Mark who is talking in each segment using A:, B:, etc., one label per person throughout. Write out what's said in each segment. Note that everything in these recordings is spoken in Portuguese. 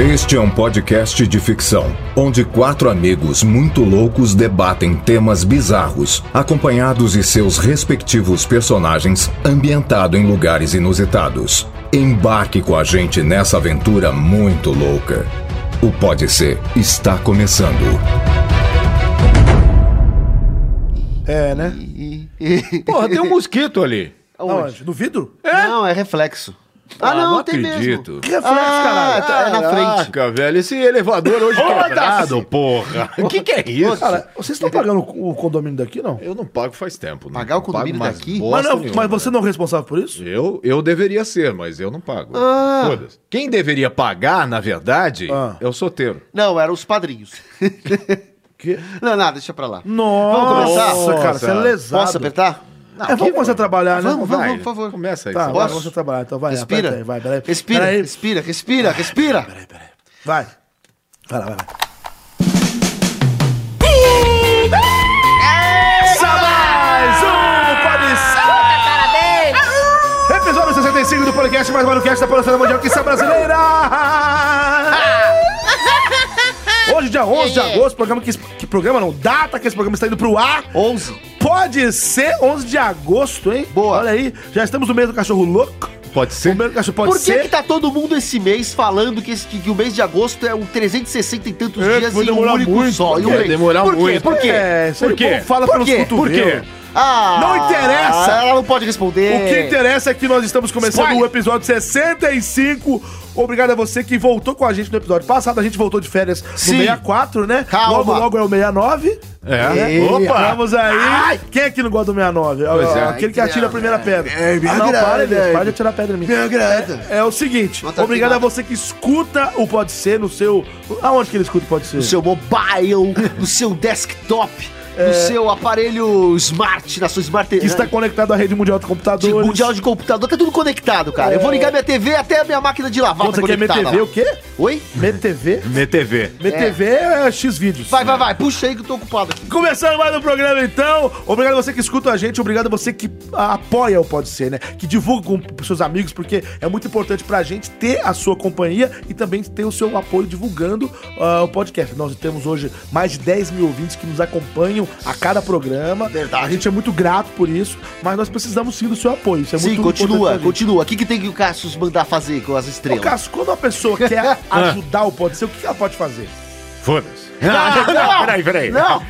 A: Este é um podcast de ficção, onde quatro amigos muito loucos debatem temas bizarros, acompanhados de seus respectivos personagens, ambientado em lugares inusitados. Embarque com a gente nessa aventura muito louca. O Pode Ser está começando.
B: É, né?
C: Porra, tem um mosquito ali.
B: Aonde? No vidro?
D: Não, é reflexo. Ah, não, tem mesmo.
B: Que reflexo,
D: ah,
B: caralho.
D: tá- é na frente.
C: Caraca, velho, esse elevador hoje quebrado, porra. O que, que é isso?
B: Cara, vocês estão pagando o condomínio daqui, não?
C: eu não pago faz tempo. Não
D: Pagar o
C: Não pago
D: condomínio
C: mais
D: daqui?
C: bosta
B: Mas, não-
C: nenhuma,
B: mas você não é o responsável por isso?
C: velho. Eu, eu deveria ser, mas eu não pago.
D: Ah.
C: Foda-se. Quem deveria pagar, na verdade,
B: Ah.
C: é o soteiro.
D: Não, eram os padrinhos.
B: Que?
D: não, não, deixa pra lá.
B: Nossa,
D: Vamos começar?
B: cara, você é
C: Nossa.
B: lesado.
D: Posso apertar?
B: É, vamos começar a trabalhar, né?
D: Vamos, vamos,
C: Vai,
D: por favor.
C: Começa aí.
B: Tá,
C: Zé.
B: agora
D: Posso?
B: você trabalhar, então vai.
D: Respira.
B: aperta aí, vai, peraí.
D: Respira,
B: Peraí,
D: respira, respira, respira.
B: Vai. Vai lá, vai lá. Começa mais um Pode Ser! Episódio 65 do podcast mais malucast da Polícia Mundial que é brasileira! Hoje, dia 11 de agosto, programa que, que programa não, data que esse programa está indo pro ar.
D: 11.
B: Pode ser 11 de agosto, hein?
D: Boa.
B: Olha aí, já estamos no mês do cachorro louco.
C: Pode
B: O
C: ser?
B: mês do cachorro pode
D: Por que,
B: ser.
D: que tá todo mundo esse mês falando que, esse- que- que o mês de agosto é um 360 e tantos
B: É,
D: dias
B: vai
D: e um
B: demorar
D: único
B: muito,
D: só? E um
C: vai
D: mês?
C: demorar
D: Por quê?
C: muito.
D: Por quê?
B: É, isso aí
C: Por
B: o povo
C: quê?
B: fala
C: Por
B: pelos
C: quê?
B: cotovelos.
C: Por quê?
D: Ah,
B: Não interessa.
D: Ela não pode responder.
B: O que interessa é que nós estamos começando
C: Spoiler.
B: o episódio 65. Obrigado a você que voltou com a gente no episódio passado. A gente voltou de férias no
D: Sim.
B: 64, né?
D: Calma.
B: Logo, logo é o 69.
C: É.
B: Opa!
C: Opa!
B: Vamos aí. Quem é que não gosta do 69?
C: Pois é.
B: Aquele que atira a primeira pedra.
D: É, me
B: ah, não,
D: agrada,
B: para, Elias.
D: velho.
B: Para de atirar pedra em mim.
D: agrada.
B: É o seguinte,
D: Não tá
B: obrigado a
D: afinado.
B: você que escuta o Pode Ser no seu... Aonde que ele escuta o Pode Ser?
D: No seu mobile, no seu desktop, no seu aparelho smart, na sua smart...
B: É. Que está conectado à rede mundial de
D: de
B: computadores.
D: mundial de computador, tá tudo conectado, cara. Eu vou ligar minha TV até a minha máquina de lavar
B: Você
D: tá
B: quer
D: conectada
B: MTV
D: lá.
B: o quê?
D: Oi?
B: MTV?
C: MTV.
B: MTV é, X-Vídeos.
D: Vai, vai, vai, puxa aí que eu tô ocupado aqui.
B: Começando mais um programa, então. Obrigado a você que escuta a gente, obrigado a você que ah, apoia o Pode Ser, né? Que divulga com pros seus amigos, porque é muito importante pra gente ter a sua companhia e também ter o seu apoio divulgando ah, o podcast. Nós temos hoje mais de 10 mil ouvintes que nos acompanham a cada programa.
D: Verdade.
B: A gente é muito grato por isso, mas nós precisamos sim do seu apoio. Isso é
D: Sim,
B: muito
D: continua,
B: importante.
D: continua. O que, que tem que o Cassius mandar fazer com as
B: Ô,
D: estrelas?
B: Cássio, quando uma pessoa quer ajudar o Pode Ser, o que ela pode fazer?
C: Foda-se. Ah,
D: Não, não,
C: peraí, peraí.
D: Não,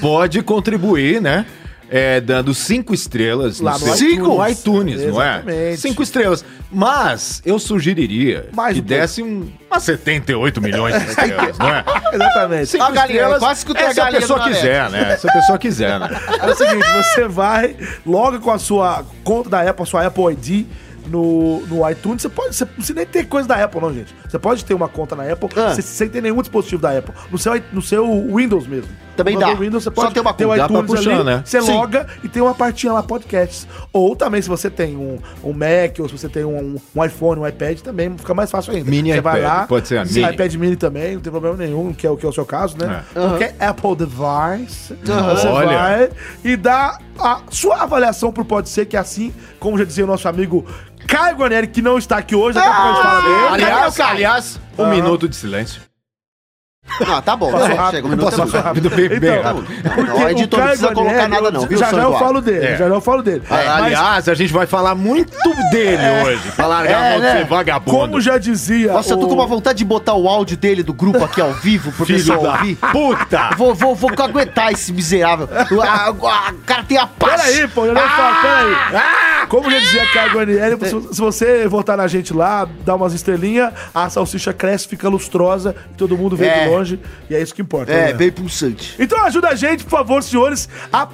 C: pode contribuir, né? É, dando cinco estrelas
B: Lá no
C: seu-
B: iTunes.
C: no iTunes, não é?
B: Exatamente.
C: Cinco estrelas. Mas eu sugeriria
B: Mais
C: que
B: um
C: desse um, umas 78 milhões de estrelas, não é?
B: Exatamente.
C: Cinco
D: A galinha, quase escutei
C: é,
D: a
C: se a
D: galinha
C: pessoa
D: do Maré.
C: quiser, né? Se a pessoa quiser, né?
B: É o seguinte, você vai, logo com a sua conta da Apple, a sua Apple ID no, no iTunes, você pode. Você não precisa nem ter coisa da Apple, não, gente. Você pode ter uma conta na Apple
D: Ah.
B: você- sem ter nenhum dispositivo da Apple. No seu, i- no seu Windows mesmo.
D: Também
B: No seu
D: dá.
B: Windows, você
D: Só
B: pode
D: tem uma
B: ter o
C: conta. Dá pra
B: iTunes
C: puxar,
B: ali,
C: né?
B: você
D: Sim.
B: loga e tem uma partinha lá, podcasts. Ou também, se você tem um, um Mac, ou se você tem um, um iPhone, um iPad, também fica mais fácil ainda.
C: Mini
B: você vai
C: iPad,
B: lá,
C: pode ser a
B: sim,
C: mini.
B: iPad mini também, não tem problema nenhum, que é o que é o seu caso, né? Qualquer Apple device, você
C: Olha.
B: vai é, e dá a sua avaliação pro Pode Ser, que assim, como já dizia o nosso amigo Caio Guarneri, que não está aqui hoje, daqui a pouco a gente fala dele.
C: Ah!
D: Cadê o
C: aliás,
D: cara?
C: aliás, um minuto de silêncio.
D: não, tá bom.
B: Passou
D: tá bom,
B: rápido,
D: chega, um minuto
B: passou
D: é bom.
B: rápido.
C: Rápido, bem, bem
B: Então,
C: rápido.
B: Porque
D: Não, editor,
B: o
D: não
B: Caio
D: precisa colocar
B: Guarneri,
D: nada não, viu,
B: Já já eu
D: Sanduá?
B: falo dele,
C: É.
B: já já eu falo dele.
D: Tá
B: Mas, É,
C: Aliás, a gente vai falar muito dele hoje. Pra largar a mão de ser vagabundo.
B: né? como já dizia
D: Nossa, eu tô
B: o-
D: com uma vontade de botar o áudio dele do grupo aqui ao vivo pro
C: Filho
D: pessoal
C: da
D: ouvir.
C: puta!
D: Vou, vou, vou aguentar esse miserável. O a- a- o cara tem a paz.
B: Peraí, pô, eu
D: Ah!
B: não falo, peraí. Como já dizia Caio Guarnieri, se, se você votar na gente lá, dar umas estrelinhas, a salsicha cresce, fica lustrosa, todo mundo vê
D: É.
B: de longe, e é isso que importa. né?
D: É, bem pulsante.
B: Então ajuda a gente, por favor, senhores.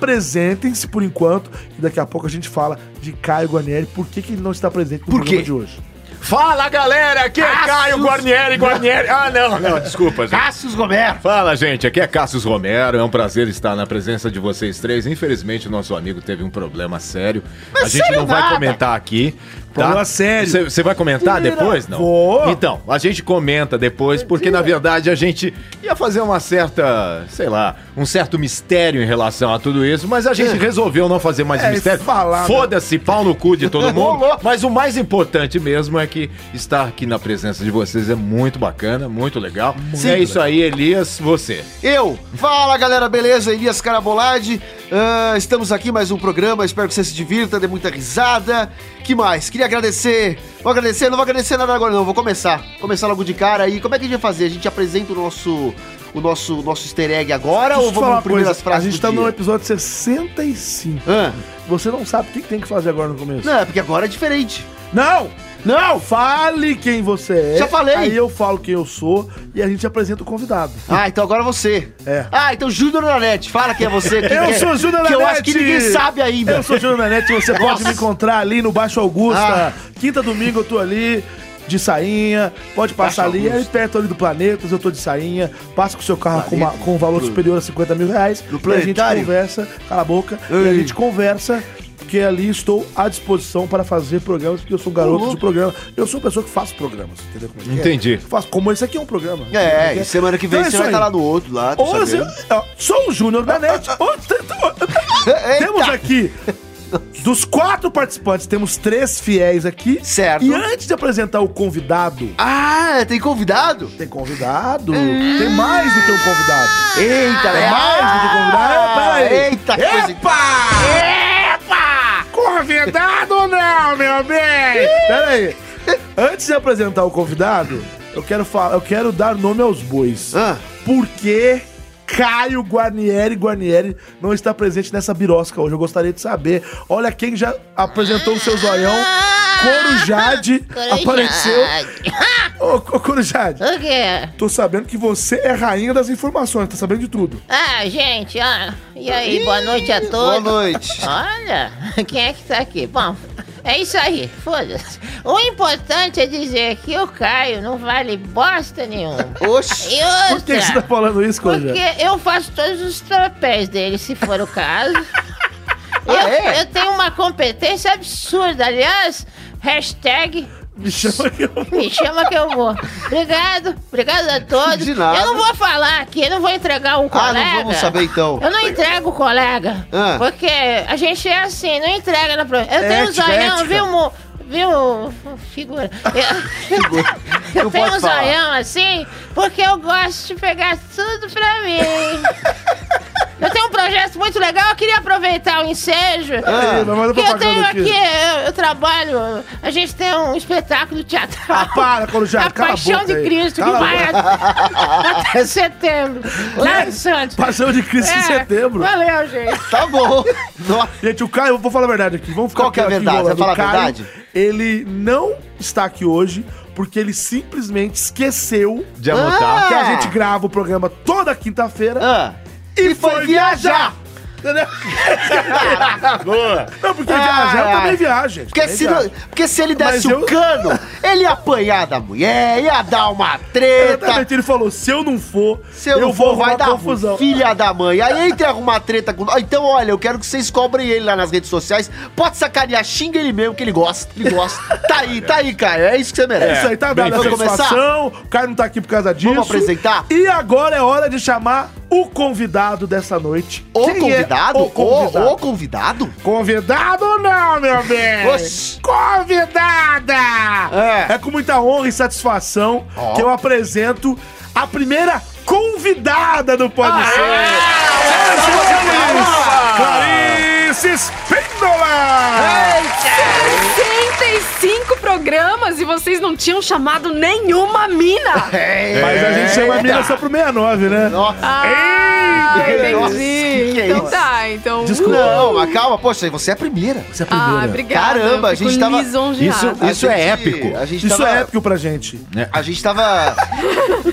B: Apresentem-se por enquanto. E daqui a pouco a gente fala de Caio Guarnieri. Por que, que ele não está presente no
D: Por
B: programa
D: quê? Então
B: de hoje?
C: Fala galera, aqui é Caio
D: Cassius-
C: Guarnieri, Guarnieri. Ah, não, não, desculpa, gente.
D: Cassius Romero.
C: Fala, gente, aqui é Cassius Romero. É um prazer estar na presença de vocês três. Infelizmente, o nosso amigo teve um problema sério. a gente
D: sério
C: não vai
D: nada.
C: comentar aqui, tá?
B: Problema sério.
C: Você- Você vai comentar
B: Tira.
C: depois, não?
B: Vou.
C: Então, a gente comenta depois, porque na verdade a gente ia fazer uma certa, sei lá, um certo mistério em relação a tudo isso, mas a gente resolveu não fazer mais
B: É,
C: mistério.
B: falar, né?
C: Foda-se, pau no cu de todo mundo.
D: Rolou.
C: mas o mais importante mesmo é que estar aqui na presença de vocês é muito bacana, muito legal. é isso aí, Elias, você.
D: Eu! Fala galera, beleza? Elias Carabolade. Ah, estamos aqui mais um programa, espero que você se divirta, dê muita risada. Que mais? Queria agradecer. Vou agradecer, não vou agradecer nada agora, não. Vou começar. Começar logo de cara. E como é que a gente vai fazer? A gente apresenta o nosso. O nosso, nosso easter egg agora
B: Deixa
D: ou
B: eu te falar
D: vamos
B: uma
D: primeiro
B: coisa.
D: as frases?
B: A gente
D: do
B: tá
D: dia?
B: no episódio 65.
D: Ah,
B: Você não sabe o que que tem que fazer agora no começo.
D: Não, é porque agora é diferente.
B: Não! Não! Fale quem você é.
D: Já falei.
B: Aí eu falo quem eu sou e a gente apresenta o convidado.
D: Ah, então agora você.
B: Hum. É.
D: Ah, então Júnior Nanete, fala quem é você. quem
B: Eu
D: que é,
B: sou o Júnior
D: Que eu
B: Nanete.
D: acho que ninguém sabe ainda.
B: Eu sou o Júnior Nanete, você pode
D: Nossa.
B: me encontrar ali no Baixo Augusta.
D: Ah.
B: Quinta, domingo eu tô ali. De sainha, pode passar
D: Baixo
B: ali, aí
D: Augusta.
B: perto ali do Planetas, eu tô de sainha, passa com o seu carro com, uma- com um valor superior a 50 mil reais, e
D: No
B: a gente
D: planetário?
B: conversa, cala a boca, e a
D: Ei.
B: gente conversa, porque ali estou à disposição para fazer programas, porque eu sou um garoto de programa, eu sou uma pessoa que faço programas, entendeu como é que é?
C: Entendi.
B: Eu faço, como esse aqui é um programa.
D: É,
B: entendeu?
D: e semana que vem
B: Então é
D: você
B: isso
D: vai
B: aí.
D: estar lá no outro lá. tô
B: Ou você-
D: sabendo.
B: ó, sou o Júnior da NET. Ou t- t-
D: Eita!
B: temos aqui. Dos quatro participantes, temos três fiéis aqui.
D: Certo.
B: E antes de apresentar o convidado,
D: Ah, tem convidado?
B: tem convidado. Tem mais do que um convidado.
D: Eita,
B: Tem mais do que um convidado. Pera aí.
D: Eita, que coisa.
B: Convidado não, meu bem! Pera aí. Antes de apresentar o convidado, eu quero falar, eu quero dar nome aos bois.
D: Ah.
B: Por que Caio Guarnieri Guarnieri não está presente nessa birosca hoje? Eu gostaria de saber. Olha quem já apresentou o seu zoião.
E: Ah!
B: Corujade apareceu. Ô, ô, Corujade,
E: O quê?
B: tô sabendo que você é rainha das informações, tá sabendo de tudo.
E: Ah, gente, ah, e aí, boa noite a todos.
D: Boa noite.
E: Olha, quem é que tá aqui? Bom, é isso aí, foda-se. O importante é dizer que o Caio não vale bosta nenhuma.
D: Oxi.
E: E
B: Por que, que você tá
E: outra,
B: falando isso, Corujade?
E: porque eu faço todos os tropéis dele, se for o caso. Eu,
D: Ah, é?
E: eu tenho uma competência absurda, aliás, hashtag
B: Me chama que eu...
E: me chama que eu vou. Obrigado, obrigado a todos.
D: De nada.
E: Eu não vou falar aqui, eu não vou entregar um
D: Ah,
E: colega.
D: não vamos saber então.
E: Eu não entrego o colega.
D: Ah. É
E: Porque a gente é assim, não entrega na prova. Eu tenho
B: Ética,
E: um zoião,
B: ética.
E: viu, mo... Viu, figura? Eu, eu
D: Não
E: tenho
D: pode
E: um
D: falar.
E: zoião assim, porque eu gosto de pegar tudo pra mim. eu tenho um projeto muito legal, eu queria aproveitar o ensejo.
D: Ah,
B: Ih, vai mandar
E: Porque eu tenho
B: propaganda
E: aqui, É, eu, eu trabalho, a gente tem um espetáculo teatral.
B: Ah, para, Corujade,
E: A
B: cala a boca.
E: Paixão de
B: aí.
E: Cristo,
B: Cala a
E: que vai até, até setembro. Lá em Santos.
B: Paixão de Cristo em
E: É,
B: setembro.
E: Valeu, gente.
D: Tá bom. Nossa.
B: Gente, o Caio, eu vou falar a verdade aqui. Vamos ficar
D: Qual que é a
B: aqui
D: verdade?
B: enrolando.
D: Vai falar
B: O Caio,
D: a verdade?
B: Ele não está aqui hoje porque ele simplesmente esqueceu
C: De anotar.
D: Ah.
B: que a gente grava o programa toda quinta-feira
D: Ah,
B: e,
D: foi viajar.
B: Entendeu?
C: Boa.
B: Não, porque
D: Ah,
B: viajar eu
D: ah.
B: também viajo, gente.
D: porque
B: Também
D: se,
B: viajo.
D: não- porque se ele
B: Mas
D: desse
B: eu-
D: o cano, ele ia apanhar da mulher, ia dar uma treta.
B: Exatamente, ele falou, se eu não for,
D: Se eu, não for, vai
B: arrumar
D: dar
B: confusão.
D: filha da mãe. Aí entra alguma treta com. Ah, Então, olha, eu quero que vocês cobrem ele lá nas redes sociais. Pode sacanear, xinga ele mesmo, que ele gosta. Ele gosta. tá aí, tá aí, cara. É isso que você
B: É
D: merece.
B: isso aí, tá
C: Bem,
B: dada a
D: vamos
B: satisfação. O Caio não tá aqui por causa disso.
D: apresentar?
B: E agora é hora de chamar o convidado dessa noite.
D: O
B: Quem é
D: convidado?
B: o convidado?
D: O, o convidado?
B: Convidado não, meu bem!
D: Oxi.
B: Convidada! É. com muita honra e satisfação que eu apresento a primeira convidada do Pode Ser! Senhoras e senhores, Clarice Espíndola!
F: 65 programas e vocês não tinham chamado nenhuma mina!
B: É, Mas a gente chama a mina só pro 69, né?
D: Nossa.
F: Ah,
D: Ei!
F: entendi.
D: Nossa, que que é
F: então
D: isso?
F: tá, então.
B: Desculpa.
D: Não, mas calma, poxa, você é a primeira.
B: Você é a
F: Ah,
B: primeira.
F: obrigada.
D: Caramba, a gente
F: fico
D: tava-
F: lisonjeada.
C: Isso-
D: A
C: é épico.
D: A gente
B: Isso
D: tava,
B: é épico pra gente.
D: A gente tava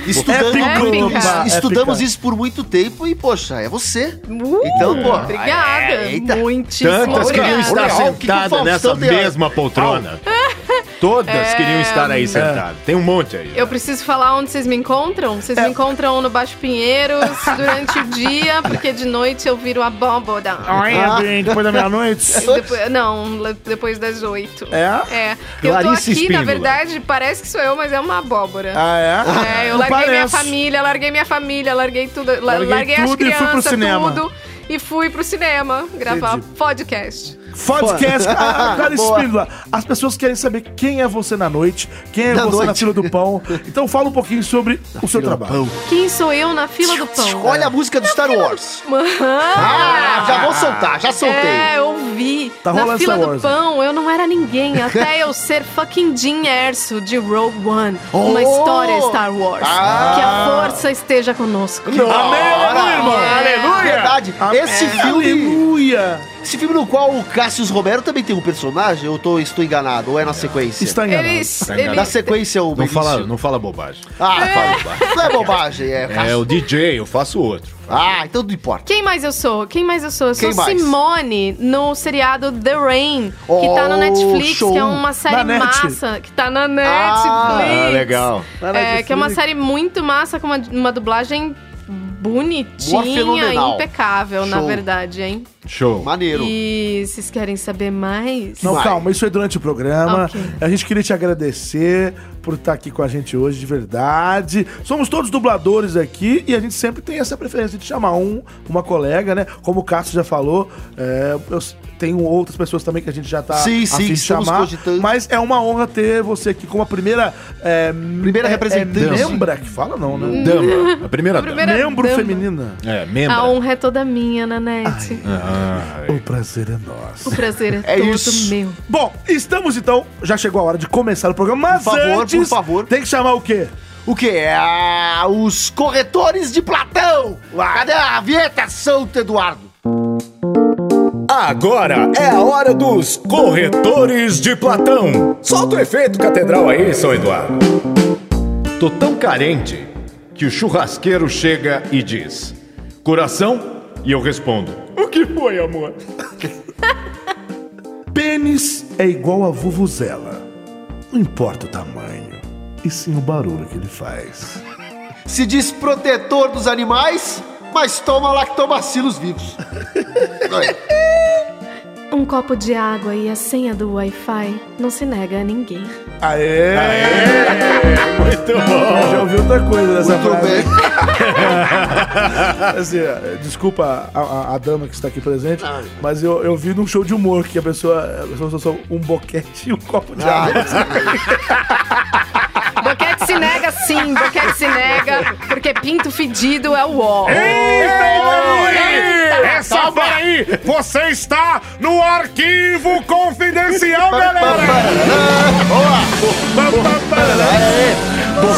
D: estudando,
F: Épico.
D: isso-
F: Épica.
D: estudamos isso por muito tempo e, poxa, é você.
F: Uh,
D: Então, pô.
F: Obrigada.
D: É, Eita.
F: Muitíssimo
C: Tantas que não
F: obrigada.
C: está
D: Olha, olha o que que o
C: sentada
D: Faustão
C: nessa
D: tem a-
C: mesma poltrona. Todas
F: É.
C: queriam estar aí sentado. Tem um monte aí.
F: Eu preciso falar onde vocês me encontram? Vocês
D: É.
F: me encontram no Baixo Pinheiros durante o dia, porque de noite eu viro a abóbora.
B: Olha, bem, depois da meia-noite.
F: Depois- não, le- depois das oito.
B: É?
F: É. Eu tô
C: Clarice
F: aqui,
C: Espíndola.
F: na verdade, parece que sou eu, mas é uma abóbora.
B: Ah, é?
F: É, eu
B: Não
F: larguei minha
B: parece.
F: família, larguei minha família, larguei tudo, la-
B: Larguei
F: larguei, as
B: tudo e fui pro
F: crianças,
B: cinema.
F: tudo. E fui pro cinema gravar
B: Entendi.
F: podcast.
B: Podcast, Ah, a- a Clara
D: Boa.
B: Espíndola. As pessoas querem saber quem é você na noite, quem é
D: Na
B: você na
D: noite.
B: fila do pão. Então fala um pouquinho sobre o seu trabalho.
F: Quem sou eu na fila do pão?
D: Escolhe a música do Star Wars.
F: Mano,
D: Ah, já vou soltar, já soltei.
F: é, eu vi.
B: Tá rolando
F: na fila
B: Star
F: do
B: Wars, né?
F: pão, eu não era ninguém, até eu ser fucking Jim Erso de Rogue One.
D: Oh!
F: Uma história Star Wars.
D: Ah!
F: Que a força esteja conosco.
D: Ora,
F: irmão.
D: É verdade. Esse filme,
B: Aleluia!
D: esse filme no qual o Cassius Romero também tem um personagem, eu tô, estou enganado, ou é na sequência?
B: Está enganado.
F: Eles,
C: Tá enganado.
D: Na
F: eles,
D: sequência é o
C: Não
D: Benício.
C: fala, não fala bobagem.
D: Ah, fala. Não é bobagem, é,
C: É o DJ, eu faço outro.
D: Ah, então não importa.
F: Quem mais eu sou? Quem mais eu sou? Eu
D: Quem
F: sou
D: mais?
F: Simone no seriado The Rain,
D: Oh,
F: que tá no Netflix,
D: show.
F: que é uma série
B: Na net.
F: massa, que tá na
E: É,
F: Netflix.
D: Ah,
B: Na
F: É,
B: Netflix.
F: que é uma série muito massa, com uma, uma dublagem
D: Boa,
F: bonitinha,
D: fenomenal.
F: impecável, na
D: Show.
F: verdade, hein?
C: Show.
D: Maneiro.
F: E vocês querem saber mais?
B: Não,
D: Vai.
B: calma, isso é durante o programa.
F: Ok.
B: A gente queria te agradecer por estar aqui com a gente hoje, de verdade. Somos todos dubladores aqui e a gente sempre tem essa preferência de chamar um, uma colega, né? Como o Cássio já falou, é, eu s- tem outras pessoas também que a gente já tá
D: Sim, sim,
B: a fim de
D: estamos
B: chamar.
D: cogitando.
B: Mas é uma honra ter você aqui como a primeira... é,
D: Primeira
B: é-
D: representante.
B: É, membra que fala não, né?
C: Dama. A primeira,
F: A primeira-
B: Membro
F: Dama.
B: feminina.
C: dama. É, membro.
F: A honra é toda minha, Nanete.
B: O prazer é nosso.
F: O prazer é,
D: É
F: todo
D: isso.
F: meu.
B: Bom, estamos então, já chegou a hora de começar o programa, mas
D: Por favor,
B: antes,
D: por favor.
B: tem que chamar o quê?
D: O que? Ah, os corretores de Platão! Ah, Cadê a vinheta, Santo Eduardo?
G: Agora é a hora dos corretores de Platão. Solta o efeito catedral aí, São Eduardo.
C: Tô tão carente que o churrasqueiro chega e diz: Coração? E eu respondo: O que foi, amor?
B: Pênis é igual a vuvuzela. Não importa o tamanho, e sim o barulho que ele faz.
D: Se diz protetor dos animais, mas toma lactobacilos vivos.
F: Um copo de água e a senha do Wi-Fi não se nega a ninguém.
B: Aê!
C: Muito bom.
B: Já ouvi outra coisa nessa
D: Muito
B: frase.
D: bem.
B: Assim, eh, desculpa a, a- a dama que está aqui presente, mas eu, eu vi num show de humor que a pessoa, a pessoa só- só um boquete e um copo de água.
F: Boquete é se nega sim, boquete se nega, porque pinto fedido é o ó.
G: Essa daí, você está no arquivo confidencial,
D: Ah,
G: galera.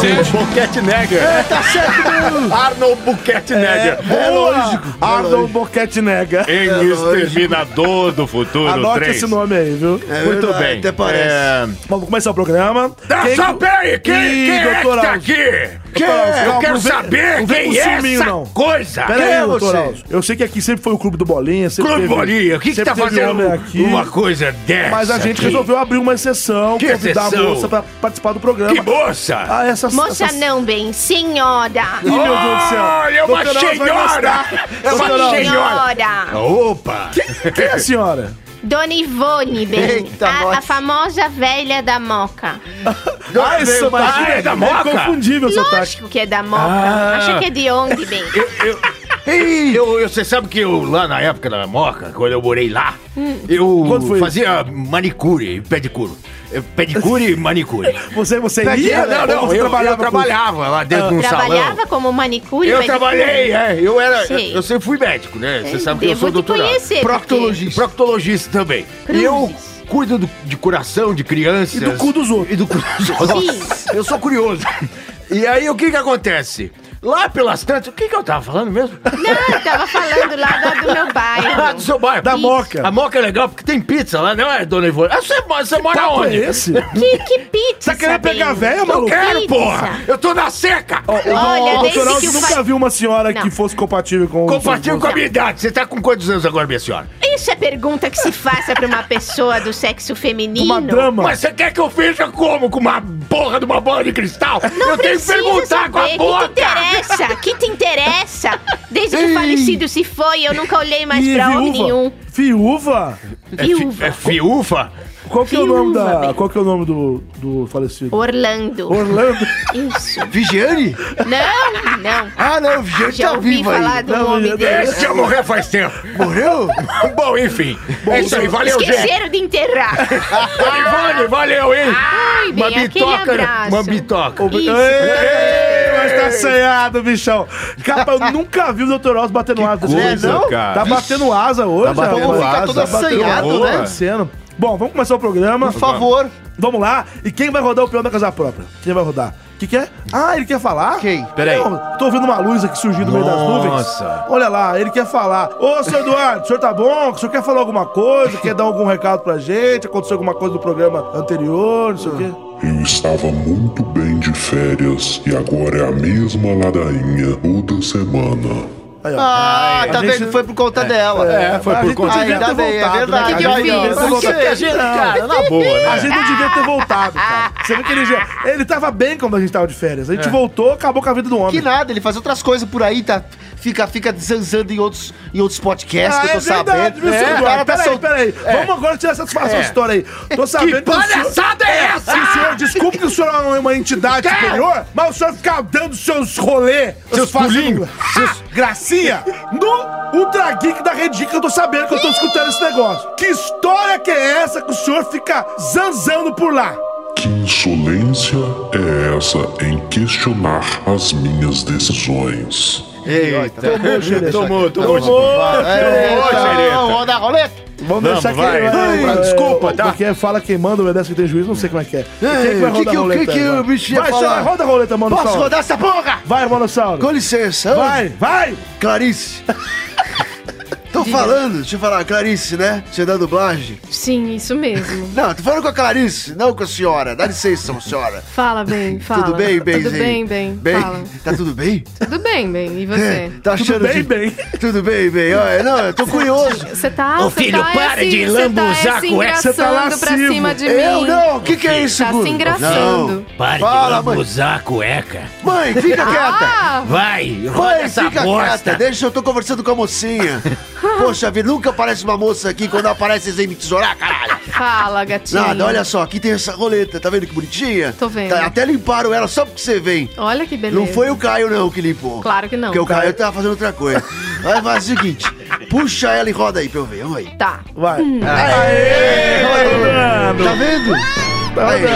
C: Gente, Boquete Nega.
D: Tá certo.
C: Arnold Boquete Nega.
B: É lógico. Arnold um Boquete Nega.
G: Em Exterminador do Futuro
B: Anote esse nome aí, viu?
C: Muito
D: verdade,
C: bem.
D: até parece.
B: Vamos começar o programa.
G: Ah,
B: Quem-
G: só peraí, quem,
B: Ih,
G: quem é que
B: doutor
G: tá
B: Alves.
G: aqui? Quem? é?
B: Alves,
G: Eu
B: calma,
G: quero
B: não vem- não
G: saber
B: vem
G: quem
B: com
G: é
B: ciúminho,
G: essa
B: não.
G: coisa.
B: Pera
G: Quem
B: aí,
G: é
B: doutor
G: você?
B: Alves. Eu sei que aqui sempre foi o Clube do Bolinha. Sempre
G: Clube
B: teve-
G: Bolinha, o que, que
B: sempre
G: tá
B: teve
G: fazendo
B: homem aqui.
G: uma coisa dessa?
B: Mas a gente
G: aqui?
B: resolveu abrir uma exceção,
G: Que
B: convidar a
G: exceção?
B: moça pra participar do programa.
G: Que moça!
B: Ah, essa
E: Moça
B: essa...
E: não, bem, senhora.
B: Ih, meu Deus do céu.
G: Olha, é uma
B: Doutor Alves vai
G: senhora!
B: gostar.
G: É
B: Doutor
G: uma
B: Alves.
G: senhora!
E: Senhora.
G: Opa!
B: Quem é a senhora?
E: Dona Ivone, bem.
D: Eita,
E: a,
D: nós.
E: a famosa velha da Moca.
B: Ah, esse sotaque
G: Ah, é da Moca?
B: confundível, seu sotaque.
E: Lógico que é da Moca.
G: Ah.
E: Acha que é de onde, bem?
G: Eu, eu- você sabe que eu, lá na época da Moca, quando eu morei lá,
E: Hum.
G: eu
B: Quando foi
G: fazia manicure e pedicure. Eh, Pedicure e manicure.
B: Você, você ia,
G: Ia,
B: né?
G: não,
B: Ou
G: não,
B: você
G: eu eu
B: trabalhava
G: trabalhava,
B: com-
G: lá dentro de um
E: Trabalhava
G: salão.
E: como manicure,
G: Eu
E: mas-
G: trabalhei, é, eu era, eu,
E: Sei.
G: eu sempre fui médico, né? Você sabe que
E: Devo
G: eu sou
E: te
G: doutorado.
E: conhecer,
G: Proctologista.
D: porque-
G: Proctologista também. E eu cuido do- de coração de crianças.
B: E do cu dos outros.
G: E do cu dos outros.
E: Sim.
G: Eu sou curioso. E aí, o que que acontece?
C: Lá pelas tantas, o que, que eu tava falando mesmo?
F: Não, eu tava falando lá da- do meu
C: Ah, do
F: bairro.
C: seu bairro.
B: Da
C: Isso.
B: Moca.
C: A Moca é legal porque tem pizza lá, não é, dona Ivone? Ah, você, mora- você mora
B: papo
C: onde?
B: é esse?
H: Que, que pizza,
B: Tá querendo pegar
H: Sabino?
B: velha,
C: Eu
B: maluco?
C: quero,
H: Pizza.
C: porra! Eu tô na seca!
H: Olha, desde
B: Doutor
H: que
B: Alves
H: o
B: nunca
H: fa-
B: viu uma senhora
F: Não.
B: que fosse compatível com...
C: Compartilho com a minha idade. Você tá com quantos anos agora, minha senhora?
H: Isso é pergunta que se faça pra uma pessoa do sexo feminino.
B: Uma drama.
C: Mas você quer que eu veja como? Com uma porra de uma bola de cristal? eu tenho que
H: Precisa
C: perguntar com a
H: saber, Que te
B: é
C: boca!
H: interessa? Que te interessa? Desde que o falecido se foi, eu nunca olhei mais
B: Ih,
H: pra homem
B: viúva?
H: nenhum.
B: Viúva?
H: Viúva.
C: É fiúfa?
B: Qual que é o nome
H: Viúva,
B: da...
H: bem.
B: Qual que é o nome do, do falecido?
H: Orlando.
B: Orlando.
H: Isso.
D: Vigiane?
H: Não, não.
D: Ah, não, Vigiane
H: Já
D: tá
H: ouvi
D: viva
H: falar
D: aí.
H: do
B: Não,
H: nome
B: eu-
H: dele.
C: Esse eu morrer faz tempo.
D: Morreu?
C: Bom, enfim. é isso aí, valeu, gente.
H: Esqueceram de enterrar.
C: Dona Ivone, valeu, hein?
H: Ai, bem,
C: uma
H: aquele
C: bitoca,
F: né?
C: né?
H: abraço.
C: uma bitoca.
H: Isso.
B: Ei, mas tá assanhado, bichão. Capa, eu nunca vi o Dr. Oz batendo asa.
C: coisa,
B: É, não?
C: cara.
B: Tá
C: Vixe.
B: batendo asa hoje.
C: Tá batendo
B: rapaz.
D: Tá
C: asa.
D: todo assanhado,
C: Boa.
D: né?
B: Acontecendo. tá Bom, vamos começar o programa.
D: Por favor.
B: Vamos lá. E quem vai rodar o peão da casa própria? Quem vai rodar? O que, que é? Ah, ele quer falar?
D: Quem?
C: Peraí.
B: Não, tô ouvindo uma luz aqui surgindo no meio das nuvens.
C: Nossa.
B: Olha lá, ele quer falar. Ô, seu Eduardo, o senhor tá bom? O senhor quer falar alguma coisa? Quer dar algum recado pra gente? Aconteceu alguma coisa no programa anterior? Não sei o quê.
I: Eu estava muito bem de férias e agora é a mesma ladainha toda semana.
B: Aí, ó.
D: Ah, tá
B: A gente-
D: vendo? Foi por conta dela.
C: É, foi
B: a
C: por
B: gente
C: conta
B: não devia
D: Ainda
B: ter
D: bem, é
B: voltado,
D: verdade.
B: né?
D: Que
B: A gente não
D: difícil.
B: devia ter
D: Por quê?
B: voltado.
D: tá
C: Cara, na boa, né?
B: A gente não devia ter voltado, cara. Você vê que ele já... Ele tava bem quando a gente tava de férias. A gente voltou, acabou com a vida do homem.
D: É. Que nada, ele faz outras coisas por aí, tá? Fica, fica zanzando em outros, em outros
B: É
D: podcasts que eu tô sabendo.
B: Ah, viu, seu
D: o
B: Eduardo?
D: cara tá
B: É. Peraí,
D: soltando.
B: peraí. É. Vamos agora tirar satisfação dessa história aí. Tô sabendo
C: Que
B: o senhor-
C: palhaçada é essa?
B: Sim, senhor, desculpe que o senhor é uma- uma entidade
C: Quer?
B: superior, mas o senhor fica dando seus rolê,
C: Seus pulinhos,
B: seus... gracinha, no Ultra Geek da Rede Geek, que eu tô sabendo que eu tô escutando esse negócio. Que história que é essa que o senhor fica zanzando por lá?
I: Que insolência é essa em questionar as minhas decisões?
D: Eita.
C: Tomou, tomou.
D: Eita.
C: xereta.
D: Vamos dar roleta.
B: Vamos, deixar que...
C: vai.
B: é,
C: Ai,
B: é,
C: desculpa,
B: é,
C: tá?
B: Porque fala quem manda, obedece que tem juiz, não sei como é que é. E
D: Ei,
B: quem vai
D: que
B: rodar
D: que
B: a
D: o-
B: roleta
D: que que
B: agora?
D: o bicho ia
B: Vai,
D: falar?
B: senhor, roda a roleta, mano.
D: Posso rodar essa porra?
B: Vai,
D: Com
B: Monossauro.
D: licença.
B: Vai, vai.
D: Clarice. Tô falando, deixa eu falar, a Clarice, né? Você da dublagem?
F: Sim, isso mesmo.
D: Não, tô falando com a Clarice, não com a senhora. Dá licença, senhora.
F: Fala bem, fala. tá
D: Tudo bem, Benzinho?
F: Tudo bem, bem. Fala.
D: Tá tudo bem?
F: Tudo bem, bem. E você?
D: Tá
B: Tudo
D: achando
B: bem,
D: de-
B: bem.
D: Tudo bem, bem. Olha, não, eu tô curioso.
F: Você tá.
C: Ô,
F: você
C: filho,
F: tá
C: para
F: esse-
C: de é.
F: você
C: lambuzar
F: Tá
C: a
F: se
C: cueca.
B: Você tá
F: engraçando pra
B: lascivo.
F: cima de
D: Eu
F: mim.
D: não, o que que é isso,
F: Tá se
D: Guto?
F: engraçando.
C: Para
D: Fala,
C: de
D: mãe.
C: usar a cueca.
D: Não. Mãe, fica quieta.
F: Ah,
C: Vai, roda
D: Mãe,
C: essa
D: fica quieta.
C: bosta.
D: Deixa, eu tô conversando com a mocinha. Poxa vida, nunca aparece uma moça aqui. Quando aparece, vocês vêm me tesourar, caralho.
F: fala, gatinho.
D: Nada, olha só, aqui tem essa roleta, tá vendo que bonitinha?
F: Tô vendo.
D: Tá, até limparam ela só porque você vem.
F: Olha que beleza.
D: Não foi o Caio, não, que limpou.
F: Claro que não.
D: Porque o Caio tava fazendo outra coisa. Mas faz o seguinte: puxa ela e roda aí pra eu ver. Vamos aí.
F: Tá.
B: Vai. Ah,
D: Tá vendo?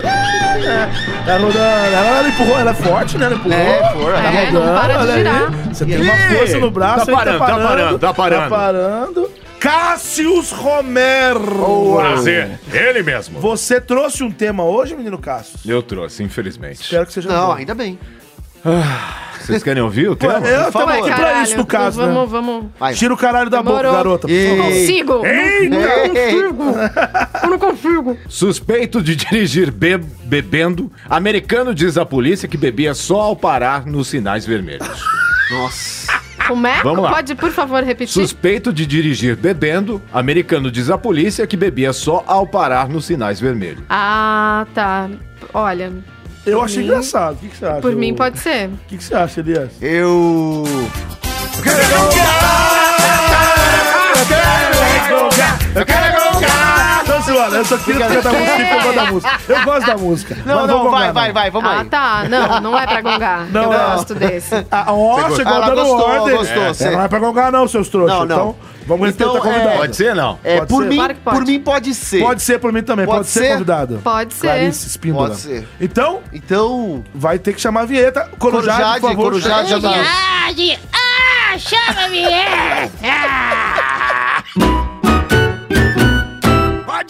B: Tá rodando. Ela, ela empurrou, ela é forte, né? Ela empurrou.
D: É, for,
B: Tá
F: É, não
B: rodando,
F: para de
B: olha aí.
F: girar.
B: Você tem uma força no braço,
C: Tá
B: aí
C: parando, tá parando, tá parando.
B: Tá parando. Cássius Romero.
C: Prazer, ele mesmo.
B: Você trouxe um tema hoje, menino Cássius?
C: Eu trouxe, infelizmente.
B: Espero que seja
D: Não,
B: bom.
D: ainda bem.
C: Vocês querem ouvir o tema?
B: Eu
D: favor.
B: tava aqui pra
F: Caralho,
B: isso, no caso, né?
F: Vamos, vamos.
D: Vai.
B: Tira o caralho da boca,
F: Demorou.
B: garota. por
D: E-
F: Não
B: favor.
F: consigo.
D: Ei,
F: Eu não consigo.
C: Suspeito de dirigir be- bebendo, americano diz à polícia que bebia só ao parar nos sinais
D: Ah,
C: vermelhos.
D: Nossa.
F: Como é?
C: Vamos lá.
F: Pode, por favor, repetir?
C: Suspeito de dirigir bebendo, americano diz à polícia que bebia só ao parar nos sinais vermelhos.
F: Ah, tá. Olha,
B: Eu achei
F: mim-
B: engraçado. O que, que você acha?
F: por mim
B: ô-
F: pode ser.
B: O que, que você acha, Elias?
D: Eu.
B: Eu quero gongar! Então, senhora, eu só queria cantar a música porque eu gosto da música. Eu gosto da música.
D: tá Não,
B: mas
D: não,
B: vou
D: vai,
B: gongar,
D: vai,
B: não.
D: vai, vamos
F: Ah,
D: aí.
F: tá. Não, não é pra gongar.
B: Não,
F: Eu
B: não.
F: gosto desse.
B: Ah, ó, chegou
D: Ela
B: dando
D: gostou,
B: ordem.
D: gostou,
B: É,
D: você-
B: Não é pra gongar não, seus trouxas.
D: Não, não.
B: Então, vamos respeitar
D: Então,
B: a convidada.
D: é,
C: Pode ser, não?
D: É,
B: tá. Pode
D: por,
B: ser?
D: mim,
F: Claro que pode.
D: por mim pode ser.
B: Pode ser por mim também, pode,
D: Pode
B: ser,
D: ser?
B: convidado.
F: Pode ser.
B: Clarice Espíndola.
D: Pode ser.
B: Então,
D: Então.
B: vai ter que chamar a vinheta. Corujade,
D: Corujade,
B: por favor.
D: Corujade, já dá.
E: Corujade. Ah, chama-me
H: é.
E: essa.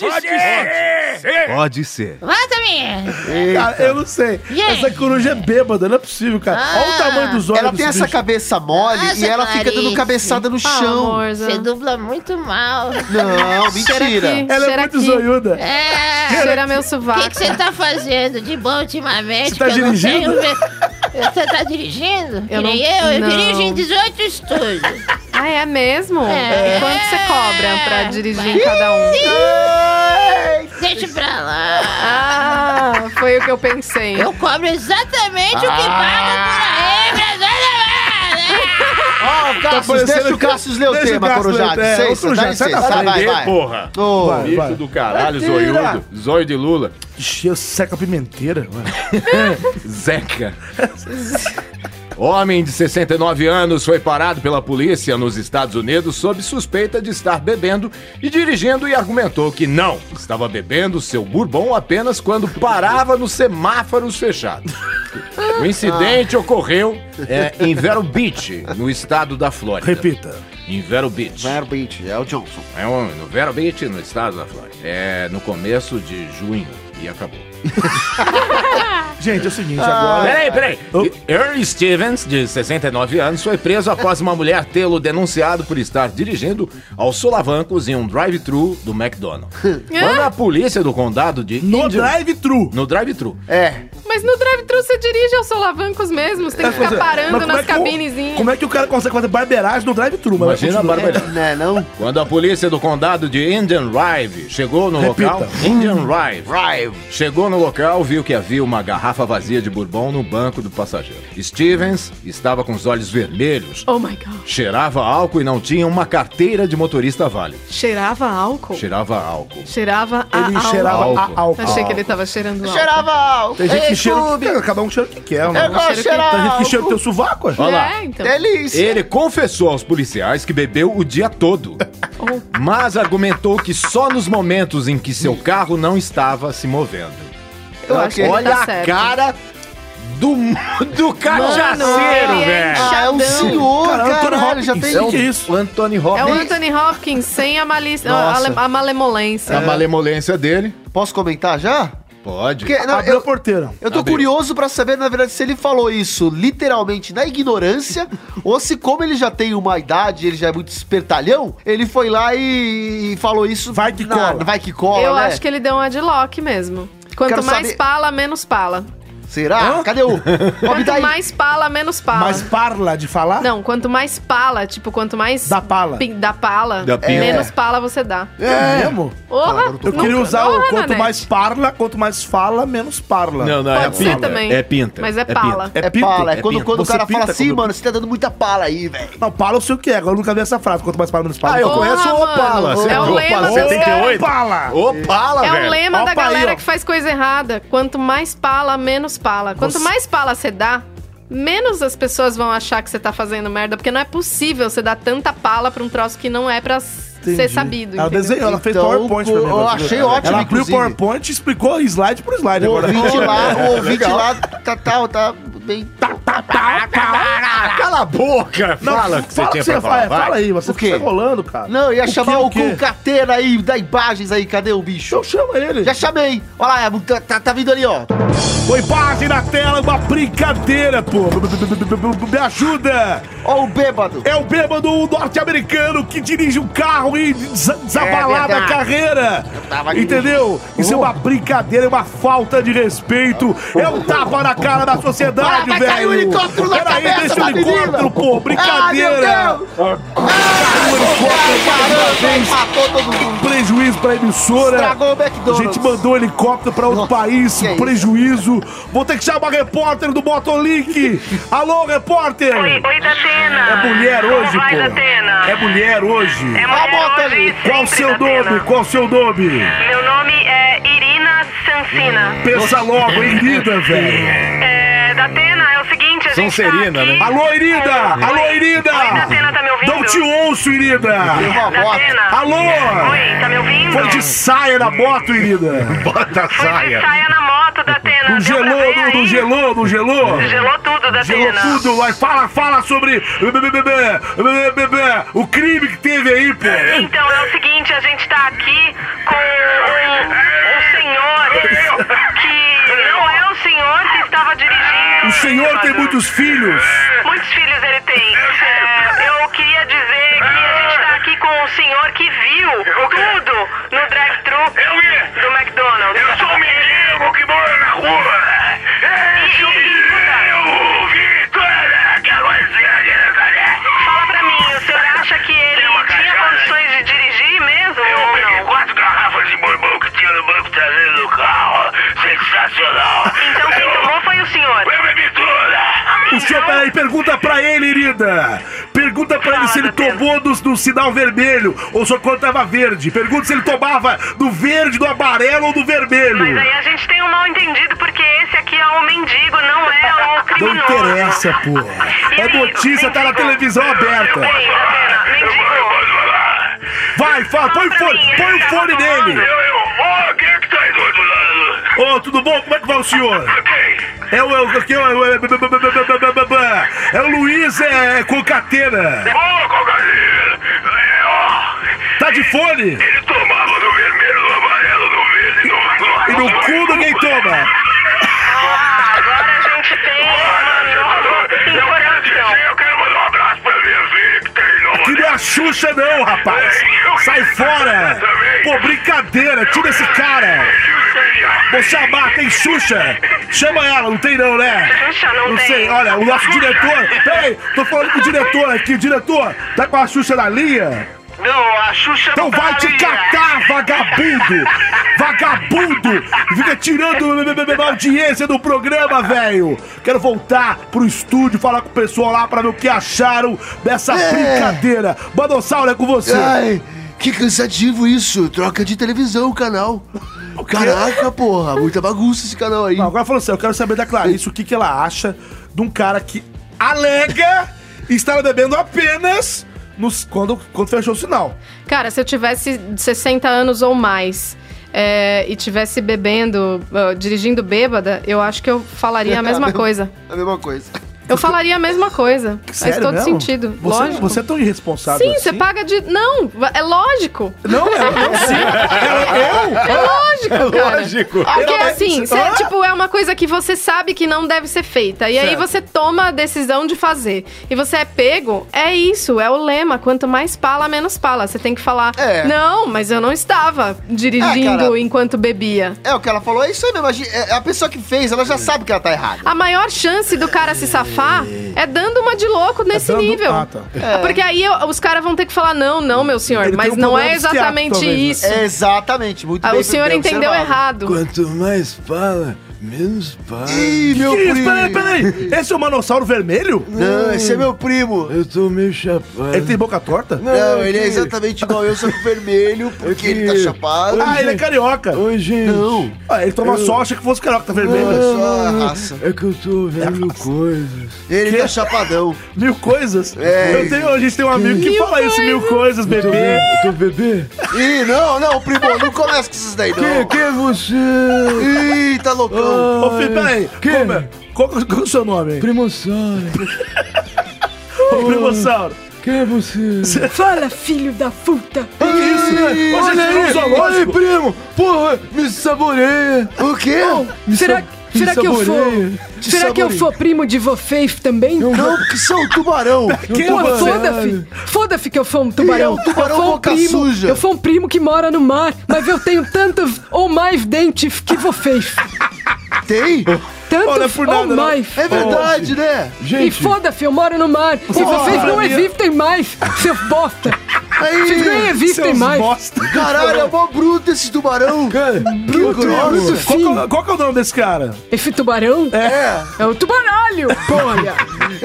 C: Pode ser! Pode ser.
E: Volta nome?
B: Cara, eu não sei.
E: Gente.
B: Essa coruja é bêbada, não é possível, cara. Olha o
E: Ah.
B: tamanho dos olhos
D: Ela
B: desse
D: tem essa
B: bicho.
D: cabeça mole
E: Nossa,
D: e ela fica dando
E: Clarice.
D: cabeçada no
F: Ah,
D: chão.
F: amorza.
E: Você dubla muito mal.
D: Não,
F: Cheira
D: mentira.
F: aqui.
B: Ela é
F: Cheira
B: muito
F: aqui.
B: zoiuda.
E: É.
F: Cheira meu
E: O
F: sovaco.
E: que que você tá fazendo de bom ultimamente?
B: Você tá
E: que eu não
B: dirigindo?
E: tenho ver- Você tá dirigindo?
F: Eu
E: Eu
F: não-
E: nem eu, eu
F: não.
E: dirijo em 18 estúdios.
F: Ah, é mesmo?
E: É.
F: Quanto você cobra pra dirigir em
E: Vai.
F: cada um?
E: Deixa pra lá.
F: Ah, foi o que eu pensei.
E: Eu cobro exatamente o que pago
B: Ah!
E: por aí, Brasil!
D: Ó, o Cassius,
B: tá parecendo
D: deixa o
B: que-
D: Cassius ler
B: deixa
D: o
B: o
D: tema,
B: Cassius ler o
D: Corujade.
B: tema. Ô,
D: Licença, dá
B: Corujade, sai
D: licença.
B: da
D: Vai, vai,
A: Aprender,
D: vai.
A: porra.
D: Ô,
B: Vai.
A: Bicho do caralho,
B: Atira.
A: zoiudo. Zóio de Lula.
B: Cheio seca pimenteira. mano.
A: Zeca. Homem de 69 anos foi parado pela polícia nos Estados Unidos sob suspeita de estar bebendo e dirigindo e argumentou que não estava bebendo seu bourbon apenas quando parava nos semáforos fechados. O incidente ocorreu é, em Vero Beach, no estado da Flórida.
B: Repita.
A: Em Vero Beach.
D: Verbit, é o Johnson.
A: É um, no Vero Beach, no estado da Flórida. É no começo de junho e acabou.
B: Gente, é o seguinte,
D: Ah.
B: agora.
A: Peraí, peraí. Earl Stevens, de 69 anos, foi preso após uma mulher tê-lo denunciado por estar dirigindo aos solavancos em um drive-thru do McDonald's. Quando a polícia do condado de
B: No
A: Indi-
B: é drive-thru.
A: No drive-thru.
D: É.
F: Mas no drive-thru você dirige aos solavancos mesmo, você tem que ficar
B: Tá Mas
F: parando
B: como
F: nas
B: é que o-
F: cabinezinhas.
B: Como é que o cara consegue fazer barbeiragem no drive-thru? Mas é
A: Imagina a
B: continua.
A: barbeiragem. Melhor.
D: Né, não?
A: Quando a polícia do condado de Indian Rive chegou no
B: Repita.
A: local. Indian Rive. Chegou no local, viu que havia uma garrafa vazia de bourbon no banco do passageiro. Stevens estava com os olhos vermelhos,
F: Oh my god.
A: cheirava álcool e não tinha uma carteira de motorista válida.
F: Cheirava álcool?
A: Cheirava álcool.
F: Cheirava a
B: Ele
F: álcool.
B: cheirava É, a
A: Álcool.
B: álcool.
F: Achei que ele tava cheirando álcool.
D: Cheirava.
B: Tem gente
D: Ei,
B: que cheira. o
D: clube.
B: que- Cara, Cada um cheira o que quer,
D: Eu
B: mano.
D: gosto de cheirar.
B: Tem gente que cheira o
D: álcool.
B: teu sovaco, é?
A: Olha lá.
F: É, então.
D: Delícia.
A: Ele confessou aos policiais que bebeu o dia todo,
F: Oh,
A: mas argumentou que só nos momentos em que seu carro não estava se movendo.
F: eu acho que ele
A: Olha
F: tá
A: a
F: certo.
A: cara do, do cachaceiro,
F: ele é
A: velho.
D: Ah, é um
F: Chadão.
D: senhor,
B: Cara, Anthony
D: caralho. Já
B: Hopkins. É
D: tem...
B: o- que isso?
A: O Anthony
F: É o
A: Hopkins.
F: Anthony Hopkins sem a malícia, a,
B: Nossa. É
F: ale- a malemolência.
A: A malemolência dele.
D: Posso comentar já?
A: Pode.
D: Porque, não,
B: Abriu a
D: eu,
B: porteira.
D: eu tô
A: Abriu.
D: curioso pra saber, na verdade, se ele falou isso literalmente na ignorância ou se, como ele já tem uma idade, ele já é muito espertalhão, ele foi lá e, e falou isso.
B: Vai que
D: na-
B: cola.
D: Vai que cola,
F: eu
D: né?
F: acho que ele deu uma de Loki mesmo. Quanto
D: Quero
F: mais
D: saber-
F: pala, menos pala.
D: Será? Cadê o. Ó, me
F: Quanto
D: dá aí.
F: mais pala, menos pala.
B: Mas parla de falar?
F: Não, quanto mais pala, tipo, quanto mais
B: Da pala.
F: pin- da pala,
A: Da pinta.
F: menos pala você dá.
B: É mesmo?
F: Porra,
B: Eu queria
F: nunca-
B: usar
F: Porra,
B: o quanto
F: Nanete.
B: mais parla, quanto mais fala, menos parla.
A: Não, não, é
F: Pode ser
A: pinta.
F: também.
A: É pinta.
F: Mas é
A: pinta.
F: pala.
D: É pala, é,
B: pinta?
D: quando,
B: pinta.
D: quando o
B: Você
D: cara
B: pinta
D: fala assim,
B: quando-
D: mano, você tá dando muita pala aí, velho.
B: Não, pala eu sei o que é, agora eu nunca vi essa frase. Quanto mais parla, menos parla.
A: Ah, eu
F: Porra,
A: conheço o
F: mano.
A: Opala. você
F: É o
A: viu
F: lema
A: Opala
F: dos caras.
A: 78?
B: Opala!
A: Opala,
F: É
A: velho.
F: o lema
B: Tá Opa
F: da galera
B: aí, ó.
F: que faz coisa errada. Quanto mais pala, menos pala. Quanto
B: Você-
F: mais pala você dá, menos as pessoas vão achar que você tá fazendo merda. Porque não é possível você dar tanta pala pra um troço que não é pra s- ser
B: Entendi. É
F: sabido.
B: Ela
F: entendeu?
B: desenhou, ela fez
D: Então,
B: PowerPoint pra mim.
D: eu
B: agora.
D: achei ótimo,
B: Ela abriu o
D: inclusive.
B: PowerPoint e explicou slide por slide
D: O
B: agora.
D: ouvinte lá, o ouvinte lá tá, tá, tá bem.
A: Ah, cala a boca!
B: Não,
A: fala o que você
B: fala
A: tinha
B: que
A: pra falar.
B: é,
A: vai.
B: fala aí, você
D: O quê?
B: tá rolando, cara.
D: Não, eu ia
B: O quê,
D: chamar o,
B: quê?
D: Concateira aí, dá imagens aí, cadê o bicho?
B: Eu chamo ele.
D: Já chamei. Olha lá, tá, tá- tá vindo ali, ó.
B: Foi base na tela, uma brincadeira, pô. Me ajuda!
D: Ó o bêbado.
B: É o bêbado norte-americano que dirige um carro e desa- desabalada a
D: É verdade.
B: carreira.
D: tava aqui.
B: Entendeu? Isso é uma brincadeira, é uma falta de respeito. É um tapa na cara da sociedade,
D: Vai
B: velho.
D: cair Ah, o helicóptero na
B: Peraí,
D: cabeça
B: deixa o
D: da
B: helicóptero,
D: menina.
B: pô. Brincadeira.
D: Ah, meu Deus! Ai, caramba, matou todo mundo.
B: Prejuízo pra emissora.
D: Estragou o
B: A
D: McDonald's.
B: gente mandou um helicóptero pra outro
D: Nossa,
B: país,
D: que é isso?
B: prejuízo. Vou ter que chamar repórter do Motolink. Alô, repórter!
J: Oi, Datena.
B: É mulher hoje,
J: Como vai,
B: pô.
J: Datena?
B: É mulher hoje.
J: É
D: a
J: mulher
D: bota
J: hoje,
D: ali.
J: sempre,
B: Qual o seu
J: Datena.
B: nome? Qual o seu nome?
J: Meu nome é Irina Sancina.
B: Pensa logo, Irida, velho.
J: É, Datena, é o seguinte, a gente
A: Sonserina,
J: tá aqui...
A: né?
B: Alô, um Irida!
J: Oi.
B: Alô, Irida!
J: Oi, Datena, tá me ouvindo?
B: Não te ouço, Irida!
D: Uma moto.
J: Datena.
B: Alô!
J: Oi, tá me ouvindo?
B: Foi de saia na moto, Irida!
A: Bota a
J: Foi de
A: saia.
J: saia na moto, Datena.
B: Não
J: Deu pra
B: gelou, não,
J: ver
B: não
J: aí?
B: gelou, não gelou?
J: Gelou tudo,
B: Gelou
J: Datena.
B: tudo, mas fala, fala sobre o crime que teve aí, pô.
J: Então, é o seguinte, a gente tá aqui com um, um senhor que
B: O senhor tem muitos filhos.
J: Muitos filhos ele tem. É, eu queria dizer que a gente tá aqui com o senhor que viu tudo no drive-thru do McDonald's. Eu sou o mendigo que mora na rua. é E, o Vitor, que Fala pra mim, o senhor acha que ele tinha condições de dirigir mesmo ou não? quatro garrafas de borbão que tinha no banco traseiro do carro. Sensacional. Então quem tomou foi o senhor? Ah, Eu bebi
B: O senhor, peraí, pergunta pra ele, Irida. Pergunta pra ele se ele tomou do, do sinal vermelho ou só quando tava verde. Pergunta se ele tomava do verde, do amarelo ou do vermelho.
J: Mas aí a gente tem um mal entendido porque esse aqui é o mendigo, não é o
B: Não
J: criminoso.
B: interessa, porra. É notícia, tá na televisão aberta. Vai, fala, põe o fone, põe o
J: tá
B: fone nele. Ô, tudo bom? Como é que vai o senhor? É o, é o, aqui, ó, é o, é o, é o Luiz é, Concatena. Tá de fone? Ele tomava no vermelho, no amarelo, no verde, no... E no cu ninguém toma.
J: Ah, Agora a gente tem uma nova informação.
B: um Aqui não é a Xuxa não, rapaz. Sai fora. Pô, brincadeira, tira esse cara. é Vou chamar, tem Xuxa. Chama ela, não tem não, né?
J: Xuxa não tem.
B: sei, olha, o nosso diretor... Peraí, tô falando com o diretor aqui. Diretor, tá com a Xuxa na linha?
J: Não, a Xuxa
B: Então vai te catar, vagabundo! Vagabundo! Fica tirando a audiência do programa, velho! Quero voltar pro estúdio, falar com o pessoal lá pra ver o que acharam dessa
D: É. Ah,
B: brincadeira. Manossauro, é com você!
D: Ai, que cansativo isso. Troca de televisão o canal. Caraca, porra, muita bagunça esse canal aí.
B: Não, agora falando sério, eu quero saber da Clarice o que, que ela acha de um cara que alega estar bebendo apenas nos, quando, quando fechou o sinal.
F: Cara, se eu tivesse 60 anos ou mais é, e tivesse bebendo, ah, dirigindo bêbada, eu acho que eu falaria a mesma coisa.
D: É A mesma coisa.
F: Eu falaria a mesma coisa. Faz
B: Sério
F: todo
B: mesmo?
F: sentido.
B: Você,
F: lógico.
B: você é tão irresponsável
F: Sim,
B: assim?
F: você paga de. Não, é lógico.
B: Não, eu, eu sim. Eu?
F: É lógico,
B: É
F: cara.
B: lógico.
F: Porque
B: Ela-
F: assim, cê,
B: Ah!
F: tipo, é uma coisa que você sabe que não deve ser feita. E aí
B: Certo.
F: você toma a decisão de fazer. E você é pego, é isso, é o lema. Quanto mais pala, menos pala. Você tem que falar,
D: É.
F: não, mas eu não estava
D: Ah,
F: dirigindo
D: cara.
F: enquanto bebia.
D: É, o que ela falou é isso aí mesmo. A gente- é- A pessoa que fez, ela já sabe que ela tá errada.
F: A maior chance do cara se safar é dando uma de louco nesse
B: dando-
F: nível.
B: Ah, tá.
F: É. Porque aí eu- os caras vão ter que falar, não, não, meu senhor,
B: Ele
F: mas
B: tem um
F: não
B: problema
F: é exatamente
B: psiquiátrico, talvez, né?
F: isso.
D: É, exatamente, muito
F: Ah,
D: bem.
F: o senhor
D: bem
F: entendeu
D: observado.
F: errado.
K: Quanto mais fala, menos fala.
D: Ih, meu
B: Que isso?
D: primo.
B: Peraí, peraí. Esse é o manossauro vermelho?
D: Não, esse é meu primo.
K: Eu tô meio chapado.
B: Ele É tem boca torta?
D: Não,
K: eu
D: ele é
K: que-
D: exatamente igual eu, só que vermelho, porque ele tá
K: que-
D: chapado.
B: Ah, ele é carioca.
K: Oi, gente.
D: Não.
B: Ah, ele toma
K: Eu-
B: só, acha que fosse carioca, tá
D: Não, é
B: vermelho.
D: só a raça.
K: É que eu tô ouvindo coisas.
D: Ele
B: Que-
D: tá chapadão.
B: Mil coisas.
D: É.
B: Eu tenho, a gente tem um amigo que
F: Mil
B: fala isso, mil coisas,
K: Eu tô,
B: bebê.
K: be- eu tô bebê?
D: Ih, não, não, primo, não começa com esses daí,
K: Quem,
D: não.
K: quem é você?
D: Ih, tá loucão.
B: Ô, filho, peraí.
K: Que?
B: Como é? Qual, que- qual que é o seu nome? hein?
K: Primoção.
B: Ô, Primossauro.
K: né? Quem é você?
F: Fala, filho da puta!
B: Que isso, né? Ô, gente, virou um
K: Olha aí, olha aí,
B: zoológico.
K: primo. Porra, me saboreia.
D: O quê?
K: Me
B: é-
F: Será-
K: me
F: será que eu for?
K: saboreia.
D: Te
F: Será que eu
D: saboreio.
F: for primo de vocês também?
D: Não, porque sou um tubarão.
B: Quem é
F: Pô,
B: você?
F: foda-se! Foda-se que eu sou um tubarão!
D: Ih, é um tubarão
F: eu sou um
D: boca
F: primo,
D: suja.
F: Eu sou um primo que mora no mar, mas eu tenho tantos ou mais dentes que vocês.
D: Tem?
B: Olha,
F: Tantos
B: por
F: ou
B: nada, não.
F: mais.
D: É verdade, né?
K: Gente,
F: E foda-se, eu moro no mar! e vocês não
B: Maria.
F: existem mais, seus bosta! Vocês nem
D: Aí,
F: existem
B: Seus
F: mais!
B: bosta.
D: caralho, é mó bruto esse tubarão.
K: cara,
B: é
D: Que grosso.
B: Qual, que é o- qual que é o nome desse cara?
F: Esse tubarão
D: É,
F: é o tubaralho, porra!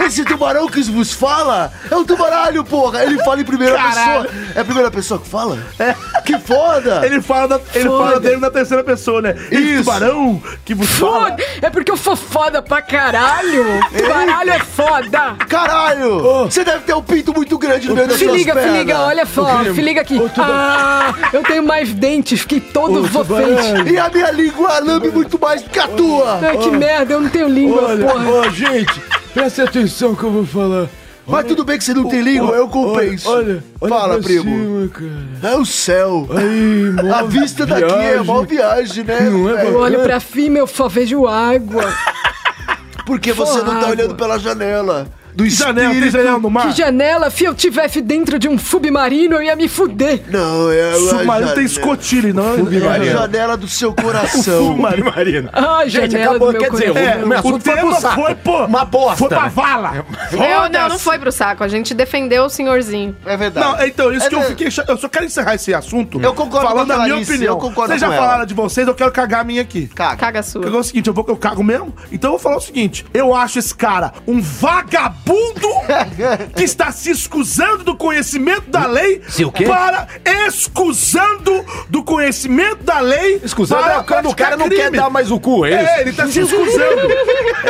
D: esse tubarão que vos fala é um tubaralho, porra. Ele fala em primeira pessoa. É a primeira pessoa que fala? É. Que foda.
B: Ele fala, da- ele
F: Foda.
B: fala dele na terceira pessoa, né? Esse
D: Isso.
B: tubarão que vos fala.
F: Foda- É porque eu sou foda pra caralho! Tubaralho é foda!
D: Caralho! Você deve ter um pinto muito grande no meio das
F: Se
D: suas
F: liga, se
D: pernas.
F: liga, olha só, se liga aqui. Ah, eu tenho mais dentes que todos vocês.
D: E a minha língua lambe muito mais do que a tua.
F: Ai, que merda, eu não tenho língua,
K: olha,
F: porra.
K: ó, gente, presta atenção que eu vou falar.
D: Mas tudo bem que você não tem língua, eu compenso.
K: Olha, olha
D: é Fala,
K: pra
D: primo.
K: cima, cara.
D: É o céu.
K: Aí, mó
D: A vista daqui é
K: viagem.
D: mó viagem, né?
K: Não é
D: velho?
F: Eu olho
K: bacana?
F: pra cima, eu só vejo água.
D: Porque você não tá
F: Água.
D: olhando pela janela. Do
B: janela? Tem
D: espírito.
B: janela no mar?
F: Que janela? Se eu tivesse dentro de um submarino, eu ia me fuder.
D: Não, é. a
B: Submarino tem
D: janela.
B: escotilha, não é?
D: É a
B: é a
D: janela do seu coração.
C: Marina.
F: Ai,
C: Gente,
F: janela
C: acabou.
F: do meu
C: Quer
B: É,
C: dizer,
F: coração.
C: o, meu assunto foi pro saco. Uma bosta.
B: Foi pra
C: né?
B: vala.
F: Eu, É. não, não
B: Foda-se.
F: foi pro saco. A gente defendeu o senhorzinho.
D: É verdade.
B: Não, então, isso
D: É
B: que eu
D: ver-
B: fiquei. cha- Eu só quero encerrar esse assunto.
D: Eu concordo
B: falando
D: com a
B: da minha
D: Clarice,
B: opinião.
D: eu concordo
B: Vocês já
D: com ela.
B: falaram de vocês, eu quero cagar a minha aqui.
D: Caga.
F: Caga
B: Porque
F: sua.
B: é o seguinte, eu vou eu cago mesmo? Então eu vou falar o seguinte: eu acho esse cara um vagabundo que está se escusando do conhecimento da lei
C: Se o quê?
B: para escusando do conhecimento da lei.
C: Escusando é quando o cara não quer dar mais o cu, é isso?
B: É, ele tá se escusando.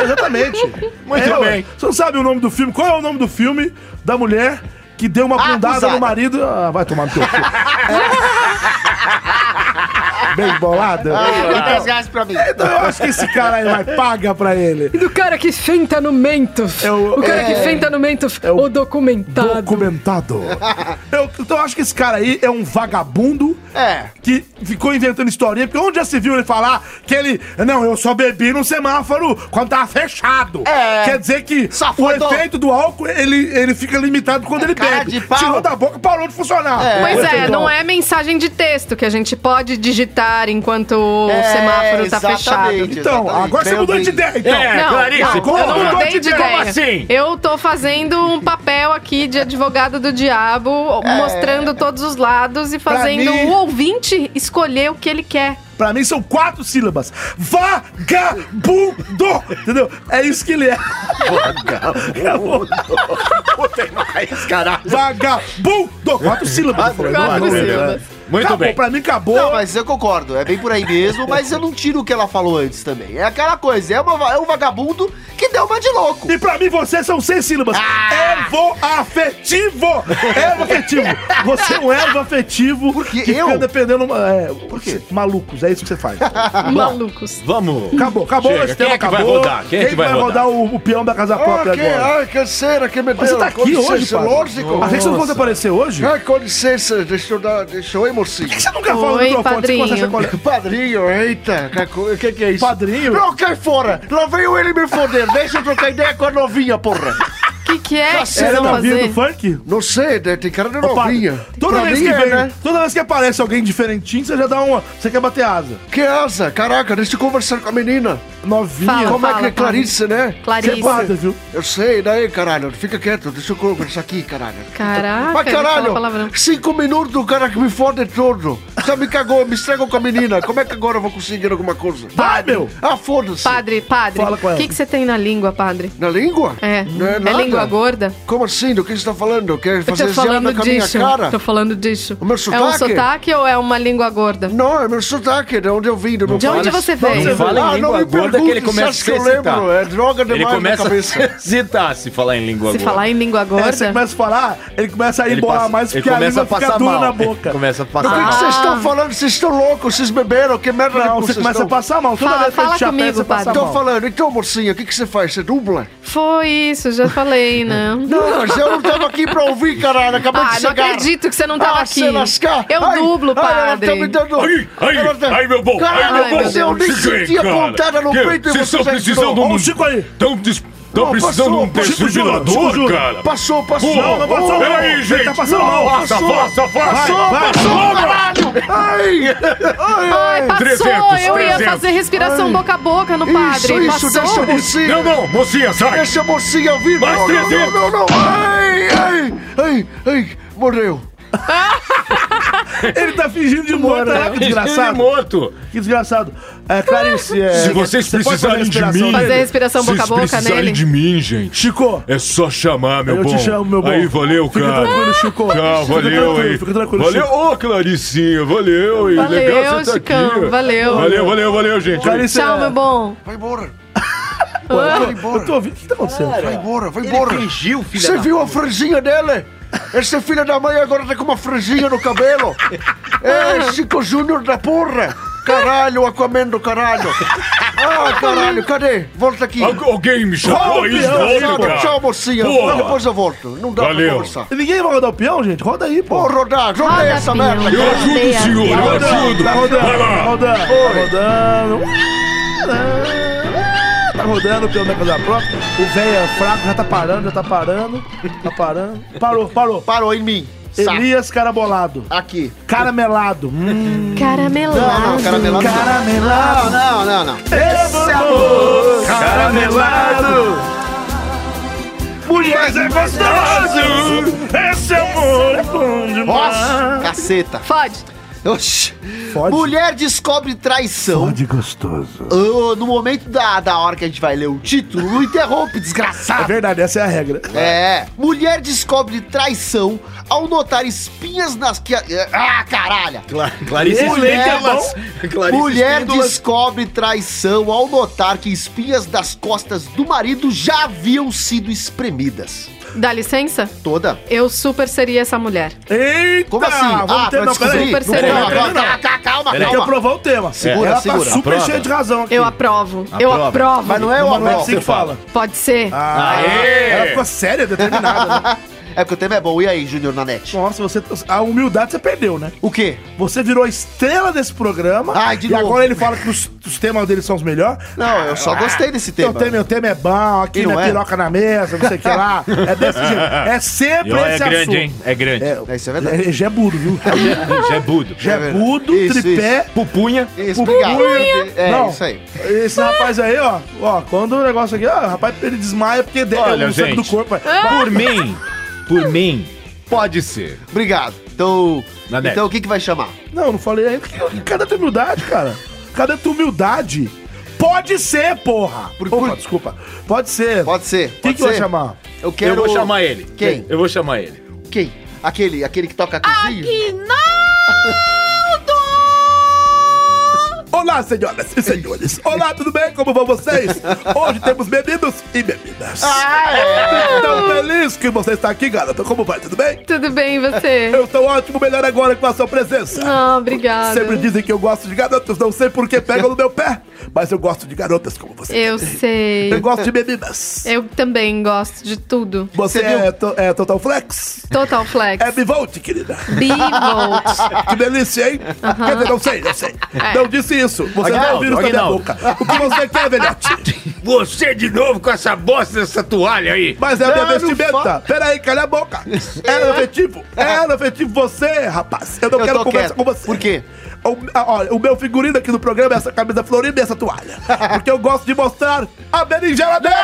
B: Exatamente.
C: Muito
B: É,
C: bem.
B: Você não sabe o nome do filme? Qual é o nome do filme da mulher que deu uma bundada
D: Acusada.
B: no marido? Ah, vai tomar no teu cu. É. Bem bolada.
D: Ah, desgaste pra mim.
B: Então eu acho que esse cara aí vai paga pra ele.
F: E do cara que senta no Mentos.
B: É o-
F: o, cara
B: é-
F: que senta no Mentos,
B: o-
F: o, documentado.
B: Documentado. Eu, então eu acho que esse cara aí é um vagabundo
D: É.
B: que ficou inventando historinha, porque onde já se viu ele falar que ele. Não, eu só bebi num semáforo quando tava fechado.
D: É.
B: Quer dizer que o
D: Safadão.
B: efeito do álcool ele, ele fica limitado quando ele
D: É Cara
B: bebe.
D: de pau.
B: Tirou da boca e parou de funcionar.
D: É.
F: Pois é,
B: Então,
F: não é mensagem de texto que a gente pode digitar enquanto o
D: É,
F: semáforo tá
D: exatamente.
F: fechado.
B: Então,
D: Exatamente.
B: agora você
D: Meu
B: mudou de
D: Deus.
B: ideia, então.
C: É, Clarice,
B: como?
F: eu não
B: Mudou
F: mudei
B: de
F: de
B: ideia.
F: ideia.
C: Como assim?
F: Eu tô fazendo um papel aqui de advogado do diabo, mostrando todos os lados e fazendo
B: mim-
F: o ouvinte escolher o que ele quer.
B: Pra mim são quatro sílabas. Vagabundo! Entendeu? É isso que ele é. Vagabundo.
C: Não tem mais, caralho.
B: Vagabundo! Quatro sílabas. eu falei, não é?
F: Quatro
B: Acabou.
F: sílabas.
C: Muito
B: acabou,
C: bem.
B: pra mim acabou.
D: Não, mas eu concordo, é bem por aí mesmo, mas eu não tiro o que ela falou antes também. É aquela coisa, é, uma, va- é um vagabundo que deu uma de louco.
B: E pra mim vocês são seis sílabas.
D: Ah!
B: Ervo afetivo! Ervo afetivo! Você é um ervo afetivo
D: Porque
B: que
D: eu?
B: fica dependendo. É,
D: Por quê?
B: Malucos, é isso que você faz.
F: Malucos.
C: Vamos.
B: Acabou, acabou
C: Chega,
B: esse
C: quem
B: tema,
C: é que vai
B: acabou.
C: rodar? Quem é que vai rodar?
B: o, o peão da casa própria agora?
D: canseira, ah, que me
B: Mas você tá aqui hoje, padre? A gente não pode aparecer hoje? Por
D: com licença, deixa eu dar, deixa eu ir, mocinho.
B: que você nunca fala no
F: Oi,
B: microfone? Você começa a
F: padrinho.
B: colar-
D: Padrinho, eita, o que, que é isso?
B: Padrinho?
D: Não, cai fora! Lá veio ele me foder, deixa eu trocar ideia com a novinha, porra!
F: O que, que é que vocês
B: Era
F: vão
B: na vida tá
F: fazer?
B: do funk?
D: Não sei, né, tem cara de
B: Ô, padre, Toda vez, que
D: Novinha, né?
B: vem, toda vez que aparece alguém diferentinho, você já dá uma. Você quer bater asa.
D: Que asa, caraca, deixa eu conversar com a menina.
B: Novinha.
F: Fala,
D: Como é
F: fala,
D: que é Clarice, né?
B: Você é
F: Clarice.
B: padre, viu?
D: Eu sei, daí, caralho, fica quieto, deixa eu conversar aqui, caralho. Mas
F: Caraca, ele Ah, fala
D: caralho,
F: palavrão.
D: cinco minutos o cara que me fode todo. Já me cagou, me estragou com a menina. Como é que agora eu vou conseguir alguma coisa?
B: Vai, meu!
D: Ah, foda-se.
F: Padre, padre,
B: Fala com
F: o
B: ela.
F: que, que você tem na língua, padre?
D: Na língua?
F: É,
D: Não é,
F: é
D: nada.
F: língua gorda?
D: Como assim? Do que você tá falando? Quer
F: Eu
D: fazer
F: tô
D: ziada
F: falando
D: com a minha
F: disso.
D: cara?
F: Tô falando disso.
D: O meu
F: É um
D: sotaque?
F: sotaque ou é uma língua gorda?
D: Não, é meu sotaque, de onde eu vim, do meu
F: De onde
D: país.
F: você veio?
C: Não fala em
D: Ah,
C: língua
D: não me
C: gorda que
D: pergunte, você
C: ele começa a
D: acha que
C: se
D: eu
C: excitar.
D: lembro? É droga
C: Ele
D: demais na
C: começa
D: cabeça.
C: a se excitar se falar em língua
F: Se
C: gorda.
F: falar em língua
B: É, você
F: gorda.
B: começa a falar, ele começa a
C: Ele
B: embolar
C: passa-
B: mais
C: ele
B: porque a
C: começa
B: língua
C: a passar
B: fica dura
C: mal.
B: na
G: É,
B: boca.
C: Ele começa a
D: Do que
C: passar
D: que
C: mal.
D: vocês estão falando? Vocês estão loucos? Vocês beberam? Que merda
B: Não,
D: de
B: você
D: vocês
B: começa a
D: estão?
B: passar mal. Toda
F: Fala-
B: vez que ele
F: fala
B: te aperta,
F: comigo,
B: você passa
F: padre.
D: Estão
B: mal.
D: falando, então, mocinha, o que, que você faz? Você dubla?
F: Foi isso, já falei, não.
D: Não, mas eu não tava aqui pra ouvir, caralho. Acabou de
F: Ah, não
D: chegar.
F: acredito que você não tava
D: Ah,
F: aqui.
D: se lascar.
F: Eu
D: Ai,
F: dublo,
D: Ai, ela tá me
F: padre.
D: dando...
G: Ai, ai,
D: ela tá-
G: ai, meu bom, ai,
D: Caralho,
G: meu bom.
D: você, eu nem
G: Fica aí,
D: senti a
G: cara.
D: pontada no
G: Que-
D: peito e
G: vocês
D: você
G: estão
D: já
G: precisando
D: tirou.
B: Ó,
G: do-
B: o Chico aí.
G: Estão des... tão
D: Não,
G: precisando de um
D: passou,
B: Chico Júnior, Chico
G: desfibrilador,
B: Júnior.
G: cara?
D: Passou, passou.
B: Não, não passou,
G: Ô,
B: não.
G: peraí,
B: Ele
G: gente.
B: tá passando mal.
G: Faça,
B: Passou.
G: faça, faça.
D: Passou,
B: Vai,
D: passou,
G: vai.
D: caralho. Ai, ai, ai.
F: Ai, passou,
G: 300,
F: eu ia
G: 300.
F: fazer respiração
D: Ai.
F: boca a boca no padre.
D: Isso, isso,
F: passou.
D: deixa a mocinha.
G: Não, não, mocinha, sai.
D: Deixa a mocinha vir.
G: Mais
D: não, não,
G: 300.
D: não, não, não. Ai, ai, ai, ai. Morreu.
B: Ele tá fingindo de morto, olha que
C: Ele é
B: desgraçado.
C: morto.
B: Que desgraçado. É, Clarice, é,
G: Se vocês
B: você pode fazer
G: precisarem de
B: respiração
G: mim...
B: dele?
F: Fazer respiração boca a boca
G: Vocês precisarem
F: nele?
G: de mim, gente.
B: Chico,
G: É só chamar, meu
B: eu
G: bom.
B: te chamo, meu bom.
G: Aí, valeu,
B: Fica
G: cara.
B: tranquilo, Chico.
G: Tchau,
B: Fica
G: valeu
B: tranquilo,
G: aí.
B: Fica tranquilo,
G: valeu,
B: Chico.
G: ô, Claricinha, valeu. e
F: Valeu,
G: legal você tá
F: Chicão,
G: aqui.
F: valeu.
G: Valeu, valeu, valeu, gente.
B: Clarice,
F: Tchau,
B: é-
F: meu bom.
D: Vai embora.
B: Eu
D: Vai
B: tô- Eu
D: embora.
B: tô ouvindo. O que tá acontecendo?
D: Vai embora, vai embora.
C: fingiu, filha
D: Você
C: da-
D: viu a franjinha dele? Essa filha da mãe agora tá com uma franjinha no cabelo.
C: Ah.
D: É Chico Júnior da porra. Caralho, Aquaman do caralho. Ah, caralho, cadê? Volta aqui.
G: Algu- alguém me chamou aí,
D: Tchau,
G: louco,
D: Tchau,
G: cara.
D: mocinha.
G: Porra.
D: Depois eu volto. Não dá
G: Valeu.
D: pra conversar.
B: Ninguém vai rodar o peão, gente? Roda aí, pô.
D: Vou rodar,
F: Roda,
D: joguei essa
F: filho.
D: merda.
G: Eu ajudo o senhor, eu ajudo.
B: Tá rodando,
G: Vai
B: tá
G: lá.
B: rodando, tá rodando. Ah, ah, Tá rodando pelo Mercado Própria. O velho é fraco, já tá parando, já tá parando, tá parando. Parou, parou.
D: Parou em mim.
B: Elias Carabolado.
D: Aqui.
B: Caramelado. Hum.
F: Caramelado.
D: Não, não, é caramelado. não.
B: Caramelado.
D: Não, não, não.
B: Esse amor caramelado. Mulher é gostoso. Esse amor é bom demais.
D: Nossa, caceta.
F: Fode.
D: Oxi. Mulher descobre traição.
B: De gostoso.
D: Ô, no momento da, da hora que a gente vai ler o título, não interrompe,
B: É
D: desgraçado.
B: verdade, essa é a regra.
D: É. Mulher descobre traição ao notar espinhas nas que. Ah, caralha!
C: Cla Clarice
D: Mulher,
B: é
C: Spíndolas. Clarice
D: é Mulher
C: Spíndolas.
D: descobre traição ao notar que espinhas das costas do marido já haviam sido espremidas.
F: Dá licença?
D: Toda.
F: Eu super seria essa mulher.
B: Eita!
D: Como assim?
B: Ah, Vamos ter...
D: pra
B: Não, peraí.
D: descobrir? Não,
F: Super será.
D: calma,
B: Peraí,
D: calma,
B: não.
D: calma, calma,
B: Tem que
D: calma.
B: aprovar o tema.
D: Segura,
B: Ela
D: segura.
B: tá super
C: Aprova.
B: cheia de razão aqui.
F: Eu aprovo. Eu
C: Aprova.
F: aprovo.
D: Mas não é o
B: Não é
D: amor.
B: assim que fala.
F: Pode ser?
B: Ah.
C: Aê!
B: Ela ficou séria, determinada. né?
D: É porque o tema é bom. E aí, Júnior Nanete?
B: Nossa, você, tá- a humildade você perdeu, né?
D: O quê?
B: Você virou a estrela desse programa.
D: Ai, de
B: e
D: novo.
B: agora ele fala que os, os temas dele são os melhores.
D: Não, eu
B: Ah,
D: só gostei desse
B: Meu
D: tema.
B: tema, meu tema é bom, aqui
D: E não
B: na
D: é?
B: piroca na mesa, não sei o que lá. É desse jeito. É sempre
G: E olha,
B: esse
G: é grande,
B: assunto.
G: hein? É grande.
D: É, isso é verdade. é
B: É, Gebudo, viu?
C: é
G: Jebudo.
B: Gebudo,
D: Isso,
B: tripé,
G: Pupunha.
D: Isso, obrigado.
B: Pupunha.
D: É,
B: Não.
D: isso aí.
B: Esse rapaz aí, ó, ó, quando o negócio aqui, ó, o rapaz ele desmaia porque dele
G: Olha,
B: é o
G: gente.
B: sangue do corpo. é.
G: Por mim, por mim,
C: Pode ser.
D: Obrigado. Então,
G: Nanete.
D: então o que, que vai chamar?
B: Não, não falei ainda. Cadê a tua humildade, cara? Cadê a tua humildade? Pode ser, porra!
D: Por-
B: Opa,
D: por-
B: desculpa. Pode ser.
D: Pode ser.
B: Quem
D: pode
B: que vai
D: ser?
B: chamar?
D: Eu quero.
C: Eu vou chamar ele.
D: Quem?
C: Eu vou chamar ele.
D: Quem? Aquele, aquele que toca cozinho?
B: Olá, senhoras e senhores. Olá, tudo bem? Como vão vocês? Hoje temos bebidos e bebidas.
D: Ah!
B: Fico tão feliz que você está aqui, garota. Como vai? Tudo bem?
F: Tudo bem, e você?
B: Eu estou ótimo, melhor agora com a sua presença.
F: Ah, obrigada.
B: Sempre dizem que eu gosto de garotas, não sei por que pegam no meu pé, mas eu gosto de garotas como você.
F: Eu sei.
B: Eu gosto de bebidas.
F: Eu também gosto de tudo.
B: Você
D: Você viu?
B: é, to- é Total Flex?
F: Total Flex.
B: É Bivolt, querida.
F: Bivolt.
B: Que delícia, hein? Quer dizer, não sei, não sei.
F: É.
B: Não disse isso. Você não
G: Aguinaldo,
B: ouviu isso da minha
G: Aguinaldo.
B: boca. O que você quer, velhote?
G: Você de novo com essa bosta dessa toalha aí.
B: Mas é a minha
D: Não, não
B: vestimenta.
D: fala.
B: Peraí, calha a boca. É efetivo. É efetivo você, rapaz. Eu não
D: Eu
B: quero
D: tô
B: conversar
D: quieto.
B: com você.
D: Por quê?
B: O, a- olha, o meu figurino aqui no programa é essa camisa florida e essa toalha. Porque eu gosto de mostrar a berinjela dele.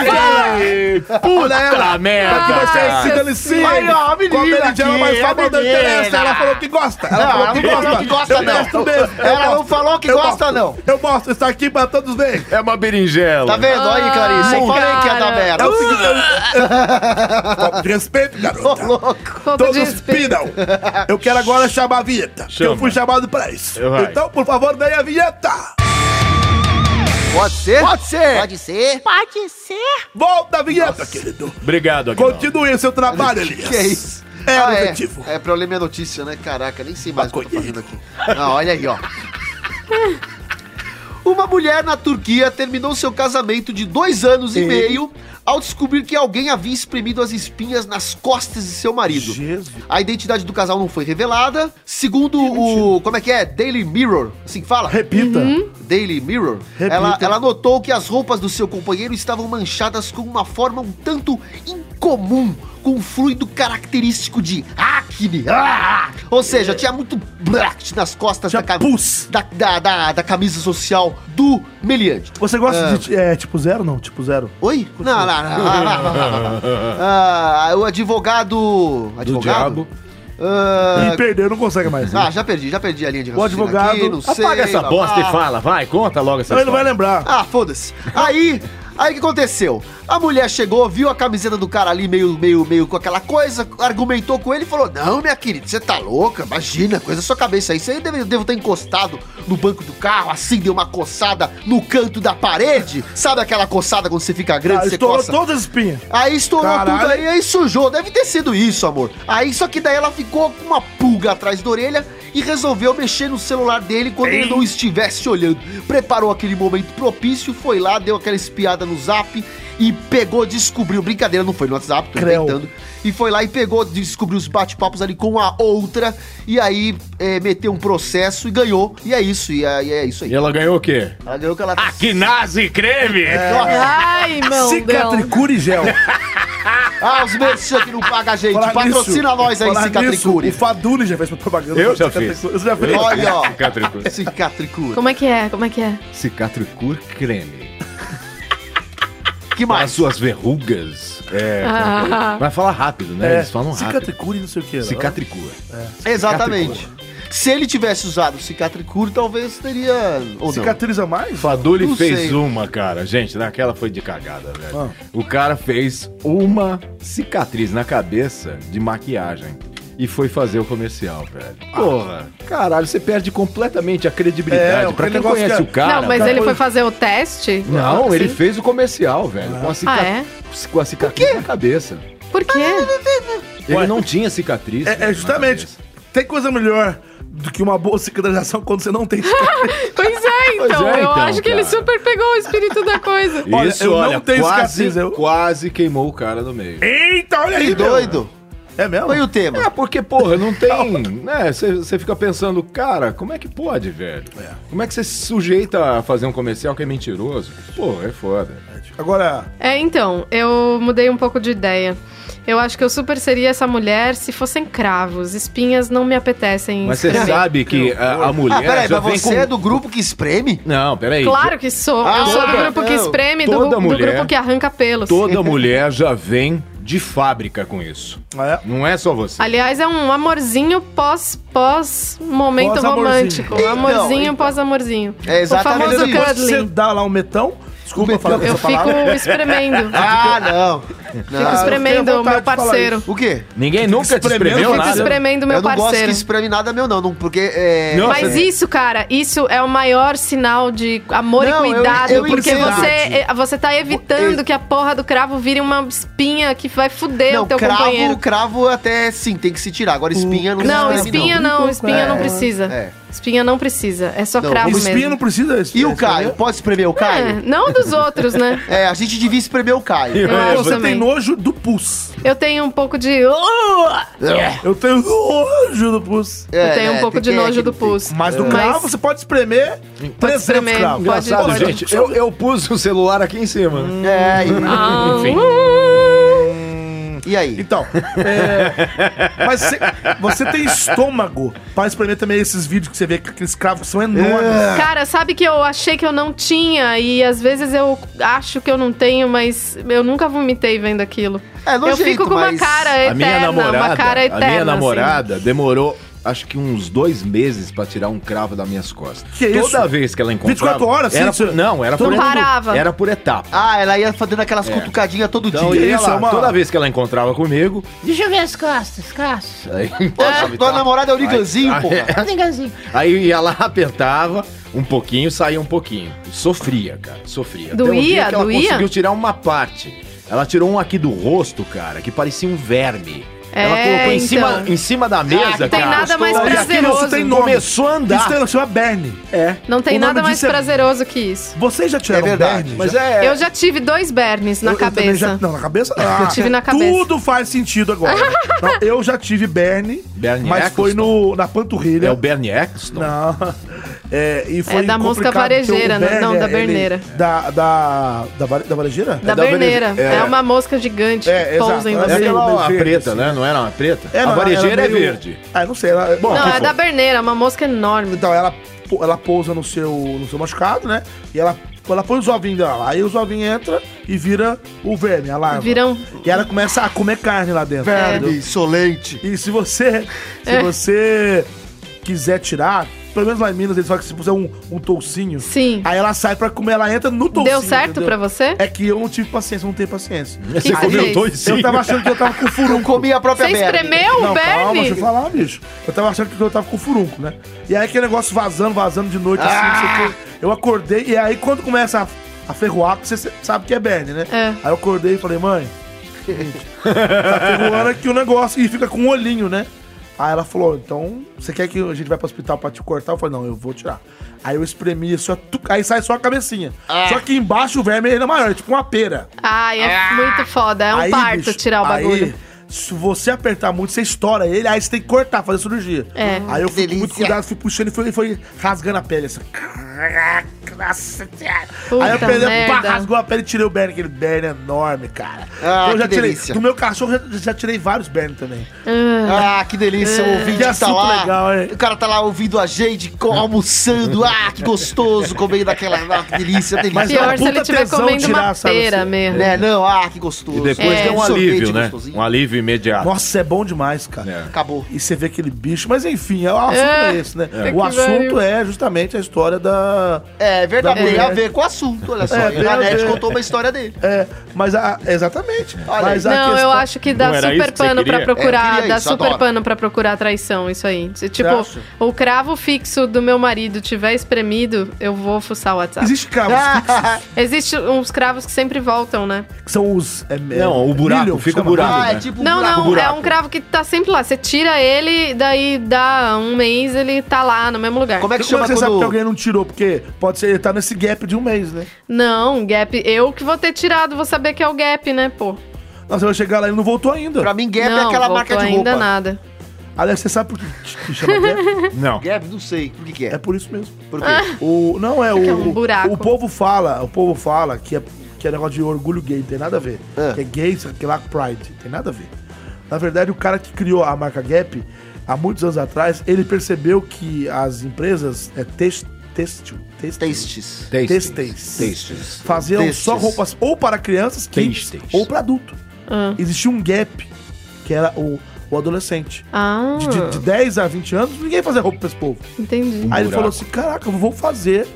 B: Olha ela. Puta ela.
G: merda.
B: Pra que você se
F: Ai,
B: delicie.
D: olha, a
B: Com a
D: menina
B: berinjela
D: aqui,
B: mais
D: a
B: famosa do
D: menina.
B: interesse. Ela falou que gosta. Ela
D: Não,
B: falou
D: ela
B: que
D: não falou
B: gosta.
D: que gosta,
B: Eu
D: não.
B: gosto mesmo. Eu
D: Ela não
B: gosto.
D: falou que
B: Eu
D: gosta,
B: gosto.
D: não.
B: Eu gosto. Está aqui pra todos verem.
C: É uma berinjela.
D: Tá vendo? Olha aí, Clarice. Eu
F: Ai,
D: falei que ia dar
F: cara.
D: merda.
B: É o seguinte. eu- Falta de respeito, garota.
D: Ô, louco.
F: Falta de
B: Todos
F: respeito.
B: piram. Eu quero agora chamar a vinheta. que Eu
G: Chama.
B: fui chamado pra isso.
G: Vai.
B: Então, por favor, dê a vinheta.
D: Pode ser? Pode ser.
H: Pode ser? Pode ser.
B: Volta a vinheta, querido.
G: Obrigado, Aguinaldo.
B: Continue seu trabalho, Elias.
D: Que é isso?
B: É
D: Ah,
B: objetivo.
D: É, é pra eu ler minha notícia, né? Caraca, nem sei mais o que eu tô fazendo aqui. Ah, olha aí, ó. Uma mulher na Turquia terminou seu casamento de dois anos e meio ao descobrir que alguém havia espremido as espinhas nas costas de seu marido.
B: Jesus.
D: A identidade do casal não foi revelada. Segundo o. Como é que é? Daily Mirror. Assim que fala?
B: Repita.
D: Daily Mirror,
B: Repita.
D: ela, ela notou que as roupas do seu companheiro estavam manchadas com uma forma um tanto incomum, com um fluido característico de acne. Ah! Ou seja, tinha muito black nas costas
B: Tinha
D: da, cami-
B: pus.
D: da, da, da- da camisa social do meliante.
B: Você
D: Ah.
B: gosta de é, tipo zero, não? Tipo zero.
D: Oi? Não, não, não. não, não, não, não, não. Ah, o advogado... Advogado?
C: diabo.
D: Ah,
B: e perder não consegue mais.
D: ah, já perdi, já perdi a linha de raciocínio
B: advogado-
D: aqui, não sei,
G: Apaga essa
D: blá,
G: bosta e
D: blá.
G: fala. Vai, conta logo essa
B: Então ele não vai
G: história.
B: lembrar.
D: Ah, foda-se. Aí, aí o que aconteceu? A mulher chegou, viu a camiseta do cara ali meio, meio, meio com aquela coisa, argumentou com ele e falou: Não, minha querida, você tá louca? Imagina, coisa da sua cabeça aí. Você deve, devo ter encostado no banco do carro, assim, deu uma coçada no canto da parede. Sabe aquela coçada quando você fica grande,
B: Ah,
D: você
B: estourou
D: coça?
B: todas as espinhas.
D: Aí estourou
B: Caralho.
D: tudo aí, aí sujou. Deve ter sido isso, amor. Aí só que daí ela ficou com uma pulga atrás da orelha e resolveu mexer no celular dele quando ele não estivesse olhando. Preparou aquele momento propício, foi lá, deu aquela espiada no zap e pegou, descobriu, brincadeira, não foi no WhatsApp, tô inventando, e foi lá e pegou, descobriu os bate-papos ali com a outra, e aí é, meteu um processo e ganhou, e é isso, e é, e é isso aí.
C: E ela ganhou o quê?
D: Ela ganhou que ela É. tá...
C: Quinase creme!
F: Ai, mão.
B: Cicatricure gel.
D: Ah, os merchan que não paga a gente,
B: Falar
D: patrocina
B: nisso,
D: nós aí,
B: falar
D: Cicatricure.
B: nisso, O Fadulho já fez uma propaganda.
C: Eu
B: do
C: já
B: Cicatricure.
C: fiz.
B: Você já fez?
D: Olha, ó.
C: Cicatricure.
D: Cicatricure.
F: Como é que é? Como é que é?
C: Cicatricure creme.
D: Que
C: As
D: mais?
C: suas verrugas. É.
F: Ah.
C: Vai falar rápido, né? Eles falam rápido.
B: É. Cicatricure, não sei o né? que. não.
C: Cicatricure.
D: Exatamente. Se ele tivesse usado cicatricure, talvez teria. Ou não.
B: Cicatriza mais?
C: Fadulli
D: Não
C: fez
D: sei.
C: uma, cara. Gente, naquela foi de cagada, velho. O cara fez uma cicatriz na cabeça de maquiagem. E foi fazer o comercial, velho. Porra, Ah. caralho, você perde completamente a credibilidade.
B: É,
C: pra
B: aquele
C: quem
B: negócio
C: conhece
B: que é-
C: o cara.
F: não, mas
C: cara,
F: ele foi fazer o teste? assim?
C: Não, ele
F: Sim.
C: fez o comercial, velho. Com a, cica...
F: Ah, é?
C: com a cicatriz na cabeça.
F: Por quê?
C: Ele
B: Ué.
C: não tinha cicatriz. né,
B: É, é
C: na
B: justamente.
C: cabeça.
B: Tem coisa melhor do que uma boa cicatrização quando você não tem cicatriz.
F: Pois é, então.
C: Pois é,
F: eu
C: então,
F: acho que ele
C: cara.
F: super pegou o espírito da coisa.
B: Olha,
C: Isso,
B: eu não
C: olha,
B: tenho
C: quase,
B: cicatriz, eu- É.
C: quase queimou o cara no meio.
B: Eita, olha aí,
D: Que
B: meu.
D: doido.
B: É mesmo?
D: Foi o tema. Ah,
C: É, porque, porra, não tem. né? Você você fica pensando, cara, como é que pode, velho? Como é que você se sujeita a fazer um comercial que é mentiroso? Porra, é foda.
B: Agora,
F: É, então, eu mudei um pouco de ideia. Eu acho que eu super seria essa mulher se fossem cravos. Espinhas não me apetecem.
C: Mas você
F: escrever.
C: sabe que a, a mulher.
D: ah, peraí,
C: já
D: mas
C: vem
D: você
C: com-
D: é do grupo que espreme?
C: Não, peraí.
F: Claro que sou.
D: Ah,
F: eu sou do
D: toda-
F: grupo que
D: não,
F: espreme, do,
C: toda
F: do
C: mulher-
F: grupo que arranca pelos.
C: Toda mulher já vem de fábrica com isso.
B: é.
C: Não é só você.
F: Aliás, é um amorzinho pós pós momento
B: Pós-amorzinho.
F: romântico.
D: Então,
F: amorzinho
D: então.
F: pós amorzinho.
D: É exatamente
F: O famoso
D: isso.
B: depois que você
F: cuddling.
B: dá lá um metão, desculpa falar
F: Eu
B: essa
F: fico
B: palavra.
F: espremendo.
D: Ah, não.
F: fico
D: não.
B: eu tenho
F: esprememendo o
B: vontade
F: meu
B: de falar
F: parceiro.
D: O quê?
C: Ninguém nunca te
B: espremendo,
C: espremeu
B: fica
F: Fico
C: nada.
F: espremendo o
D: eu
F: meu
D: não gosto que
F: parceiro.
D: espreme nada meu, não, não porque. É...
C: Não,
F: Mas isso, cara, isso é o maior sinal de amor
D: Não,
F: e
D: eu-
F: cuidado,
D: eu
F: porque
D: entendo.
F: você, eh, você tá evitando que a porra do cravo vire uma espinha que vai fuder
D: Não,
F: o teu
D: cravo,
F: companheiro.
D: cravo até sim, tem que se tirar. Agora espinha não
F: Não,
D: se espreme,
F: espinha não, espinha não
D: É,
F: precisa.
D: é.
F: Espinha não precisa, é só
D: Não,
F: cravo
B: O
F: mesmo.
B: espinho não precisa.
D: E o
B: espinha,
D: Caio? Pode espremer o
F: É,
D: Caio?
F: não dos outros, né?
D: É, a gente devia espremer o Caio.
F: Eu,
B: entendeu?
F: acho
B: Você tem
F: também.
B: nojo do pus.
F: Eu tenho um pouco de. uh,
C: É.
B: Eu tenho nojo do pus.
D: É,
B: É.
F: eu
D: né,
F: tenho um pouco de nojo do
D: pulso.
F: pulso. É.
B: Mas do cravo você pode espremer 300
F: espremer,
B: cravos.
F: pode-
C: Engraçado,
F: pode-
C: gente. Eu, eu pus o celular aqui em cima.
D: É, e-
F: Ah,
C: Enfim.
D: e aí?
B: Então, é, mas você, você tem estômago para espremer também esses vídeos que você vê com aqueles cravos que são enormes.
F: Cara, sabe que eu achei que eu não tinha e às vezes eu acho que eu não tenho, mas eu nunca vomitei vendo aquilo.
D: É,
F: eu
D: nojento,
F: fico com uma
D: mas-
F: cara eterna,
C: a minha namorada,
F: uma cara eterna.
C: a minha
F: assim.
C: namorada demorou acho que uns dois meses pra tirar um cravo das minhas costas.
B: Que isso?
C: Toda vez que ela encontrava...
B: 24 horas,
C: Era
B: sim,
C: por-
B: isso?
C: não, era por...
F: parava.
C: Era por etapa.
D: Ah, ela ia fazendo aquelas cutucadinhas todo
C: Então,
D: dia.
C: e
B: isso,
C: ela,
B: é uma-
C: toda vez que ela encontrava comigo...
E: Deixa eu ver as costas, costas. Um
C: Aí,
D: Poxa, tua namorada é o Niganzinho,
C: Ai,
D: porra.
E: Neganzinho.
C: aí ela apertava um pouquinho, saía um pouquinho. Sofria, cara, sofria. Até um
F: Doía?
C: dia que ela
F: Doía?
C: conseguiu tirar uma parte. Ela tirou um aqui do rosto, cara, que parecia um verme. ela
F: É,
C: colocou em,
F: então.
C: cima, em cima da mesa,
F: não
C: cara.
F: tem nada
C: Gostoso.
F: mais
B: E aquilo
F: prazeroso.
B: isso tem nome.
C: Começou a andar.
B: Isso tem- chama Berne.
C: É.
F: Não tem
B: O nome
F: nada mais
B: disso é-
F: prazeroso que isso.
B: Vocês já tiraram
D: É verdade,
B: Berne?
C: Mas
B: Já-
C: é.
F: Eu já tive dois bernes na
B: Eu- eu também
F: cabeça.
B: já- não, na cabeça não.
F: Eu tive na cabeça.
B: Tudo faz sentido agora. Não, eu já tive Berne,
C: Berne
B: mas
C: Eccleston.
B: foi no, na panturrilha.
C: É o Bernie Eccleston?
B: Não. É, e foi
F: da mosca
B: complicado,
F: varejeira,
B: porque o é
F: né? Não, da
B: ele-
F: berneira.
B: da, da, da, vare- da varejeira?
F: Da
C: da
F: Berneira.
C: Venezuela.
F: É.
C: É.
F: uma mosca gigante
B: É,
F: que pousa
B: exato.
F: em
B: Ela
C: É
F: você.
B: meio-
C: aquela
B: meio
C: a
B: verde,
C: preta, né? Não era uma preta?
B: É,
C: a
B: não,
C: varejeira
B: ela meio-
C: é verde.
B: Ah, eu não sei. Ela, bom,
F: Não,
B: que
F: é
B: for.
F: da Berneira, é uma mosca enorme.
B: Então ela, pô- ela pousa no seu, no seu machucado, né? E ela, ela põe os ovinhos dela lá. Aí os ovinhos entram e vira o verme, a larva.
F: Viram.
B: E ela começa a comer carne lá dentro.
D: Verme, insolente.
B: E se você. Se
F: É.
B: você quiser tirar, pelo menos lá em Minas, eles falam que se puser um, um toucinho,
F: Sim.
B: aí ela sai pra comer, ela entra no toucinho.
F: Deu certo
B: entendeu?
F: pra você?
B: É que eu não tive paciência, não tenho paciência.
C: Você
F: que
C: comeu
F: fez?
C: dois
B: Eu
C: sim.
B: tava achando que eu tava com
D: Não
B: furunco.
D: comia a própria
F: Você
D: merda.
F: espremeu o
B: Não, calma,
F: berne?
B: deixa eu falar, bicho. Eu tava achando que eu tava com furunco, né? E aí aquele negócio vazando, vazando de noite, assim, não sei o
F: Ah!
B: quê. Eu acordei, e aí quando começa a, a ferroar, você se- sabe que é Berne, né?
F: É.
B: Aí eu acordei e falei, mãe, gente, tá ferroando aqui o negócio, e fica com um olhinho, né? Aí ela falou, então, você quer que a gente vá pro hospital pra te cortar? Eu falei, não, eu vou tirar. Aí eu espremi, só, tuc, aí sai só a cabecinha.
F: Ah.
B: Só que embaixo o verme ainda é maior, é tipo uma pera.
F: Ai, é
D: Ah!
F: muito foda. É um
B: Aí,
F: parto
B: bicho,
F: tirar o bagulho.
B: Aí, se você apertar muito, você estoura ele, aí você tem que cortar, fazer cirurgia.
F: É.
B: Aí eu fui com muito cuidado, fui puxando e foi, foi rasgando a pele. Assim. Nossa senhora. aí eu
J: Puta
B: peguei, pá,
J: merda.
B: rasgou a pele e tirei o berne, aquele berne enorme, cara. Então
D: Ah,
B: eu já
D: que
B: tirei.
D: delícia.
B: Do meu cachorro já, já tirei vários berne também.
F: É.
D: Ah, que delícia, o ouvinte
B: Que
D: tá
B: assunto
D: lá.
B: legal, hein?
D: O cara tá lá ouvindo a gente, co- almoçando. Ah, que gostoso, comendo daquela. Ah, que delícia, delícia.
F: Mas Pior dá uma se ele puta tiver tesão comendo uma tirar, sabe, pera assim. mesmo.
D: É, não, ah, que gostoso.
C: E depois
D: é,
C: tem um
D: sorvete
C: alívio, né?
D: gostosinho.
C: Um alívio imediato.
B: Nossa, é bom demais, cara.
D: Acabou.
B: E você vê aquele bicho. Mas enfim, é- o assunto
D: É.
B: é, esse, né?
D: É.
B: O
D: Que
B: assunto
D: pariu.
B: é justamente a história da.
D: É verdade,
B: da
D: tem a
B: mulher.
D: ver com o assunto, olha só.
B: É,
D: a Nete
B: ver.
D: contou uma história dele.
B: É, mas a, exatamente. mas a
F: não, eu
B: questão-
F: acho que dá super pano pra
D: É, eu
F: procurar.
D: queria
F: dá
D: isso,
F: super
D: adoro.
F: pano pra procurar traição, isso aí. Se, Tipo,
B: acha?
F: o cravo fixo do meu marido tiver espremido, eu vou fuçar o WhatsApp.
B: Existe cravos fixos?
F: Existe uns cravos que sempre voltam, né?
B: Que São os. é,
C: Não, o buraco, fica o
B: chama?
C: buraco, Ah, é né? tipo
F: não, não,
C: buraco.
F: é um cravo que tá sempre lá. Você tira ele, daí dá um mês, ele tá lá no mesmo lugar.
B: Como é que você sabe que alguém não tirou? Porque pode ser, ele tá nesse gap de um mês, né?
F: Não, gap. Eu que vou ter tirado, vou saber que é o gap, né, pô?
B: Nossa, você vai chegar lá e não voltou ainda. Pra
D: mim, é
F: não, voltou ainda nada.
B: Alex, você sabe por que que chama gap?
C: Não.
D: Gap, não sei. Por que, que é?
B: É por isso mesmo. Por
D: quê? Ah.
B: O, não, é o.
F: É um buraco.
B: O povo fala, o povo fala que é, que é negócio de orgulho gay, não tem nada a ver. Que é gay, sei lá, pride, não tem nada a ver. Na verdade, o cara que criou a marca Gap, há muitos anos atrás, ele percebeu que as empresas é textil. Textil.
D: Testes.
B: Testes.
D: Testes.
B: Faziam
D: Testes.
B: um só roupas ou para crianças, kids, ou para adulto. Existia um gap, que era o, o adolescente.
F: Ah.
B: De, de, de 10 a 20 anos, ninguém fazia roupa pra esse povo.
F: Entendi.
B: Aí ele falou assim: caraca, eu vou fazer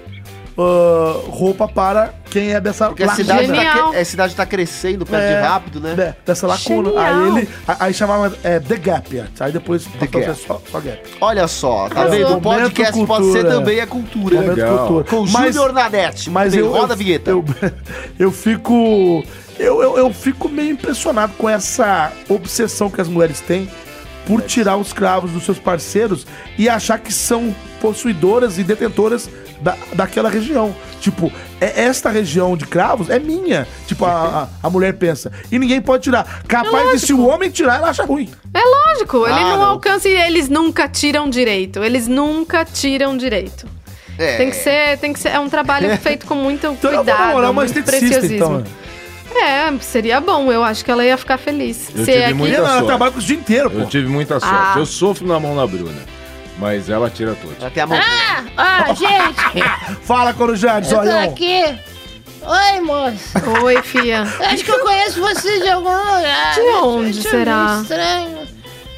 B: ah, roupa para quem é dessa
D: Porque a cidade, tá, cre- a cidade tá crescendo, perde
B: É,
D: rápido, né?
B: de- dessa lacuna. Aí
D: Genial.
B: ele. a- Aí chamava é, The Gap. Year. Aí depois passou a ser
D: Gap.
B: só, só Gap.
D: Olha só, tá
B: Olha
D: vendo?
B: só.
D: O podcast
B: Momento
D: pode ser
B: É. cultura.
D: também a cultura.
B: Momento cultura.
D: Com
B: Mas-
D: Júnior né? Nanete.
B: Mas
D: Bem,
B: eu.
D: Tipo, Roda a
B: eu-
D: vinheta.
B: Eu, eu fico. Eu, eu, eu fico meio impressionado com essa obsessão que as mulheres têm por tirar os cravos dos seus parceiros e achar que são possuidoras e detentoras da, daquela região. Tipo, é, esta região de cravos é minha. Tipo, a, a, a mulher pensa. E ninguém pode tirar. Capaz de se o homem tirar, ela acha ruim.
F: É lógico, ele
B: Ah,
F: não,
B: não.
F: alcança e eles nunca tiram direito. Eles nunca tiram direito.
B: É. Então,
F: Tem que ser, tem que ser, é um trabalho feito com muito
B: eu vou
F: cuidado,
B: namorar uma
F: muito
B: esteticista, então. né?
F: preciosismo. É, seria bom, eu acho que ela ia ficar feliz.
C: Eu
F: Se é
C: tive
F: aqui-
C: muita sorte.
B: com o dia inteiro,
C: Eu tive muita sorte.
F: Ah.
C: Eu sofro na mão da Bruna, mas ela tira tudo. Ela
D: tem a
E: Ah, ó, gente,
B: Fala, Corujá,
E: eu tô
B: olha. um.
E: aqui. Oi, moça.
F: Oi, fia.
E: Acho que eu conheço você de algum lugar.
F: De onde
E: Deixa eu
F: será?
E: ver, Estranho.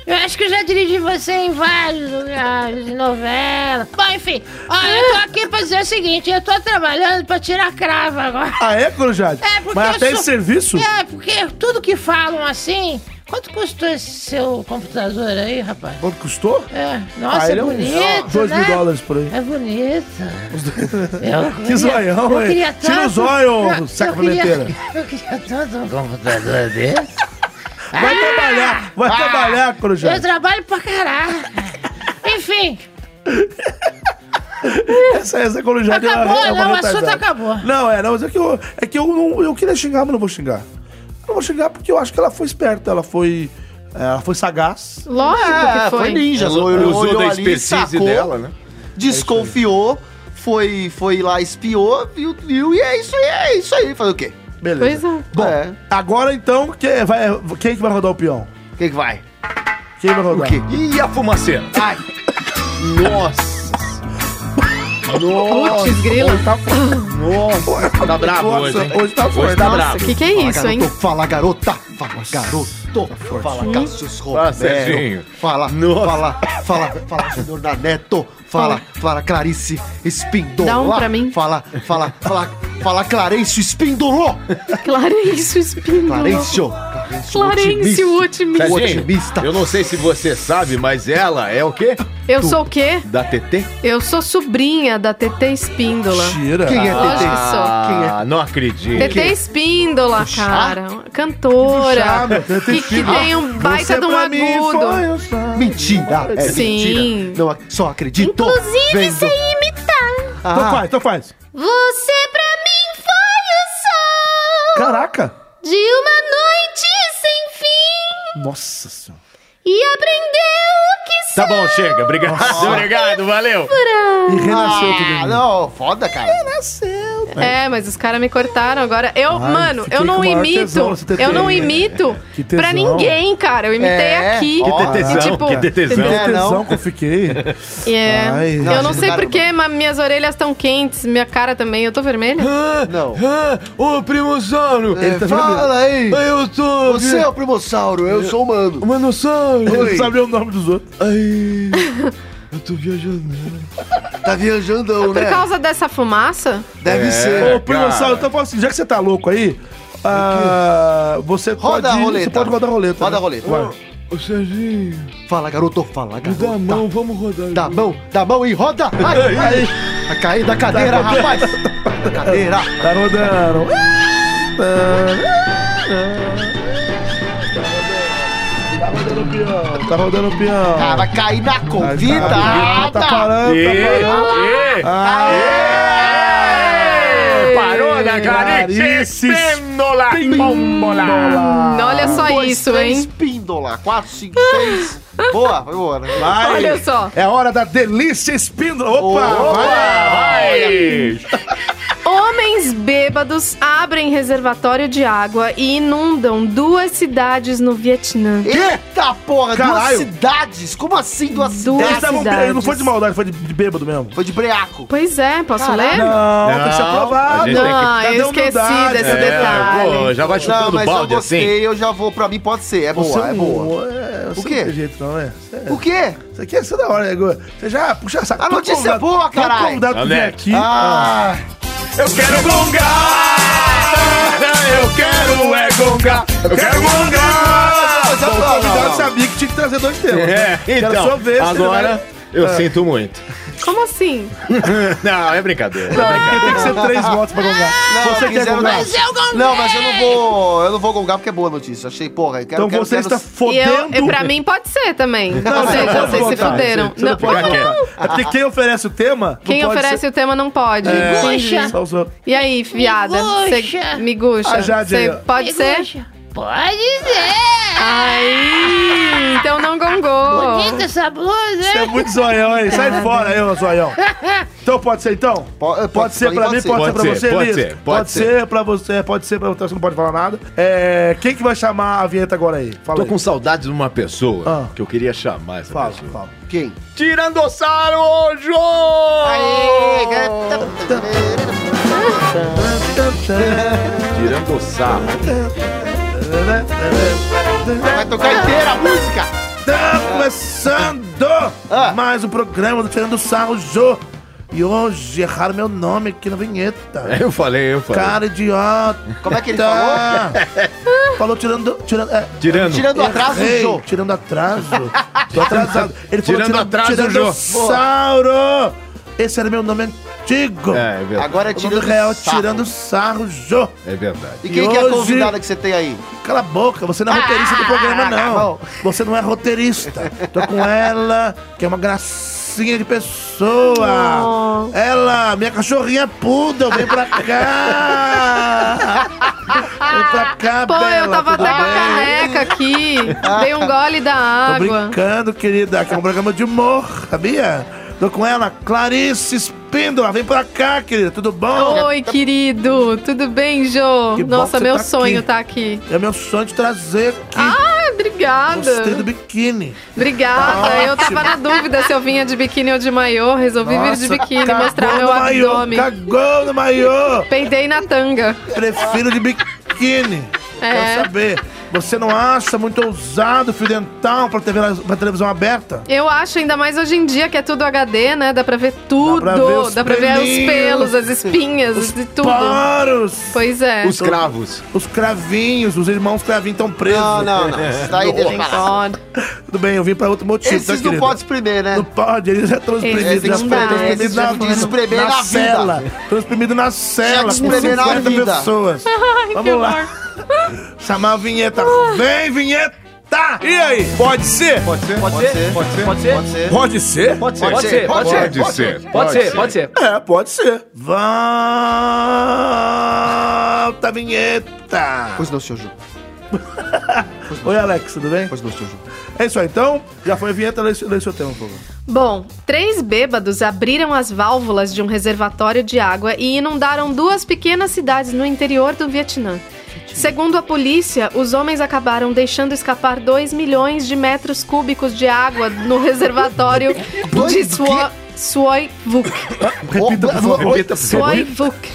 E: Eu acho que eu já dirigi você em vários lugares, de novela. Bom, enfim, olha, eu tô
F: Ah.
E: aqui pra dizer o seguinte, eu tô trabalhando pra tirar cravo agora.
B: Ah, é, Corujade?
E: É, porque
B: Mas
E: eu
B: até
E: sou-
B: esse serviço?
E: É, porque tudo que falam assim... Quanto custou esse seu computador aí, rapaz?
B: Quanto custou?
E: É, nossa,
B: Ah,
E: é
B: ele é uns
E: bonito,
B: dois mil
E: né?
B: dólares por aí.
E: É bonito. Eu
B: que
E: queria-
B: zoião,
E: eu
B: hein?
E: queria
B: Tira o
E: tanto-
B: zóio,
E: eu-
B: saca
E: eu queria-
B: pimenteira.
E: Eu queria tanto um computador desse.
B: Vai
E: Ah!
B: trabalhar, vai
E: Ah!
B: trabalhar,
E: Eu
L: É.
B: Corujade.
E: trabalho pra caralho. Enfim,
B: Essa, essa Corujade é uma-
E: Acabou,
B: é uma
E: não, o
B: retrasada.
E: assunto acabou.
B: Não, é, não, mas é que eu, é que eu, não, eu queria xingar, mas não vou xingar. Eu não vou xingar porque eu acho que ela foi esperta, ela foi... é, Ela foi sagaz.
F: Lógico
B: Ah,
D: É, que foi. foi ninja,
B: Ela
D: olhou-
B: ela
D: olhou ali, sacou.
B: É
C: né?
D: Desconfiou, foi, foi lá, espiou, viu, viu, e é isso aí, é isso aí. Fazer o quê?
B: Beleza.
F: Pois é.
B: Bom, agora então, quem, vai, quem que vai rodar o peão?
D: Quem que vai?
B: Quem vai rodar?
C: E a fumaceira?
D: Ai! Nossa! Nossa!
F: Putz, grila.
D: Hoje tá, Nossa! Tá brabo
B: Nossa,
D: hoje, hein?
B: hoje tá forte.
D: tá
B: Nossa,
D: brabo.
B: que que é isso,
D: fala,
B: hein?
D: Garoto, fala, garota! Fala, garoto! Fala, Cassius
C: Fala,
D: Romero!
C: Serginho.
D: Fala, fala, fala, fala, Junior da Neto! Fala, fala, Clarice Espindola!
F: Dá um pra mim.
D: Fala, fala, fala, fala, Clarencio Espindoló!
F: Clarencio Espindoló!
D: Clarencio!
F: Clarencio Otimista.
C: Serginho, Eu não sei se você sabe, mas ela é o quê?
F: Eu
C: Tu-
F: sou o quê?
C: Da TT?
F: Eu sou sobrinha da TT Espíndola.
D: é
C: Ah, não acredito.
F: TT Espíndola,
C: Puxa.
F: cara.
C: Puxa,
F: Cantora.
C: meu, TT
F: Que, que
C: Espíndola.
F: tem um baita
D: Você
F: de um
D: pra mim foi
F: agudo.
D: Mentira, é
F: Sim.
D: mentira. Não, ac- só acredito.
M: Inclusive
D: vendo.
M: sem imitar.
D: Ah.
B: Então faz, então faz.
M: Você pra mim foi o sol
B: Caraca!
M: de uma noite sem fim
B: Nossa senhora.
M: e aprendeu o que
C: Tá bom, chega. Obrigado.
M: Nossa.
C: Obrigado, valeu.
M: será.
D: Ah, não, foda, cara.
F: né?
M: Renasceu.
F: É, mas os caras me cortaram agora. Eu,
D: Ai,
F: mano,
D: fiquei
F: eu
D: com
F: não
D: o maior
F: imito.
D: tesão nesse TT.
F: eu não imito
B: Que tesão.
F: pra ninguém, cara. Eu imitei
B: É?
F: aqui.
B: Que
F: E,
B: tetezão,
F: tipo,
B: que tetezão.
F: entendeu?
B: Que tetezão que eu fiquei.
F: É.
B: Ai,
F: eu não
B: gente,
F: sei
B: cara,
F: porquê, mas minhas orelhas estão quentes, minha cara também. Eu tô vermelha?
D: Não.
C: Ah,
K: Ô, primossauro!
B: É,
D: Ele tá fala aí!
K: Eu tô.
D: Você é o primossauro, eu sou humano.
K: Manossauro!
D: Ele não sabe
B: o nome dos outros.
K: Ai. Eu tô viajando.
D: Tá viajandão,
F: Por causa dessa fumaça?
B: É, Ô, primo Saulo, então fala assim, já que você tá louco aí, ah, você
D: Roda
B: pode...
D: a roleta.
B: Você pode rodar a roleta.
D: Roda
B: né?
D: a roleta.
B: Vai. Tá.
K: Ô, Serginho.
D: Fala, garoto, fala, garoto.
K: Dá a mão, vamos rodar.
D: Dá a mão, dá a mão e roda! Ai, ai. Vai cair da cadeira,
B: Tá rodando.
D: rapaz! Da cadeira!
B: Tá rodando. Tá rodando o peão.
D: Ah, vai cair na convida!
B: Tá, tá parando,
D: Ê,
B: tá parando.
D: ê.
B: Ah, É,
C: Parou na Clarice Espíndola.
F: Hum, olha só isso, hein?
D: Espíndola, 4, 5, 6. Boa, né? vai embora.
B: Vai.
F: Olha só.
B: É hora da delícia espíndola. Opa, vai.
F: Homens bêbados abrem reservatório de água e inundam duas cidades no Vietnã.
D: Eita porra,
B: Caralho.
D: duas cidades? Como assim duas
F: Duas
D: cidades?
B: Eles estavam bêbados, é não foi de maldade, foi de, de bêbado mesmo.
D: Foi de breaco.
B: Tá
F: Pois é, posso
D: Caralho.
F: ler?
B: Não, tem que um ser
C: Não,
B: aprovado.
C: a gente tem que-
F: Não,
B: Cadê a
F: eu esqueci
B: humildade?
F: desse
C: É,
F: detalhe.
C: pô, já vai
D: Não,
C: chutando
D: mas eu
C: balde
D: gostei,
C: assim.
D: eu já vou, pra mim pode ser, é
B: Você
D: boa, é
B: não-
D: boa.
B: é, você
D: O quê?
B: Não tem jeito, não, é? Você-
D: O quê?
B: Isso aqui é isso da hora, Nego. Você já puxa saco.
D: A
B: Todo
D: notícia é
B: convidado-
D: boa,
B: todo
D: caralho.
B: convidado que vem
D: Alex.
B: aqui.
D: Ah.
B: Eu quero
C: Eu quero é gongar. Eu quero
B: Bom, o
C: gongar.
B: convidado sabia que tinha que trazer dois temas. né?
C: É,
B: Era sua
C: então,
B: vez,
C: agora eu sinto muito.
F: Como assim?
C: Ah. Não, é brincadeira.
B: Não, porque tem que ser três votos pra gongar. Você quer
D: quiseram
B: gongar?
D: dar-
L: é
B: Mas eu gonguei!
D: Não, mas eu não vou. Eu não vou gongar porque é boa a notícia. Achei, porra, eu quero
B: Então
D: quero,
B: você está
D: quero-
F: E eu,
B: fodendo.
D: é
F: eu- pra mim pode ser também.
B: Não,
F: Ou
B: você
F: seja,
B: pode
F: vocês se
B: votar.
F: fuderam.
B: Você não
F: Não,
B: pode votar. É porque quem oferece o tema.
F: Quem oferece o tema não pode.
B: É.
F: Entendi.
B: Só os outros.
F: E aí, fiada?
E: Miguxa.
F: Cê- Miguxa.
B: Ah, Jade,
F: Cê
B: ó.
F: pode ser? Ah,
E: Miguxa. Pode ser.
F: Aí, então não gongou.
E: Bonita essa blusa,
B: Você é
E: hein?
B: muito zoião, hein? Sai fora, eu, zoião. Então pode ser, então?
D: Pode,
B: Pode ser pra mim, pode ser pra você,
C: pode
B: Liz?
C: ser, pode
B: Pode
C: ser.
B: ser pra você, pode ser pra você, você não pode falar nada. É, quem que vai chamar a vinheta agora aí? Fala
C: Tô
B: aí.
C: com saudades de uma pessoa
B: Ah.
C: que eu queria chamar essa
B: Fala,
C: pessoa.
B: fala.
D: Quem?
C: Tirandossauro
D: Aê,
C: João!
D: cara.
C: Tirandossauro.
D: Vai tocar inteira a música.
B: Tá começando
D: Ah.
B: mais um programa do Fernando Sarro Jô. E hoje erraram meu nome aqui na vinheta.
C: Eu falei, eu falei.
B: Cara idiota.
D: Como é que ele
B: falou? falou tirando... tirando é,
C: Tirando.
D: Tirando atraso,
B: Errei,
D: Jô.
B: Tirando atraso. Tô atrasado. Ele
C: Tirando atraso,
B: tirando
C: Jô.
B: Sauro. Esse era meu nome antigo.
C: É, é verdade.
D: Agora é
B: o nome
D: tirando
B: real,
D: sarro.
B: tirando sarro, Jô.
C: É verdade.
D: E quem
B: E
D: que é a
B: hoje-
D: convidada que você tem aí?
B: Cala a boca, você não é roteirista do programa, não.
D: bom.
B: Você não é roteirista. Tô com ela, que é uma gracinha de pessoa. Ela, minha cachorrinha puda, vem pra cá. vem pra cá,
F: Pô,
B: Bela,
F: eu tava até
B: tudo
F: com a
B: bem?
F: caneca aqui. Dei um gole da
B: Tô
F: água.
B: brincando, querida. Aqui é um programa de humor, sabia? Tô com ela, Clarice Espíndola. Vem pra cá, querida. Tudo bom?
F: Oi, querido. Tudo bem, Jô?
B: Que bom
F: Nossa,
B: que você
F: meu
B: tá
F: sonho
B: aqui.
F: tá aqui.
B: É meu sonho de trazer aqui.
F: Ah, obrigada.
B: Gostei do biquíni.
F: Obrigada.
B: Tá
F: eu tava na dúvida se eu vinha de biquíni ou de maiô. Resolvi vir de
B: Nossa,
F: biquíni,
B: cagou
F: mostrar meu
B: no maiô,
F: abdômen.
B: Cagou no maiô.
F: Peidei na tanga.
B: Prefiro de biquíni.
F: É.
B: Quero saber. Você não acha muito ousado o fio dental pra, TV, na- pra televisão aberta?
F: Eu acho, ainda mais hoje em dia, que é tudo HD, né? Dá pra ver tudo.
B: pra ver os
F: Dá pra ver os
B: pelinhos,
F: pelos, as espinhas e tudo.
B: paros.
F: Pois é.
C: cravos.
B: Os cravinhos, os irmãos cravinhos estão presos.
D: Não, não, não. Isso daí deixa em paz.
B: Tudo bem, eu vim pra outro motivo. tá,
D: Esses não
B: querido?
D: podem exprimir, né?
B: Não pode, eles é
D: Eles
B: transprimido
D: têm
B: na
D: que espremer,
B: transprimido
D: eles
B: na,
D: tinham que espremer
B: né? na
D: na vida.
B: cela. Transprimido na cela, com
D: espremer na
B: 50
D: vida.
B: pessoas.
F: Ai,
B: Vamos lá. Chamar a vinheta. Vem, vinheta!
G: E aí? Pode ser? Pode ser? Pode ser? Pode ser? Pode ser? Pode ser? Pode
B: ser. Pode ser. Pode ser. Pode ser. Pode ser. Pode
G: ser.
B: É, pode ser. Volta a vinheta.
D: Pois não, seu Ju.
B: Oi, Alex, tudo bem? Pois
D: não, seu Ju.
B: É isso aí, então. Já foi a vinheta, lê, lê seu tema, por favor.
F: Bom, três bêbados abriram as válvulas de um reservatório de água e inundaram duas pequenas cidades no interior do Vietnã. Segundo a polícia, os homens acabaram deixando escapar 2 milhões de metros cúbicos de água no reservatório de Suo- Suoi Vuk.
B: Repita, por favor. Repita, por favor.
F: Suoi Vuk.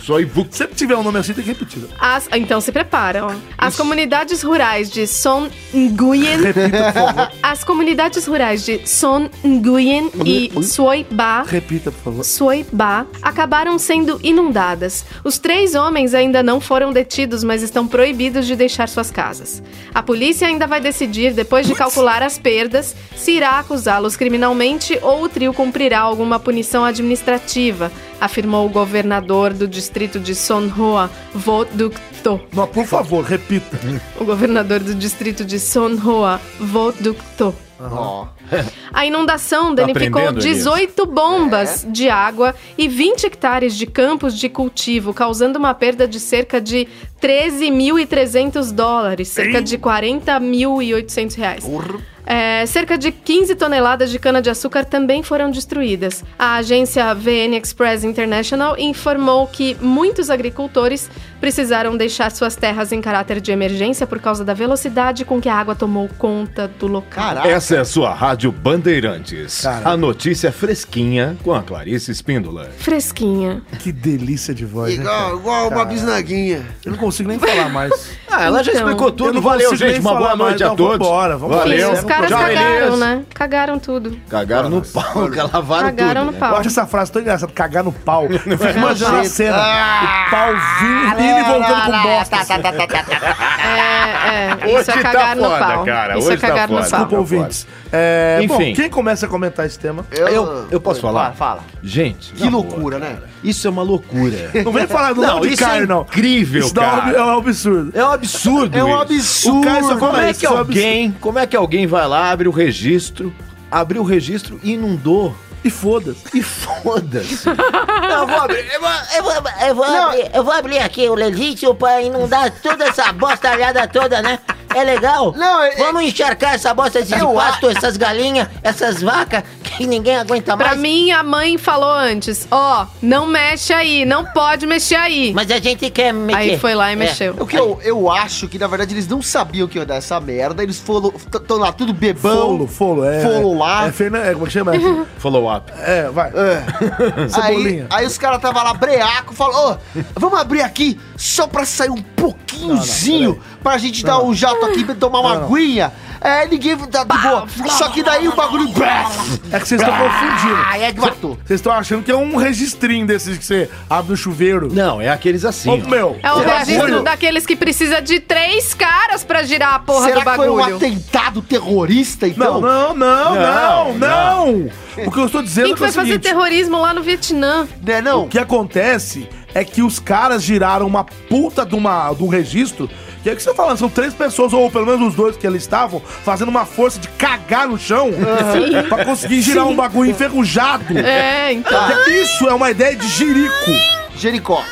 B: Soivuk. Sempre tiver um nome assim, tem que repetir.
F: As- então se preparam. As comunidades rurais de Son Nguyen.
B: Repita, por favor.
F: As comunidades rurais de Son Nguyen e Suoi Ba.
B: Repita, por favor.
F: Suoi Ba acabaram sendo inundadas. Os três homens ainda não foram detidos, mas estão proibidos de deixar suas casas. A polícia ainda vai decidir, depois de calcular as perdas, se irá acusá-los criminalmente ou o trio cumprirá alguma punição administrativa, afirmou o governador do distrito de Sonhoa, Vo Duc To.
B: Não, por favor, repita.
F: O governador do distrito de Sonhoa, Vo Duc To.
D: Ó.
F: A inundação
D: Tá
F: danificou
D: aprendendo, Elias. É?
F: 18 bombas de água e 20 hectares de campos de cultivo, causando uma perda de cerca de 13.300 dólares, cerca de 40.800 reais. É, cerca de 15 toneladas de cana-de-açúcar também foram destruídas. A agência VN Express International informou que muitos agricultores precisaram deixar suas terras em caráter de emergência por causa da velocidade com que a água tomou conta do local.
C: Essa é a sua Rádio Bandeirantes. A notícia fresquinha com a Clarice Espíndola.
F: Fresquinha.
B: Que delícia de voz, né, cara?
D: Igual, igual uma
B: Caralho.
D: bisnaguinha.
B: Eu não consigo nem falar mais.
C: Ah, ela já explicou tudo.
B: Então, Eu não
C: Valeu,
B: consigo
C: gente.
B: nem
C: Uma boa
B: falar mais.
C: noite a
B: Não,
C: todos.
B: Vambora, vamos
C: Valeu.
F: Os caras
C: Tchau,
F: cagaram,
C: Elias.
F: né? Cagaram tudo.
C: Cagaram no pau, lavaram
F: Cagaram
C: tudo.
F: no
C: né?
F: pau.
B: Eu acho essa frase tão engraçada, cagar no pau. Eu fico imaginando a
C: Jeito. Ah!
B: cena. o pau vindo, indo e voltando com bosta.
L: Tá,
F: É, é. Isso
C: Hoje
F: é
C: tá
F: cagar no
C: foda,
F: pau.
C: cara,
F: Isso é
C: hoje tá
F: cagar
C: foda.
F: no pau.
B: Desculpa, ouvintes. É,
C: Enfim.
B: Bom, quem começa a comentar esse tema?
C: Eu, eu, posso falar?
D: Fala.
C: Gente,
D: Que loucura, né?
C: isso é uma loucura.
B: Não vem falar do nome de
C: isso
B: Caio,
C: é
B: não.
C: incrível,
B: Isso dá um-
C: cara.
B: é um absurdo.
C: É um absurdo.
D: É um
C: isso.
D: absurdo.
B: O cara só
C: Como
B: fala
C: é
B: isso,
C: que
B: isso é um
C: alguém, como é que alguém vai lá, abre o registro, abriu o registro e inundou?
B: E foda-se.
C: E foda-se.
L: Não, eu vou abrir, eu vou, eu vou, eu vou abrir, eu vou abrir aqui o legítimo pra inundar toda essa bostalhada toda, né? É legal? Não, Vamos encharcar essa bosta, esses pastos, essas galinhas, essas vacas, que ninguém aguenta mais.
F: Pra mim, a mãe falou antes: ó, não mexe aí, não pode mexer aí.
L: Mas a gente quer mexer. É.
F: Aí foi lá e mexeu.
D: O que É eu, eu acho que, na verdade, eles não sabiam que ia dar essa merda. Eles foram. Estão lá tudo bebão.
B: Folo, folo, é.
D: Folo lá.
B: É, Fernan- é, como é que chama?
C: Follow-up.
B: É, vai.
D: Aí,
B: Cebolinha.
D: É. aí os caras tava lá breaco, falou, ô, vamos abrir aqui só pra sair um pouquinhozinho, pra gente dar um jato aqui, pra tomar uma aguinha. É, ninguém dá de boa. Só que daí o bagulho...
B: É que
C: Ah!
B: vocês estão confundindo.
D: Aí é que matou.
B: Vocês estão achando que é um registrinho desses que você abre no chuveiro.
C: Não, é aqueles assim.
B: Ô, meu. tá
F: É o
B: pelo
F: registro
B: amor-
F: daqueles que precisa de três caras pra girar a porra
D: Será
F: do
D: que foi um
F: bagulho.
D: atentado terrorista, então?
B: Não, não, não, não,
C: Não,
B: não, O que eu estou dizendo
F: Quem que
B: é
F: foi
B: o seguinte.
F: fazer terrorismo lá no Vietnã?
D: Né, não?
B: O que acontece é que os caras giraram uma puta de, uma, de um registro. E aí o que você tá falando? São três pessoas, ou pelo menos os dois que ali estavam, fazendo uma força de cagar no chão
F: Sim.
B: pra conseguir girar um bagulho enferrujado.
F: É, então.
B: Porque Isso é uma ideia de jirico,
D: Jericó.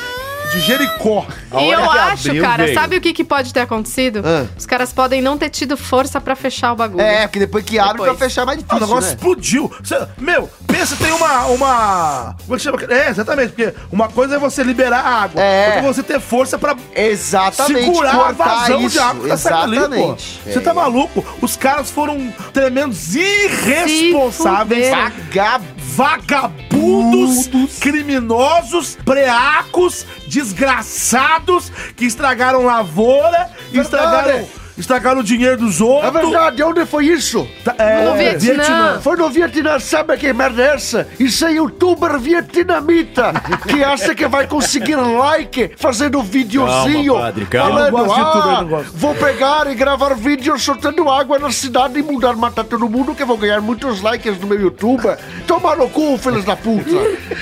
B: de Jericó.
F: E eu acho, cara,
C: veio.
F: sabe o que, que pode ter acontecido?
D: Ah.
F: Os caras podem não ter tido força pra fechar o bagulho.
D: É, porque depois que abre
F: Depois.
D: pra fechar é mais
B: Ah,
D: difícil,
B: o negócio
D: né?
B: explodiu. Cê- meu, pensa, tem uma, uma. Como é que chama? É, exatamente, porque uma coisa é você liberar a água,
D: É.
B: outra é você ter força pra
D: Exatamente.
B: segurar a
D: cortar
B: vazão de
D: isso,
B: água que tá saindo ali, pô.
D: Exatamente. É.
B: Você tá maluco? Os caras foram tremendos irresponsáveis,
F: Se fuderam.
D: É. Vagabundo.
B: vagabundos, criminosos, preacos, desgraçados, que estragaram lavoura,
D: Verdade.
B: estragaram... estragaram o dinheiro dos outros.
D: É verdade, onde foi isso?
B: é, No Vietnã. Vietnã.
D: Foi no Vietnã, sabe que merda é essa? Isso é youtuber vietnamita que acha que vai conseguir like fazendo videozinho.
K: Calma, padre, calma. Eu não
D: Falando,
K: gosto de youtuber, eu
D: ah,
K: não gosto."
D: vou pegar e gravar vídeo soltando água na cidade e mudar, matar todo mundo que eu vou ganhar muitos likes no meu YouTube. Toma no cu, filhos da puta.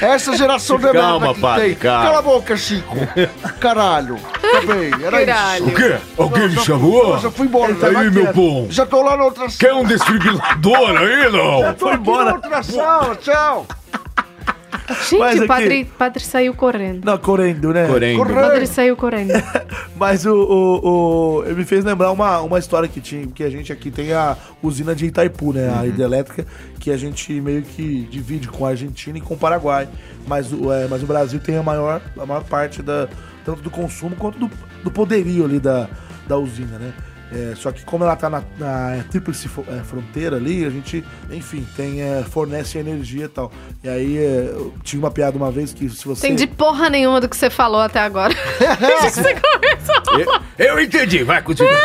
D: Essa geração de
C: Calma,
D: merda que
C: padre,
D: tem.
C: calma.
D: Cala a boca, Chico. Caralho. Tá bem, era
F: Caralho.
D: isso.
G: O quê? Alguém me
D: já-
G: chamou?
D: eu já fui embora. tá
G: Aí, meu bom.
D: Já tô lá na outra
G: Quer um desfibrilador aí,
D: Já
G: não?
D: tô aqui na outra sala, tchau.
B: Mas
F: Gente,
B: aqui-
F: o padre, padre saiu correndo.
B: Não, correndo, né?
C: Correndo.
F: O padre saiu correndo.
B: Mas o, o, o- ele me fez lembrar uma, uma história que tinha, que a gente aqui tem a usina de Itaipu, né? A hidrelétrica, que a gente meio que divide com a Argentina e com o Paraguai. Mas, o- é, mas o Brasil tem a maior, a maior parte da, tanto do consumo quanto do, do poderio ali da, da usina, né? É, só que como ela tá na, na tríplice fo- é, fronteira ali, a gente, enfim, tem, é, fornece energia e tal. E aí é, eu tinha uma piada uma vez que se você.
F: Entendi porra nenhuma do que você falou até agora. Desde que você começou.
G: Eu, eu entendi, vai, continua.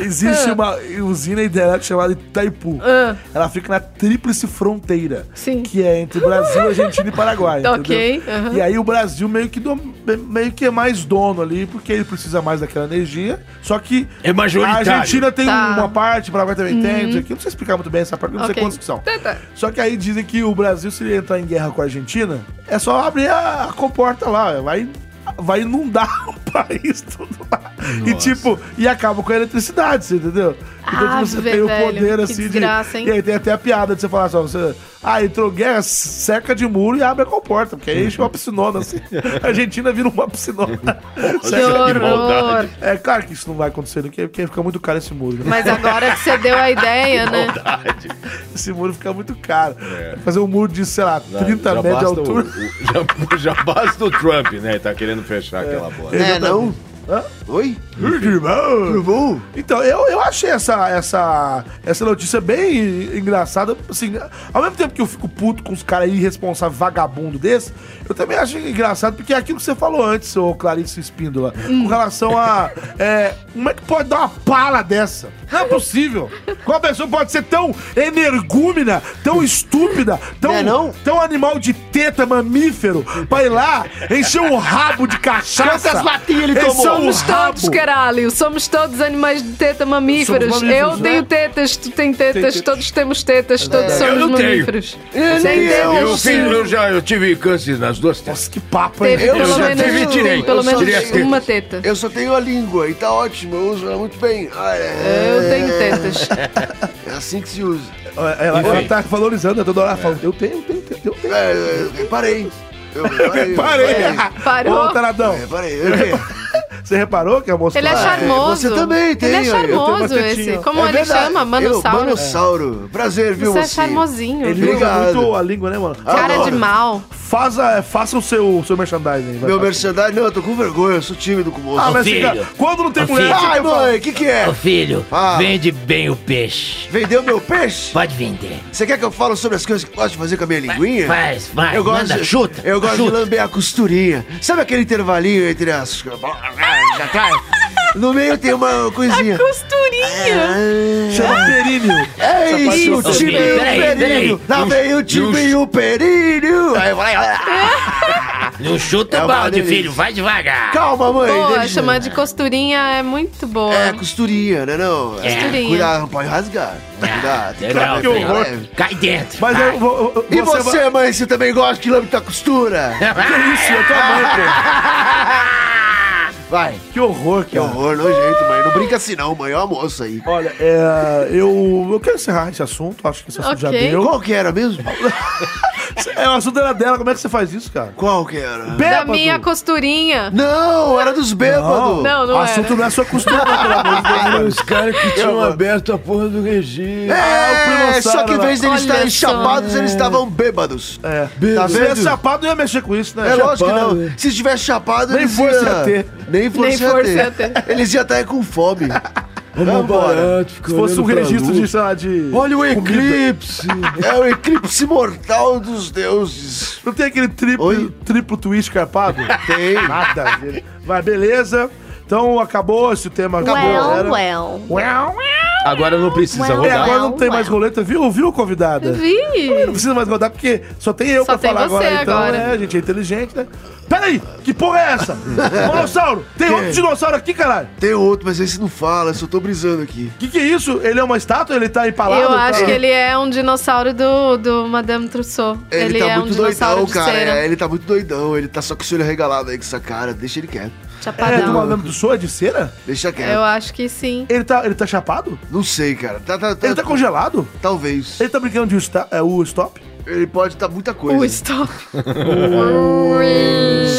B: Existe uma usina hidrelétrica chamada Itaipu.
F: Ah.
B: Ela fica na tríplice fronteira. Que é entre Brasil, Argentina e Paraguai. entendeu?
F: Ok, aham.
B: E aí o Brasil meio que, dom- meio que é mais dono ali, porque ele precisa mais daquela energia. Só que
G: É majoritário.
B: a Argentina tem
F: Tá.
B: uma parte, o Paraguai também tem,
F: Uhum.
B: não sei o quê. Não sei explicar muito bem essa parte, não
F: Ok.
B: sei quantos que são.
F: Tá, tá.
B: Só que aí dizem que o Brasil, se ele entrar em guerra com a Argentina, é só abrir a, a comporta lá, vai, vai inundar o país tudo lá. E tipo, e acaba com a eletricidade, você entendeu? Então
F: Ah,
B: tipo, você
F: velho,
B: tem o poder
F: que
B: assim
F: desgraça,
B: de.
F: hein?
B: E aí tem até a piada de você falar só, você. Ah, entrou guerra, cerca de muro e abre a comporta, porque aí enche uma piscinona assim. A Argentina vira uma piscinona. Cerca de
F: horror.
B: maldade. É claro que isso não vai acontecer, né, porque porque fica muito caro esse muro. né?
F: Mas agora que você deu a ideia, né?
B: Esse muro fica muito caro. Fazer um muro de, sei lá,
C: É. Já-
B: 30
C: já
B: metros de
C: basta
B: altura.
C: O, o- já, já basta o Trump, né? Tá querendo fechar aquela bola.
D: É, não?
B: Hã?
D: Oi?
B: tá, Irmão. Então, eu, eu achei essa, essa, essa notícia bem engraçada. Assim, ao mesmo tempo que eu fico puto com os caras irresponsáveis, vagabundo desse, eu também acho engraçado, porque é aquilo que você falou antes, ô Clarice Espíndola,
D: Hum.
B: com relação a. é, como é que pode dar uma pala dessa? Não é possível. Qual pessoa pode ser tão energúmena, tão estúpida, tão,
D: é
B: tão animal de teta, mamífero, pra ir lá encher um rabo de cachaça?
D: Quantas latinhas ele
B: Encher
D: tomou?
B: um
F: Somos
B: rabo.
F: todos, caralho. Somos todos animais de teta mamíferos.
B: Somos mamíferos,
F: eu
B: né?
F: tenho tetas, tu tem
B: Tem
F: tetas,
B: tetas.
F: todos temos tetas, todos
G: verdade.
F: somos
G: Eu não tenho.
F: mamíferos.
G: Eu
F: Sem
G: nem eu,
F: tetas,
G: eu,
F: sim.
G: filho, eu já eu tive câncer nas duas tetas.
B: Que papo,
F: Teve
G: Eu
F: pelo
G: já
F: menos, um,
G: tive, tirei.
F: pelo
G: Eu só tirei as
F: menos
G: tetas.
F: uma teta.
D: Eu só tenho a língua e tá ótimo, eu uso ela muito bem. Ah, é-
F: Eu tenho tetas.
D: É assim que se usa.
B: Ela, ela
D: Enfim.
B: tá valorizando, eu toda hora ela fala, eu tenho, eu tenho, eu tenho. Eu
D: É, eu reparei. Eu reparei.
B: Parei.
F: Parou?
B: É. Ô, Taradão.
D: Reparei. Eu reparei.
B: Você reparou que a moça tá-
F: Ele é charmoso.
D: Você também tem.
F: Ele é
D: olha, eu tenho uma
F: charmoso
D: tetinha.
F: esse. Como
D: É
F: ele
D: verdade.
F: chama? Manossauro.
D: Eu, Manossauro. Prazer, viu,
F: Você é
D: mocinho?
F: charmosinho.
B: Ele usa
D: Obrigado.
B: muito a língua, né, mano?
F: Cara
D: Adoro.
F: de mal.
B: Faça, é, faça o seu, seu merchandising. Vai,
D: Meu
B: vai.
D: mercenário, não, eu tô com vergonha, eu sou tímido com o moço.
B: Ah, mas
L: Filho.
B: fica, quando não tem
L: Ô,
B: mulher...
L: filho.
D: Ai,
B: Ai, mano.
D: mãe, o que que é?
L: Ô filho,
D: Ah.
L: vende bem o peixe.
D: Vendeu meu peixe?
L: Pode vender.
D: Você quer que eu fale sobre as coisas que eu gosto de fazer com a minha linguinha?
L: Faz, vai,
D: eu gosto
L: manda,
D: de,
L: chuta.
D: Eu gosto
L: chuta.
D: de lamber a costurinha. Sabe aquele intervalinho entre as...
L: Ah,
D: Já
L: tá.
D: cai? No meio tem uma coisinha. Ah,
F: Costurinha. Ah,
B: Chama períneo.
D: É isso,
L: Ô,
D: time
L: filho,
D: e o
L: peraí,
D: períneo.
L: peraí.
D: Lá vem o time e o períneo. Aí vai...
L: Não chuta
D: É
L: o
D: uma
L: balde,
D: delícia.
L: filho, vai devagar.
D: Calma, mãe.
F: Boa,
D: deixa.
F: chamar de costurinha é muito boa.
D: É, costurinha, né não?
L: É.
F: Costurinha.
D: Cuidado, não pode rasgar. Cuidado. tem que
L: Não,
D: levar
B: que
D: bem
B: horror.
D: leve.
L: Cai dentro.
B: Mas
L: vai.
B: eu vou... eu-
D: E
B: você É,
D: você, mãe, você também gosta de lâmina da costura?
B: vai- Isso, eu tô amando,
D: Vai.
B: pô. Que horror,
D: Ah. Que
B: cara.
D: horror, nojento, mãe. Não brinca assim não, mãe. Ó a moça aí.
B: Olha, é, eu, eu quero encerrar esse assunto, acho que esse assunto já
F: Ok.
B: deu.
D: Qual que era mesmo?
B: É, o assunto era dela, como é que você faz isso, cara?
D: Qual que era?
F: Da
B: Bêbado.
F: minha costurinha.
D: Não, era dos bêbados.
F: Não, não
B: o assunto
F: era.
B: não é sua costura, pelo amor de Deus.
K: Os caras que tinham aberto a porra do regime.
B: Ah, o
D: É,
B: Primo
D: só que em
B: Sara
D: vez
F: lá.
D: deles estarem
F: Olha só.
D: chapados, eles estavam bêbados.
B: É.
K: Tá
B: Se tivesse
D: vendo?
B: chapado, não ia mexer com isso, né?
D: É lógico que
K: chapado,
D: não.
K: é.
D: Se estivesse chapado,
B: Nem
D: eles
B: força
D: ia-
B: ia ter.
D: Nem força, ia
F: força
D: ter.
F: ia ter.
D: Eles iam estar com fome.
K: Vamos
D: Vambora.
K: barato, fica
B: Se fosse
K: olhando
B: um
K: pra
B: registro
K: luz.
B: de, sei lá, de...
K: Olha o eclipse.
D: É o eclipse mortal dos deuses.
B: Não tem aquele triplo,
D: Oi?
B: triplo twist carpado?
D: Tem.
B: Nada. a ver. Mas beleza. Então acabou esse tema. Acabou,
N: Well,
B: galera.
N: well.
B: Well,
A: Agora não precisa
B: É,
A: rodar.
B: agora não tem mais roleta, viu? Viu, convidada?
F: Vi.
B: Não precisa mais rodar, porque só tem eu pra
F: Só tem
B: falar
F: você
B: agora. Então,
F: agora.
B: né? A gente é inteligente, né? Peraí, que porra é essa? dinossauro, tem outro dinossauro aqui, caralho?
D: Tem outro, mas esse não fala, eu só tô brisando aqui.
B: O que, que é isso? Ele é uma estátua? Ele tá empalado?
F: Eu acho
B: Tá-
F: que ele é um dinossauro do, do Madame Trousseau.
D: Ele, tá
F: é
D: muito
F: um dinossauro
D: doidão,
F: de
D: cara.
F: cera.
D: é, Ele tá muito doidão. Ele tá só com o olho regalado aí com essa cara. Deixa ele quieto.
F: Chapadão.
B: É do Madame Trousseau? É de cera?
D: Deixa quieto.
F: Eu acho que sim.
B: Ele tá, ele tá chapado?
D: Não sei, cara.
B: ele tá congelado?
D: Talvez.
B: Ele tá brincando de sta- é, o stop?
D: Ele pode tá muita coisa.
F: O stop.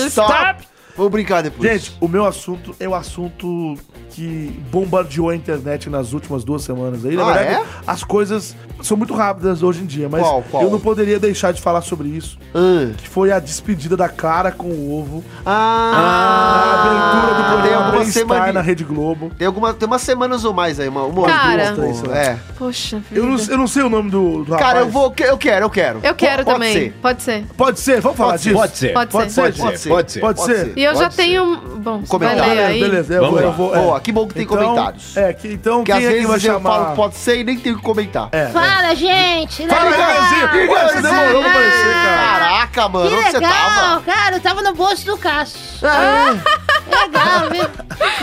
D: Stop! Vou brincar depois.
B: Gente, o meu assunto é o assunto que bombardeou a internet nas últimas duas semanas. Aí, na
D: Ah,
B: verdade,
D: é?
B: as coisas são muito rápidas hoje em dia, mas
D: Qual, qual?
B: eu não poderia deixar de falar sobre isso.
D: Ah.
B: Que foi a despedida da Clara com o ovo. Ah, a aventura do
D: Ah, tem
B: programa
D: algumas
B: Bem-Estar
D: semanas-
B: na Rede Globo.
D: Tem, alguma, tem umas semanas ou mais aí, uma, uma
F: Cara.
D: duas, três, sei lá. É.
F: Poxa vida.
B: Eu não, eu não sei o nome do, do
D: Cara,
B: rapaz.
D: eu vou. Eu quero, eu quero.
F: Eu quero
D: Pode
F: também.
D: ser.
F: Pode ser.
B: Pode ser, vamos falar
D: Pode ser.
B: disso?
D: Pode ser.
F: Pode ser.
B: Pode ser.
D: Pode ser.
B: Pode ser. Pode ser.
F: E eu já
D: Pode ser.
F: tenho. um- Bom, você vai
D: Comentário.
F: ler aí.
B: Tá, Beleza, eu
D: Vamos
B: vou,
D: lá.
B: eu vou.
D: Boa, que bom que tem comentários.
B: É, que então
D: Porque
B: quem
D: às
B: é que
D: vezes
B: vai
D: eu
B: chamar?
D: falo pode ser e nem tenho que comentar.
B: É.
E: Fala, gente!
B: Fala,
E: legal.
B: Ivanzinho! Ué, você demorou pra aparecer, cara.
D: Caraca, mano,
E: Que
D: onde você
E: legal,
D: tava?
E: cara, eu tava no bolso do Cássio. Legal, viu?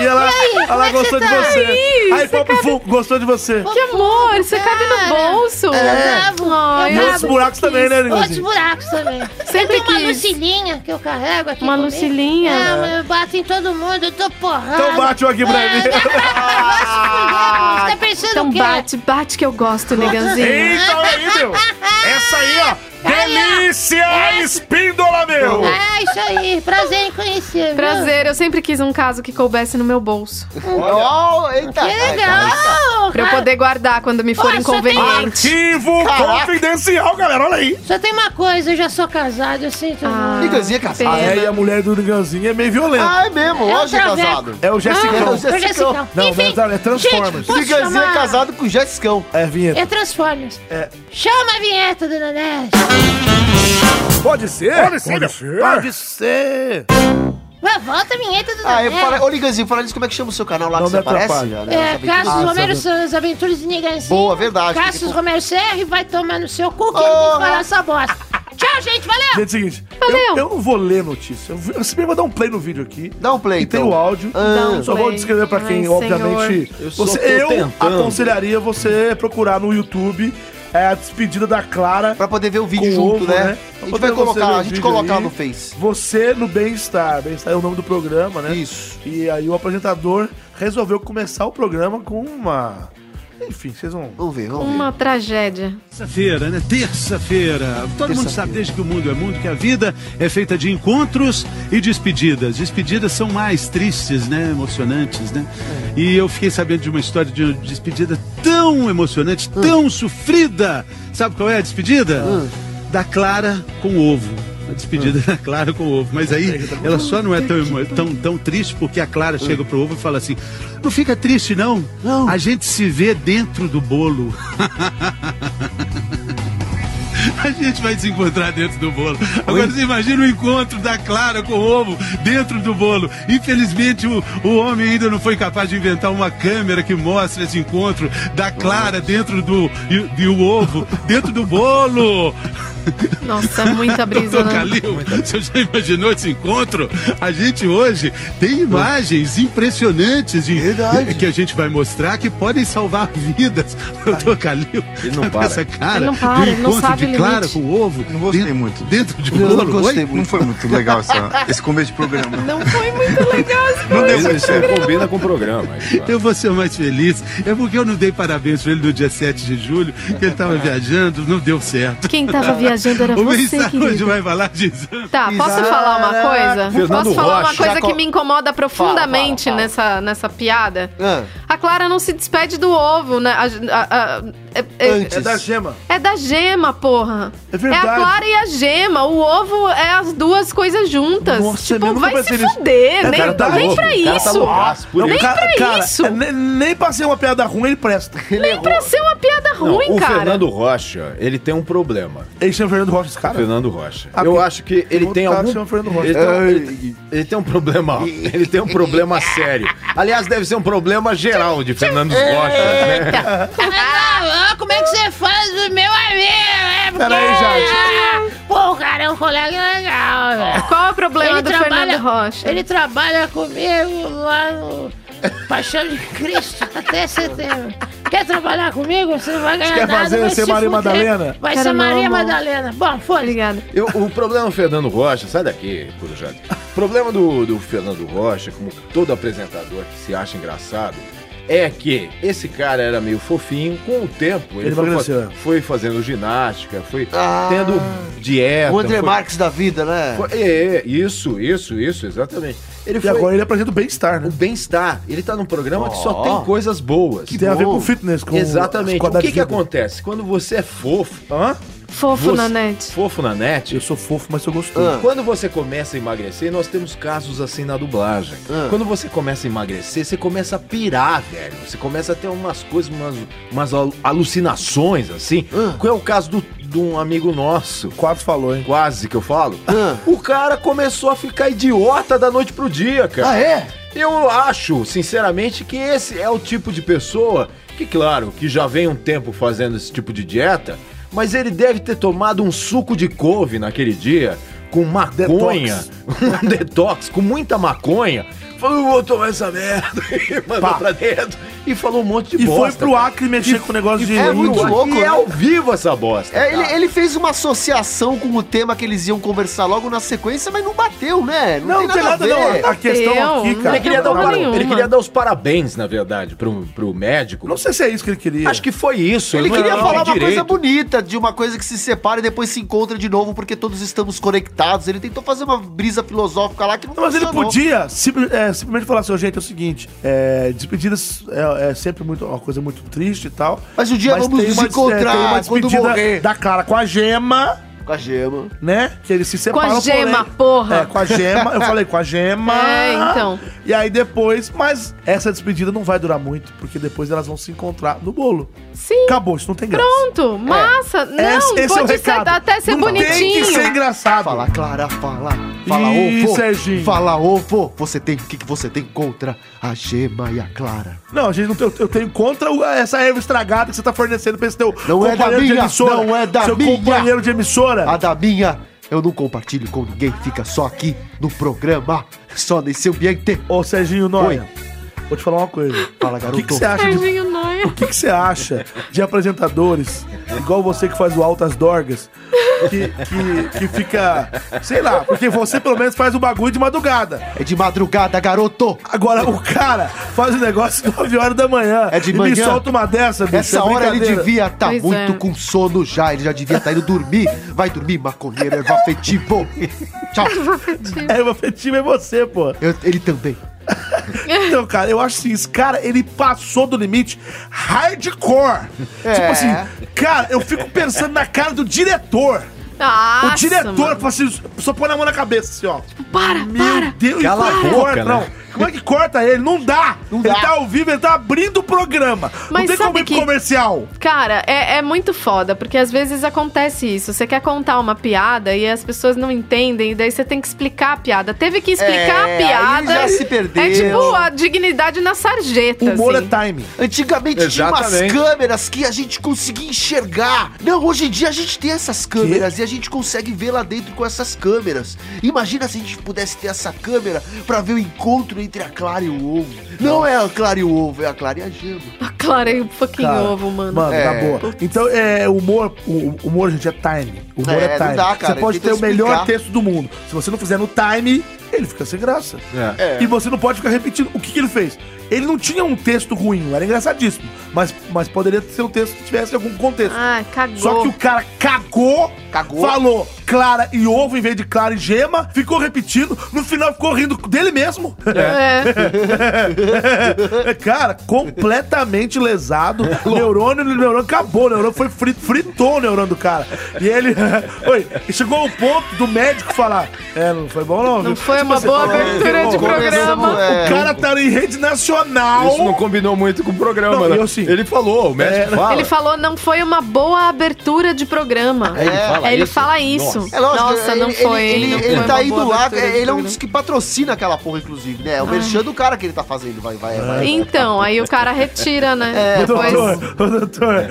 B: E ela,
E: E aí, como
B: ela
E: é que
B: gostou
E: você
B: de
E: tá?
B: você.
F: Ih,
B: Aí,
F: você
B: Pop Fu, gostou de você.
F: Que amor, é você cabe no bolso.
E: É. Eu gravo,
F: Ai,
E: eu
B: E
E: gravo.
B: outros buracos também, né,
E: Outros
B: Linguizinho?
E: buracos também.
F: Sempre
E: eu tenho uma
F: quis.
E: lucilinha que eu carrego aqui.
F: Uma
E: comigo.
F: lucilinha?
E: É, mas eu bato em todo mundo, eu tô porrada.
B: Então bate o aqui pra mim.
E: Ah, Você tá pensando
F: Então
E: o quê?
F: bate, bate que eu gosto, neganzinho.
O: Eita, olha aí, meu!
B: É,
O: Essa aí, ó! Delícia espíndola, meu!
E: É isso aí, prazer em conhecer. viu?
F: Prazer, eu sempre quis um caso que coubesse no meu bolso.
D: Ó, eita.
E: Que
D: Ai, cara.
E: legal!
F: Pra eu
E: cara.
F: poder guardar quando me for
E: Olha, só tem
F: inconveniente.
O: Arquivo
D: Caraca.
O: confidencial, galera, olha aí!
E: Só tem uma coisa, eu já sou casado, eu sinto.
F: Ah,
E: muito.
D: Niganzinho é casado.
B: Ah, é, e a mulher do Niganzinho é meio violenta.
D: Ah, é mesmo,
E: É
D: hoje é
E: outra
D: casado.
B: É o Jessicão.
E: eu já sei não.
B: Não,
E: Ah, Enfim,
B: não, é Transformers.
E: gente, posso
D: Niganzinho é
E: chamar-
D: casado com o Jessicão.
B: É, vinheta.
E: É Transformers. Chama a vinheta, Dona Nete.
B: Pode ser? Pode ser. Pode ser.
E: Vai, Volta a vinheta, Dona
D: Ah, eu
E: Nete.
D: falo, ô Niganzinho, fala disso, como é que chama o seu canal lá
B: Não
D: que você
B: me atrapalha.
D: aparece? já, né?
E: É,
D: Sabe que-
E: Cassius
D: Ah,
E: Romero Santos, Aventuras de Niganzinho.
D: Boa, verdade, tem
E: Cassius
D: que-
E: Romero Serri vai tomar no seu cu que ele tem que falar essa bosta. Tchau, gente, valeu!
B: Gente, é o seguinte, eu,
F: Valeu.
B: eu não vou ler notícia. Eu vi- Você mesmo vai dar um play no vídeo aqui.
D: Dá um play,
B: E tem
D: então.
B: o áudio.
F: Dá um
B: Só
F: play.
B: vou descrever pra quem,
F: Ai,
B: obviamente.
A: senhor. Eu só
B: Você,
A: tô
B: eu
A: tentando.
B: aconselharia você procurar no YouTube é, a despedida da Clara.
D: Pra poder ver o vídeo
B: com
D: junto,
B: ovo, né?
D: né? A gente
B: Pra poder
D: vai
B: você ver
D: colocar,
B: o
D: a gente
B: vídeo
D: colocar
B: aí.
D: no Face.
B: Você no Bem-Estar. Bem-Estar é o nome do programa, né?
D: Isso.
B: E aí o apresentador resolveu começar o programa com uma. Enfim, vocês vão.
D: Vamos ver, vamos
F: Uma tragédia.
C: Terça-feira, né? Terça-feira. Todo mundo sabe, desde que o mundo é mundo, que a vida é feita de encontros e despedidas. Despedidas são mais tristes, né? Emocionantes, né? E eu fiquei sabendo de uma história de uma despedida tão emocionante, tão sofrida. Sabe qual é a despedida? Da Clara com ovo. A despedida da Clara com ovo. Mas aí ela só não é tão, emo- tão, tão triste porque a Clara chega pro ovo e fala assim: Não fica triste, não.
D: Não.
C: A gente se vê dentro do bolo. A gente vai se encontrar dentro do bolo. Agora você imagina o encontro da Clara com o ovo dentro do bolo. Infelizmente, o, o homem ainda não foi capaz de inventar uma câmera que mostra esse encontro da Clara dentro do. e, e o ovo dentro do bolo.
F: Nossa, muita brisa.
C: Doutor
F: né?
C: Calil, você já imaginou esse encontro? A gente hoje tem imagens impressionantes de,
D: Verdade.
C: que a gente vai mostrar que podem salvar vidas. Doutor Calil,
A: Ele não
C: tá com
A: para.
C: essa cara
F: Ele não
C: do
F: para, ele não
C: encontro
F: sabe
C: de
F: o
C: Clara
F: limite.
C: com ovo.
P: Não gostei
C: dentro,
P: muito.
C: Dentro de
D: Eu não
C: bolo.
D: gostei
C: Oi?
P: Não
D: muito.
P: foi muito legal essa- esse começo de programa.
F: Não foi muito legal esse
P: Não deu muito
A: Isso
P: certo.
B: é
A: combina com o programa. isso, ó.
C: Eu vou ser mais feliz. É porque eu não dei parabéns pra ele no dia 7 de julho, que ele tava viajando, não deu certo.
F: Quem tava viajando era
C: O
F: você,
C: mensagem hoje
F: querido.
C: vai falar de exame.
F: Tá, posso falar uma coisa?
A: Fernando
F: posso falar uma
A: Rocha.
F: coisa
D: Já co-
F: que me incomoda profundamente
D: fala, fala.
F: Nessa, nessa piada?
D: Ah.
F: A Clara Clara não se despede do ovo, né? A- a- a- é, é-
B: Antes. É da gema.
F: É da gema, porra.
B: É verdade.
F: a Clara e a gema. O ovo é as duas coisas juntas.
B: Nossa,
F: tipo,
B: eu nunca
F: vai se
B: pensei nisso.
F: fuder.
B: É,
F: nem
B: cara, tá
F: nem
B: louco.
F: pra
B: O cara tá
F: isso.
B: loucaço por
F: nem
B: isso.
F: pra
B: Cara- cara,
F: isso.
B: é, nem, nem pra ser uma piada ruim, ele presta.
F: nem pra ser uma piada
B: Não,
F: ruim,
B: o
F: cara.
B: Fernando-
C: Fernando Rocha, ele tem um problema.
B: Ele chama Fernando Rocha, esse cara?
C: Fernando Rocha.
B: Ah,
C: eu
B: porque
C: acho que
B: tem
C: ele
B: outro
C: tem
B: cara que
C: algum.
B: chama Fernando Rocha.
C: Ele, tem, um-
B: Ai.
C: ele- ele tem um problema. Ele tem um problema sério. Aliás, deve ser um problema geral de Fernando Rocha. Né?
E: Eita. Ah, não, como é que você faz do meu amigo? É porque...
C: Peraí, gente.
E: Ah, Pô, o cara é um colega legal, velho.
F: Qual é o problema do Fernando Rocha?
E: Ele trabalha comigo lá no Paixão de Cristo até setembro. Quer trabalhar comigo? Você não vai ganhar
B: quer
E: nada,
B: fazer
E: vai
B: ser
E: se
B: Maria
E: fuder.
B: Madalena?
E: Vai
F: Cara,
E: ser
F: não,
E: Maria
F: amor.
E: Madalena. Bom, foi.
F: Obrigada.
C: Eu- o problema do Fernando Rocha, sai daqui, Corujado. O problema do, do Fernando Rocha, como todo apresentador que se acha engraçado, é que esse cara era meio fofinho, com o tempo ele,
B: Ele
C: foi,
B: emagreceu. Ah.
C: fa- foi fazendo ginástica, foi tendo dieta.
D: O André
C: foi-
D: Marques da vida, né?
C: foi- é, é, isso, isso, isso, exatamente. Ele
B: E agora ele apresenta o bem-estar, né? O
C: bem-estar. Ele tá num programa que só
B: Ó.
C: tem coisas boas.
B: Que tem a ver com fitness, com
C: Exatamente.
B: com a
C: O que,
B: vida.
C: que acontece? Quando você é fofo.
B: Hã?
F: Fofo
C: Você-
F: na net.
C: Fofo na net?
B: Eu sou fofo, mas sou gostoso.
C: Quando você começa a emagrecer, nós temos casos assim na dublagem. Quando você começa a emagrecer, você começa a pirar, velho. Você começa a ter umas coisas, umas, umas al- alucinações, assim. Qual é o caso do- de um amigo nosso?
B: Quase falou, hein?
C: Quase que eu falo.
D: Ah.
C: O cara começou a ficar idiota da noite pro dia, cara.
D: Ah, é?
C: Eu acho, sinceramente, que esse é o tipo de pessoa que, claro, que já vem um tempo fazendo esse tipo de dieta, mas ele deve ter tomado um suco de couve naquele dia, com maconha, um detox, com muita maconha. Falou, vou tomar essa merda. E mandou
B: Pá.
C: pra dentro. E falou um monte de
B: E foi
C: bosta.
B: pro Acre mexer com o negócio de-
C: É muito louco. E
D: né?
C: é ao vivo essa bosta.
B: Tá.
D: É, ele,
C: cara.
D: ele fez uma associação com o tema que eles iam conversar logo na sequência, mas não bateu, né?
B: Não, não tem nada, não. Tá,
D: ver.
B: A questão aqui, cara.
C: Ele queria, dar um o
B: Não,
C: par-
B: nenhuma.
C: ele queria dar os parabéns, na verdade, pro, pro médico.
B: Não sei se é isso que ele queria.
C: Acho que foi isso.
D: Ele
C: eu não-
D: queria
C: não
D: falar uma
C: sei
D: coisa
C: direito.
D: bonita, de uma coisa que se separa e depois se encontra de novo, porque todos estamos conectados. Ele tentou fazer uma brisa filosófica lá que não
B: Não, Mas ele
D: funcionou.
B: podia simple- é, simplesmente falar assim, "Ô, gente, é o seguinte, é, despedidas é, é sempre muito, uma coisa muito triste e tal.
D: Mas um dia vamos
B: tem
D: nos
B: uma-
D: encontrar
B: é, tem uma
D: quando
B: despedida
D: morrer.
B: da cara com a gema,
D: Com a gema.
B: né? Que eles se separam.
F: gema, porra.
B: É, com a gema. Eu falei com a gema.
F: É, então.
B: E aí depois, mas essa despedida não vai durar muito, porque depois elas vão se encontrar no bolo.
F: Sim.
B: Acabou, isso não tem graça.
F: Pronto, massa. Não,
B: é
F: pode ser, até ser bonitinho.
B: Tem que ser engraçado.
D: Fala, Clara, fala. Fala,
B: Ih,
D: ovo.
B: Serginho.
D: Fala, ovo. Você tem. O que, que você tem contra a gema e a Clara?
B: Não, a gente não tem, eu- eu tenho contra o- essa erva estragada que você tá fornecendo pra esse teu
D: Não é da
B: de
D: minha,
B: emissora.
D: não é da
B: seu
D: minha.
B: companheiro de emissora.
D: A da minha, eu não compartilho com ninguém. Fica só aqui no programa, só nesse ambiente.
B: Ô, Serginho Noia, vou te falar uma coisa.
D: Fala,
B: O
D: garoto.
B: que que você acha de...
F: Serginho Noia.
B: O que que você acha de apresentadores, igual você que faz o Altas Dorgas, que, que, que fica. Sei lá, porque você pelo menos faz o bagulho de madrugada.
D: É de madrugada, garoto!
B: Agora o cara faz o negócio 9 horas da manhã.
D: É de
B: e me
D: manhã.
B: solta uma dessa, bicho.
D: Essa
B: é
D: hora ele
B: brincadeira.
D: devia estar
F: Pois
D: muito
F: é.
D: com sono já. Ele já devia estar indo dormir. Vai dormir, maconheiro, erva afetivo. Tchau.
B: É, o afetivo é você, pô.
D: Eu- ele também.
B: Então, cara, eu acho assim, esse cara, ele passou do limite hardcore.
D: É.
B: Tipo assim, cara, eu fico pensando na cara do diretor.
F: Nossa,
B: o diretor,
F: mano.
B: fala assim, só põe na mão na cabeça, assim, ó.
F: Para,
B: Meu Deus, como
C: Cala
B: é
C: a
B: que
C: boca,
B: corta?
C: né?
B: Não. Como é que corta ele? Não dá.
D: dá.
B: Ele tá ao vivo, ele tá abrindo o programa. não
F: Mas
B: tem como
F: sabe
B: ir pro
F: que-
B: comercial.
F: Cara, é, é muito foda, porque às vezes acontece isso. Você quer contar uma piada e as pessoas não entendem, e daí você tem que explicar a piada. Teve que explicar
D: É,
F: a
D: aí
F: piada.
D: já se perdeu. tá
F: É tipo a dignidade na sarjeta.
B: Humor
F: assim.
B: é time.
D: Antigamente tinha umas
C: Exatamente.
D: câmeras que a gente conseguia enxergar. Não, hoje em dia a gente tem essas câmeras e a gente consegue ver lá dentro com essas câmeras. Imagina se a gente pudesse ter essa câmera pra ver o encontro entre a Clara e o ovo. Não é a Clara e o ovo, é a Clara e a Gema.
F: Clarei o fucking
B: Cara,
F: é um ovo, mano.
B: Mano,
D: É.
B: na boa. Então, é, humor, o- o humor, gente, é time. O humor é,
D: É, não
B: time.
D: dá, cara,
B: Você pode
D: tenta
B: ter o melhor
D: explicar.
B: texto do mundo. Se você não fizer no time, ele fica sem graça.
C: É.
B: E você não pode ficar repetindo o que, que ele fez. Ele não tinha um texto ruim, era engraçadíssimo. Mas, mas poderia ser um texto que tivesse algum contexto.
F: Ah, cagou.
B: Só que o cara cagou,
D: Cagou.
B: falou clara e ovo em vez de clara e gema, ficou repetindo, no final ficou rindo dele mesmo.
F: É,
B: É. cara, completamente lesado. neurônio, neurônio acabou, o neurônio foi fri- fritou o neurônio do cara. E ele. Oi, e chegou ao ponto do médico falar: É, não foi bom, não. viu?"
F: foi
D: Tipo
F: uma
D: assim,
F: boa
D: é,
F: abertura
B: "Pô,
F: de programa."
B: O cara tá em rede nacional.
C: Isso não combinou muito com o programa,
B: Não,
C: né?
B: eu sim.
C: Ele falou, o médico fala.
F: Ele falou, não foi uma boa abertura de programa.
C: É, ele fala
F: É, ele
C: isso?
F: fala isso.
D: É lógico,
F: Nossa, não
D: ele-
F: foi.
D: Ele, ele,
F: não
D: ele
F: foi
D: tá
F: uma
D: aí
F: boa
D: do lado,
F: abertura
D: ele
F: de
D: é um
F: programa.
D: dos que patrocina aquela porra, inclusive, né? É o merchan do cara que ele tá fazendo, vai, vai, vai.
F: Então, aí o cara retira,
D: É.
F: né?
B: Ô,
F: Depois.
B: doutor, ô, doutor,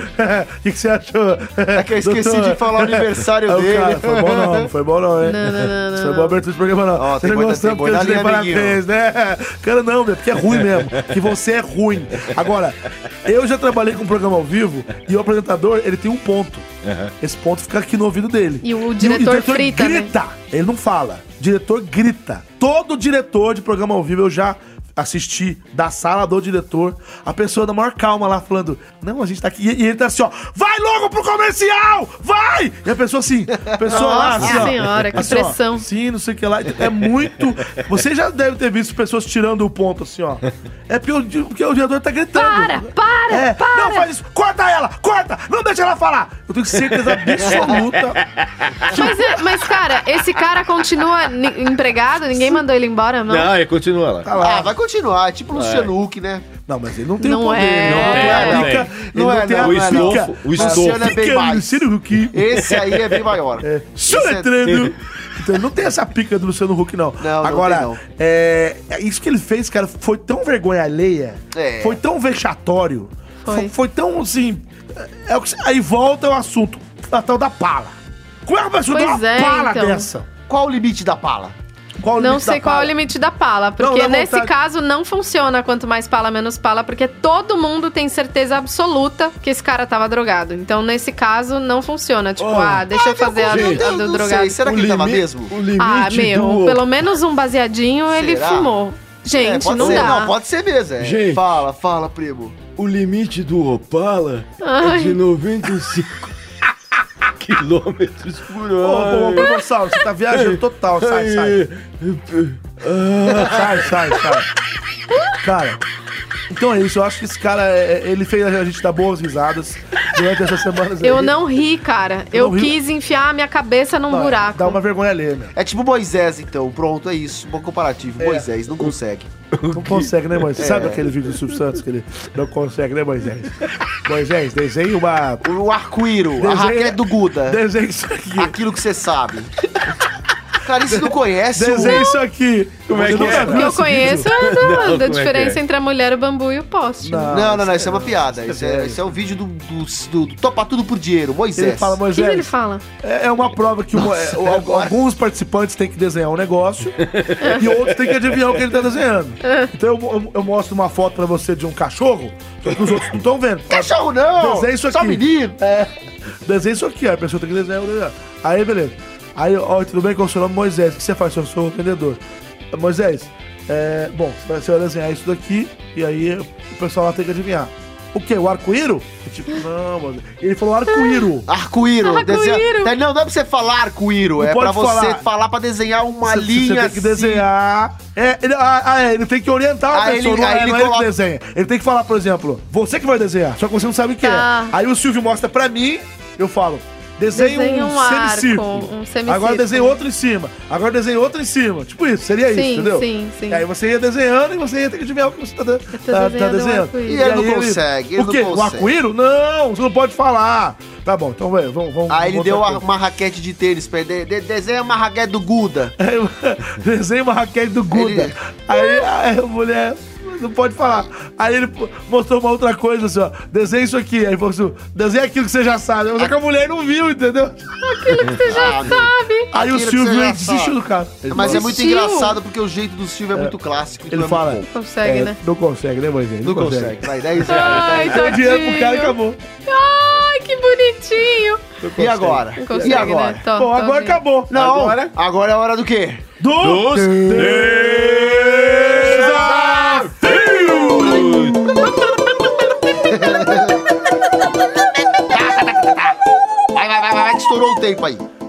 B: o que, que você achou? É
D: que eu esqueci de falar o aniversário dele.
B: foi bom não, não foi bom não, hein?
F: Não, não, não, não,
B: Isso foi boa abertura de programa não.
D: Ó,
B: você
D: tem
B: não
D: boi-
B: gostou
D: tem boi
B: porque eu
D: na
B: te dei
D: linha, amiguinho.
B: parabéns, né? Cara, não, meu, porque é ruim mesmo. Que você é ruim. Agora, eu já trabalhei com um programa ao vivo e o apresentador, ele tem um ponto. Esse ponto fica aqui no ouvido dele.
F: E o diretor frita, né?
B: grita. Ele não fala. Diretor grita. Todo diretor de programa ao vivo eu já assisti da sala do diretor, a pessoa da maior calma lá falando: "Não, a gente tá aqui". E ele tá assim, ó: "Vai logo pro comercial! Vai!". E a pessoa assim, a pessoa lá
F: Nossa
B: assim, ó,
F: senhora, que
B: ó,
F: pressão.
B: sim, não sei o que lá. É muito. Você já deve ter visto pessoas tirando o ponto assim, ó. É porque o, di- porque o diretor tá gritando.
F: Para, para,
B: É,
F: para.
B: Não faz isso. Corta ela, corta. Não deixa ela falar. Eu tenho certeza absoluta
F: Mas, é- mas, cara, esse cara continua ni- empregado? Ninguém mandou ele embora, não?
C: Não, é Tá, ele continua lá.
D: Ah, vai continuar, é tipo o Luciano Huck, né?
B: Tá Não, mas ele não tem
F: Não
B: o poder.
F: é.
B: Não,
F: Não
B: tem
F: é,
B: a
F: não
B: pica.
D: tem.
B: Ele
D: Não
B: não
D: é,
B: tem a
D: não, não é, não.
B: pica.
D: O estofo,
B: Luciano
D: é bem
B: Pica,
D: mais.
B: Luciano Huck.
D: Esse aí é bem maior.
B: É. Soletrando. Então ele não tem essa pica do Luciano Huck, não.
D: não
B: Agora,
D: tem, não.
B: é, isso que ele fez, cara, foi tão vergonha alheia.
D: É.
B: Foi tão vexatório.
F: Foi.
B: Foi, foi tão, assim... é o que- aí volta o assunto. A tal da pala. Como é que uma pessoa dá
F: Pois
B: uma
F: é,
B: pala
F: então.
B: dessa?
D: Qual o limite da pala?
B: Qual o
F: Não
B: limite da
F: sei qual é o
B: pala?
F: limite da pala, porque
B: dá
F: nesse
B: vontade.
F: caso não funciona quanto mais pala, menos pala, porque todo mundo tem certeza absoluta que esse cara tava drogado. Então, nesse caso, não funciona. Tipo,
K: Oh.
F: ah, deixa eu fazer a,
D: Gente,
F: a
D: eu
F: do
D: não
F: drogado.
D: sei, será que
K: O
D: ele tava
K: limi-
D: mesmo?
K: O limite
F: ah, meu,
K: do...
F: pelo menos um baseadinho ele
D: Será?
F: fumou.
D: É,
F: Gente,
D: pode
F: não
D: ser,
F: dá.
D: Não, pode ser mesmo. é.
K: Gente.
D: Fala, fala, primo.
K: O limite do Opala é
F: Ai.
K: de 95 quilômetros por
B: Ô, ô, ô,
K: hora.
B: Dinossauro, você tá viajando total. Sai, sai. Sai, sai, sai. Cara, então é isso. Eu acho que esse cara, é- é- ele fez a gente dar boas risadas durante essas semanas.
F: Eu
B: aí.
F: não ri, cara.
B: Eu
F: Eu,
B: não ri.
F: quis enfiar a minha cabeça num
B: Dá-
F: buraco.
B: Dá uma vergonha alheia, né?
D: É tipo Moisés, então. Pronto, é isso. Bom comparativo. Moisés, não consegue.
B: Não consegue, né, Moisés?
C: É.
B: Sabe aquele vídeo do Silvio Santos que ele não consegue, né, Moisés? Moisés, desenhe uma...
D: O arco-íro, a
B: Desenha-
D: raquete do Guda.
B: Desenhe isso aqui.
C: Ah,
D: Aquilo que você sabe. Cara, isso não conhece o...
B: Desenhe isso aqui.
C: Como é
B: Você
C: que
B: nunca
C: é?
B: viu
F: O que eu
B: esse vídeo?
F: conheço é da,
C: Não,
F: da
C: como é que
F: diferença
C: é?
F: entre a mulher, o bambu e o poste. né?
D: Não, não, não, isso é uma piada. Isso é, isso é o vídeo do, do, do, do Topa Tudo por Dinheiro, Moisés.
B: Ele fala,
F: O que
B: Moisés...
F: ele fala?
B: É é uma prova que uma- é, al- alguns participantes têm que desenhar um negócio e outros têm que adivinhar o que ele tá desenhando. Então eu, eu- eu mostro uma foto pra você de um cachorro, só que os outros não estão vendo.
D: Cachorro não!
B: Desenha isso
D: Só
B: aqui.
D: menino!
B: É, desenha isso aqui, ó, a pessoa tem que desenhar. o desenho. Aí, beleza. Aí, ó, tudo bem? Qual é o seu nome? Moisés. O que você faz? Eu sou vendedor. Moisés, é, bom, você vai- você vai desenhar isso daqui e aí o pessoal lá tem que adivinhar. O quê? O arco-íro? Eu, Tipo, não, Moisés. Ele falou arco-íro.
D: Arco-íro.
F: Arco-íro.
D: desenha- Não, não é pra você falar arco-íro,
B: Não
D: é pra
B: pode
D: você
B: falar.
D: falar, pra desenhar uma
B: Você- Você
D: linha
B: tem que
D: assim.
B: desenhar. É, ele, ah, ah, é, ele tem que orientar a
D: Aí
B: pessoa,
D: ele-
B: não,
D: aí
B: é,
D: ele
B: não é ele
D: coloca-
B: que desenha. Ele tem que falar, por exemplo, você que vai desenhar, só que você não sabe o que
F: Tá.
B: é. Aí o Silvio mostra pra mim, eu falo, desenhe
F: Desenha
B: um,
F: um arco,
B: semicírculo.
F: um semicírculo.
B: Agora desenha outro em cima. Agora desenha outro em cima. Tipo isso, seria isso,
F: Sim,
B: entendeu?
F: sim, sim.
B: E aí você ia desenhando e você ia ter que adivinhar o que você tá, de- tá- tá
F: desenhando um
B: desenhando.
F: arco-íris.
D: E ele não
B: aí
D: consegue, ele
B: o
D: não
B: quê? O
D: consegue.
B: arco-íro? Não, você não pode falar. Tá bom, então vai, vamos... vamos
D: assim. Aí ele
B: vamos
D: deu
B: outra
D: uma,
B: coisa.
D: uma raquete de tênis pra ele. De- de- desenha uma raquete do Guda.
B: Desenha uma raquete do Guda.
D: Ele-
B: Aí, aí a mulher não pode falar. Aí ele pô- mostrou uma outra coisa assim, ó. Desenha isso aqui. Aí ele falou assim, desenha aquilo que você já sabe. Só que a mulher não viu, entendeu?
F: Aquilo que você já
D: Ah,
F: sabe.
B: Aí o
D: Aquilo que
B: Silvio
D: você já
B: ele desistiu
D: sabe.
B: do cara. Ele
D: Mas é
B: fala-
D: muito
F: Assistiu.
D: engraçado porque o jeito do Silvio é, muito clássico. então
B: Ele
D: é
B: fala...
D: muito bom.
F: Consegue,
B: é,
F: né?
B: Não consegue, né, Moisés?
D: Não consegue. Vai, 10 reais.
F: Ai,
B: Deu dinheiro pro cara e
F: tadinho.
B: acabou.
F: Ai, que bonitinho.
D: E agora?
F: Não consegue,
D: E agora?
F: né? Tô-
B: Bom,
F: tô
B: agora
F: ouvindo.
B: acabou.
D: Não,
B: Agora...
D: agora? é hora do quê?
B: Do...
C: Os desafios!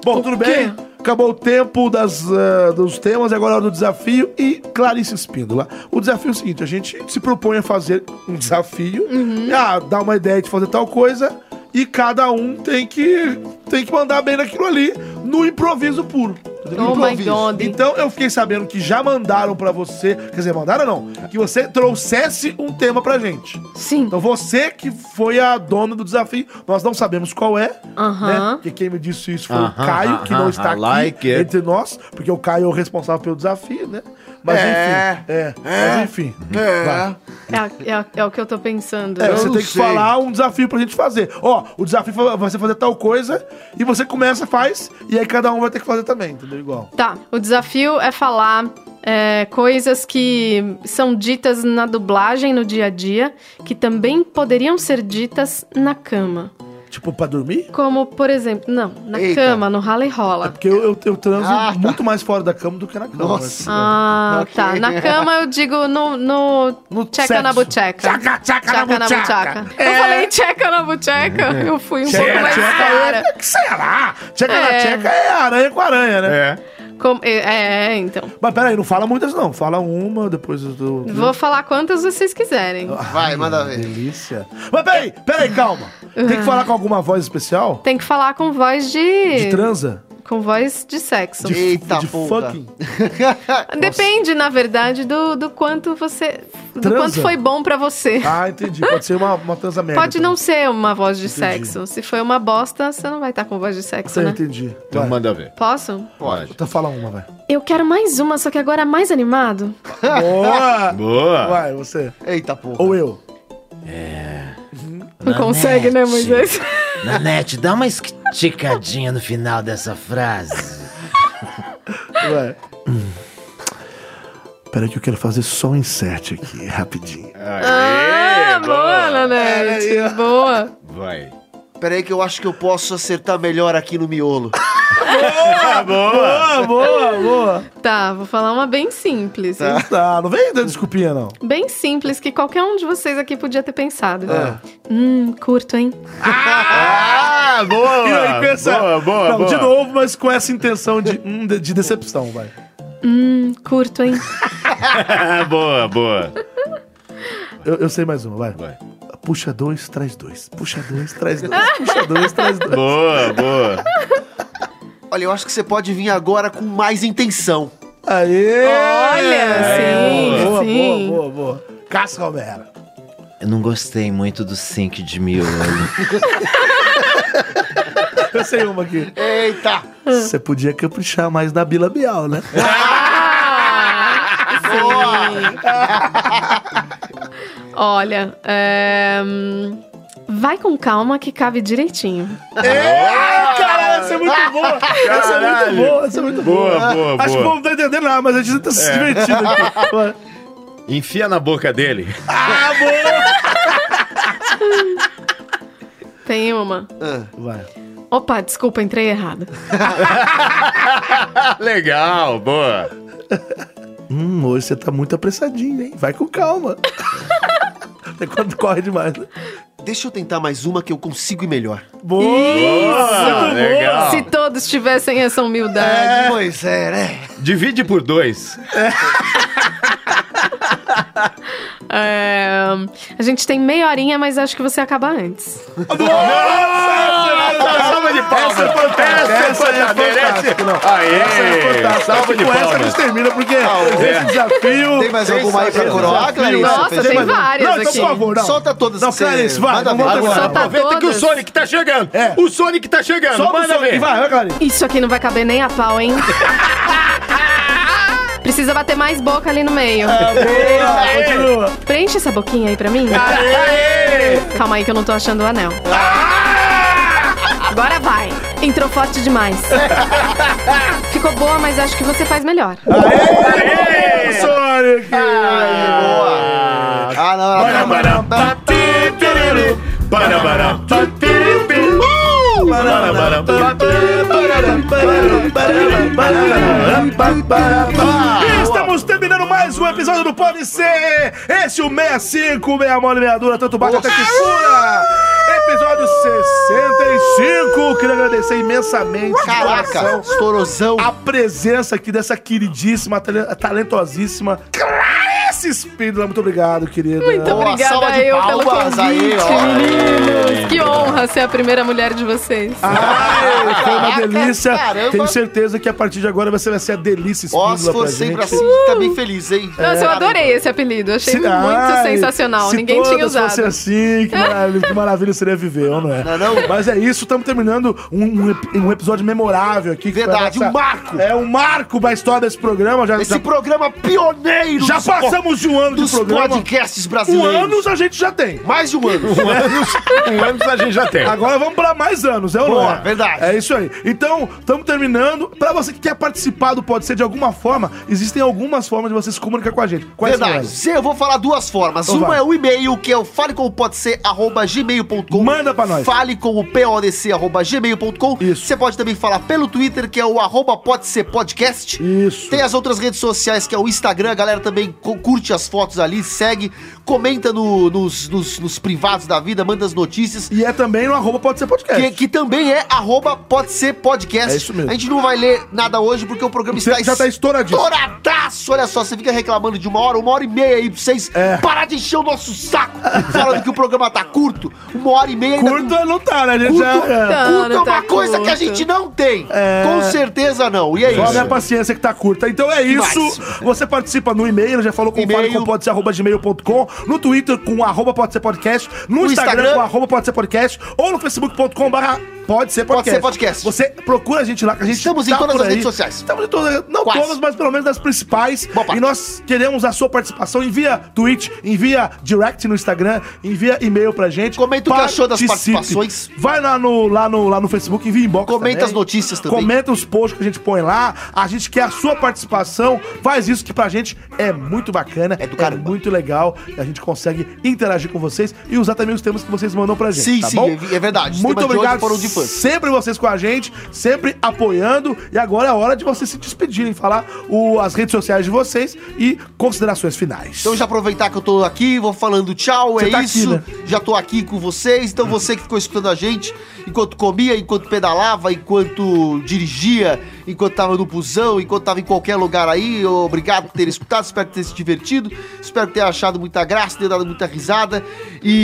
B: Bom, tudo bem? Acabou o tempo das, ah, dos temas, agora é a hora do desafio e Clarice Espíndola. O desafio é o seguinte, a gente se propõe a fazer um desafio,
F: Uhum.
B: ah, dá uma ideia de fazer tal coisa e cada um tem que, tem que mandar bem naquilo ali, no improviso puro. entendeu? No
F: Oh my
B: improviso.
F: God.
B: Então eu fiquei sabendo que já mandaram pra você, quer dizer, mandaram não, que você trouxesse um tema pra gente.
F: Sim.
B: Então você que foi a dona do desafio, nós não sabemos qual é, né? Porque quem me disse isso foi o
C: Aham,
B: Caio, que não
C: aham,
B: está
C: I
B: aqui
C: like it.
B: entre nós, porque o Caio é o responsável pelo desafio, né? Mas
F: É.
B: enfim, é,
F: É.
B: mas enfim.
F: É.
B: vai.
F: É, a- é a- é o que eu tô pensando.
B: É, você tem que falar um desafio pra gente fazer. Ó, o desafio foi você fazer tal coisa e você começa, faz, e aí cada um vai ter que fazer também, entendeu? Igual.
F: Tá, o desafio é falar é, coisas que são ditas na dublagem no dia a dia, que também poderiam ser ditas na cama.
B: Tipo, pra dormir?
F: Como, por exemplo, não, na
B: Eita.
F: cama, no rala e rola.
B: Porque eu, eu, eu transo
C: Ah, tá.
B: muito mais fora da cama do que na cama. Nossa.
F: Ah,
B: Ok.
F: tá. Na cama eu digo no. No, tcheca
B: sexo.
F: na bucheca. Tchaca,
B: tchaca na É. buchaca.
F: Eu falei tcheca na bucheca.
B: É.
F: Eu fui um
B: Tcheca,
F: pouco mais
B: tcheca,
F: cara.
B: é- que será? Tcheca na
F: É.
B: tcheca é aranha com aranha, né? É.
F: Como- é, é, então.
B: Mas peraí, não fala muitas não. Fala uma, depois do...
F: Vou falar quantas vocês quiserem.
B: Vai, manda ver. Delícia. Mas peraí, peraí, calma. Tem que falar com alguma voz especial?
F: Tem que falar com voz de.
B: De transa?
F: Com voz de sexo.
B: De, Eita, de fucking.
F: Depende, na verdade, do, do quanto você. Do
B: Transa?
F: quanto foi bom pra você.
B: Ah, entendi. Pode ser uma, uma transa merda.
F: Pode não ser uma voz de
B: Entendi.
F: sexo. Se foi uma bosta, você não vai estar com voz de sexo,
B: Sim,
F: né?
B: entendi.
C: Então manda ver.
F: Posso?
C: Pode.
B: Então fala uma, vai.
F: Eu quero mais uma, só que agora é mais animado.
B: Boa!
C: Boa!
B: Vai, você. Eita porra. Ou eu.
F: Não consegue, né, Moisés?
Q: Nanete, dá uma esticadinha no final dessa frase.
B: Vai. Peraí que eu quero fazer só um insert aqui, rapidinho.
F: Ah, boa,
D: Peraí, ó.
F: Nanete. Boa.
C: Vai.
D: Peraí que eu acho que eu posso acertar melhor aqui no miolo.
B: boa, boa, Ah, boa, boa.
F: Tá, vou falar uma bem simples.
B: Tá. não vem dando desculpinha, não.
F: Bem simples, que qualquer um de vocês aqui podia ter pensado.
B: É.
F: Hum, curto, hein?
C: Ah, boa!
B: E aí, com essa...
C: Boa, boa,
B: não,
C: boa.
B: De novo, mas com essa intenção de, hum, de, de decepção, vai.
F: Hum, curto, hein?
C: Ah, boa, boa.
B: Eu, eu sei mais uma, vai. Puxa dois, traz dois. Puxa dois, traz dois. Puxa dois, traz dois.
C: Boa, boa.
D: Olha, eu acho que você pode vir agora com mais intenção.
B: Aê!
D: Olha,
B: boa,
D: sim, sim.
B: boa, boa, boa. Cássio Romero.
Q: Eu não gostei muito do sync de né? miolo.
B: Eu sei uma aqui.
D: Eita!
B: Você podia caprichar mais na Bila Bial, né?
F: Olha, é, hum, vai com calma que cabe direitinho.
B: Caralho, essa é muito boa! Essa é muito
C: Ah! Caralho.
B: boa, essa é muito boa.
C: Boa, boa,
B: Acho que o
C: boa.
B: povo não tá entendendo nada, mas a gente tá se
C: É.
B: divertindo aqui. Vai.
C: Enfia na boca dele.
B: Ah, boa!
F: Tem uma.
B: Vai.
F: Opa, desculpa, entrei errado.
C: Legal, boa.
B: Hum, hoje você tá muito apressadinho, hein? Vai com calma. Até quando corre demais. né?
D: Deixa eu tentar mais uma que eu consigo ir melhor.
B: Boa!
C: Ah,
F: Isso! Se todos tivessem essa humildade.
D: pois é, né?
C: Divide por dois.
F: É, hum, a gente tem meia horinha, mas acho que você acaba antes.
C: Salva de palmas! Essa é fantástica! Essa é fantástica! Aê! Tá tipo
B: Essa é fantástica.
C: Salva
B: Acho
C: de
B: que com essa a
C: palmas! Ah,
B: gente termina, porque
C: Salve.
B: esse desafio.
D: Tem mais alguma aí pra
B: esse
D: coroar,
B: desafio-
D: Clarice? Nossa, Fez tem
B: mais uma?
D: várias
B: Não, então,
D: aqui.
B: por favor, não.
D: Solta todas
B: Não,
D: que você-
B: Clarice, vai.
D: manda
B: Não vamos
D: ver.
B: terminar.
D: Solta
B: Aproveita
C: Aproveita que o Sonic tá chegando! O Sonic tá chegando!
F: Sobe o
C: Manda
F: Sonic,
C: ver!
F: vai,
B: vai, Clarice!
F: Isso aqui não vai caber nem a pau, hein? Precisa bater mais boca ali no meio.
B: É. Aê! Continua.
F: Preenche essa boquinha aí pra mim. Calma aí que eu não tô achando o anel.
B: Ah!
F: Agora vai. Entrou forte demais. Ficou boa, mas acho que você faz melhor.
B: Ah, Sonic!
D: Ah, não, não, não, não, não, não.
B: Estamos terminando mais um episódio do Pode Ser! Esse é o 65, meia mole, meia dura, tanto bate até que fura! Episódio 65. Queria agradecer imensamente. de
D: Caraca,
B: coração,
D: estourosão.
B: A presença aqui dessa queridíssima, tale- talentosíssima Clarice Spindler. Muito obrigado, querida.
F: Muito obrigada a eu pelo convite, meninos. Que honra ser a primeira mulher de vocês.
B: Ai, foi uma delícia.
F: caramba.
B: Tenho certeza que a partir de agora você vai ser a delícia
D: Ó,
B: Spindler
D: se
B: pra
D: for
B: gente.
D: sempre assim, fica bem feliz, hein?
F: Nossa, eu
B: É.
F: adorei esse apelido. Achei muito
B: Ai,
F: sensacional.
B: se
F: Ninguém tinha
B: todas
F: usado.
B: fossem assim, que maravilha, que maravilha seria viver, ou não é? Mas é isso, estamos terminando um, um ep- um episódio memorável aqui. que foi a
D: Verdade,
B: nossa-
D: um marco.
B: É um marco da história desse programa. Já,
D: Esse
B: já-
D: programa pioneiro
B: Já
D: dos
B: passamos de um ano de
D: dos
B: programa.
D: podcasts brasileiros.
B: Um anos a gente já tem.
D: Mais de um ano.
B: Um anos, um anos a gente já tem. Agora vamos pra mais anos, é ou não?
D: Boa,
B: é?
D: verdade.
B: É isso aí. Então, estamos terminando. Pra você que quer participar do Pode Ser de alguma forma, existem algumas formas de você se comunicar com a gente. Quais são
D: Verdade.
B: elas?
D: Zé, Eu vou falar duas formas.
B: Então
D: Uma
B: vai.
D: é o e-mail, que é o falecompodc.gmail.com.
B: Manda pra nós.
D: Fale com o podc.gmail.com. Isso. Você pode também falar pelo Twitter, que é o arroba pode ser podcast.
B: Isso.
D: Tem as outras redes sociais, que é o Instagram. A galera também cu- curte as fotos ali, segue, comenta no- nos, nos- nos privados da vida, manda as notícias.
B: E é também no arroba pode ser podcast.
D: Que, que também é arroba pode ser podcast.
B: É isso mesmo.
D: A gente não vai ler nada hoje porque o programa
B: Você
D: está
B: já tá estouradíssimo.
D: Estouradaço! Olha só, você fica reclamando de uma hora, uma hora e meia aí pra vocês
B: É.
D: parar de encher o nosso saco falando que o programa tá curto. Uma hora e meia ainda
B: Curto não tá, né? A gente
D: Curto,
B: já- é.
D: curto é
F: Não,
D: uma
F: tá
D: coisa que a
F: curto.
D: gente não tem.
B: É.
D: Com certeza não. E é
B: Só a minha
D: isso.
B: paciência que tá curta. Então é isso. Você participa no e-mail, já falou com
D: E-mail.
B: fale com pode ser arroba gmail.com, no Twitter com arroba pode ser podcast, no,
D: No
B: Instagram,
D: Instagram.
B: com arroba pode ser podcast, ou no facebook.com barra pode ser
D: Pode
B: podcast.
D: Ser Podcast.
B: Você procura a gente lá, que a gente
D: Estamos em
B: tá
D: todas
B: por
D: as
B: aí.
D: redes sociais.
B: Estamos em todas, não
D: Quase.
B: todas, mas pelo menos nas principais. E nós queremos a sua participação. Envia tweet, envia direct no Instagram, envia e-mail pra gente.
D: Comenta o que achou das participações.
B: Vai lá no, lá no, lá no Facebook, envia inbox
D: Comenta as notícias também.
B: Comenta os posts que a gente põe lá. A gente quer a sua participação. Faz isso que pra gente é muito bacana. É do cara. muito legal. E a gente consegue interagir com vocês e usar também os temas que vocês mandam pra gente.
D: Sim,
B: tá
D: sim,
B: bom?
D: é- é verdade. Os
B: Muito
D: temas de hoje
B: obrigado.
D: foram de fãs.
B: Sempre vocês com a gente, sempre apoiando. E agora é a hora de vocês se despedirem, falar o- as redes sociais de vocês e considerações finais.
D: Então já aproveitar que eu tô aqui, vou falando tchau,
B: Você
D: é
B: tá aqui,
D: isso.
B: né?
D: Já tô aqui com vocês, então você que ficou escutando a gente enquanto comia, enquanto pedalava, enquanto dirigia, enquanto tava no busão, enquanto tava em qualquer lugar aí, obrigado por ter escutado, espero ter se divertido, espero ter achado muita graça, ter dado muita risada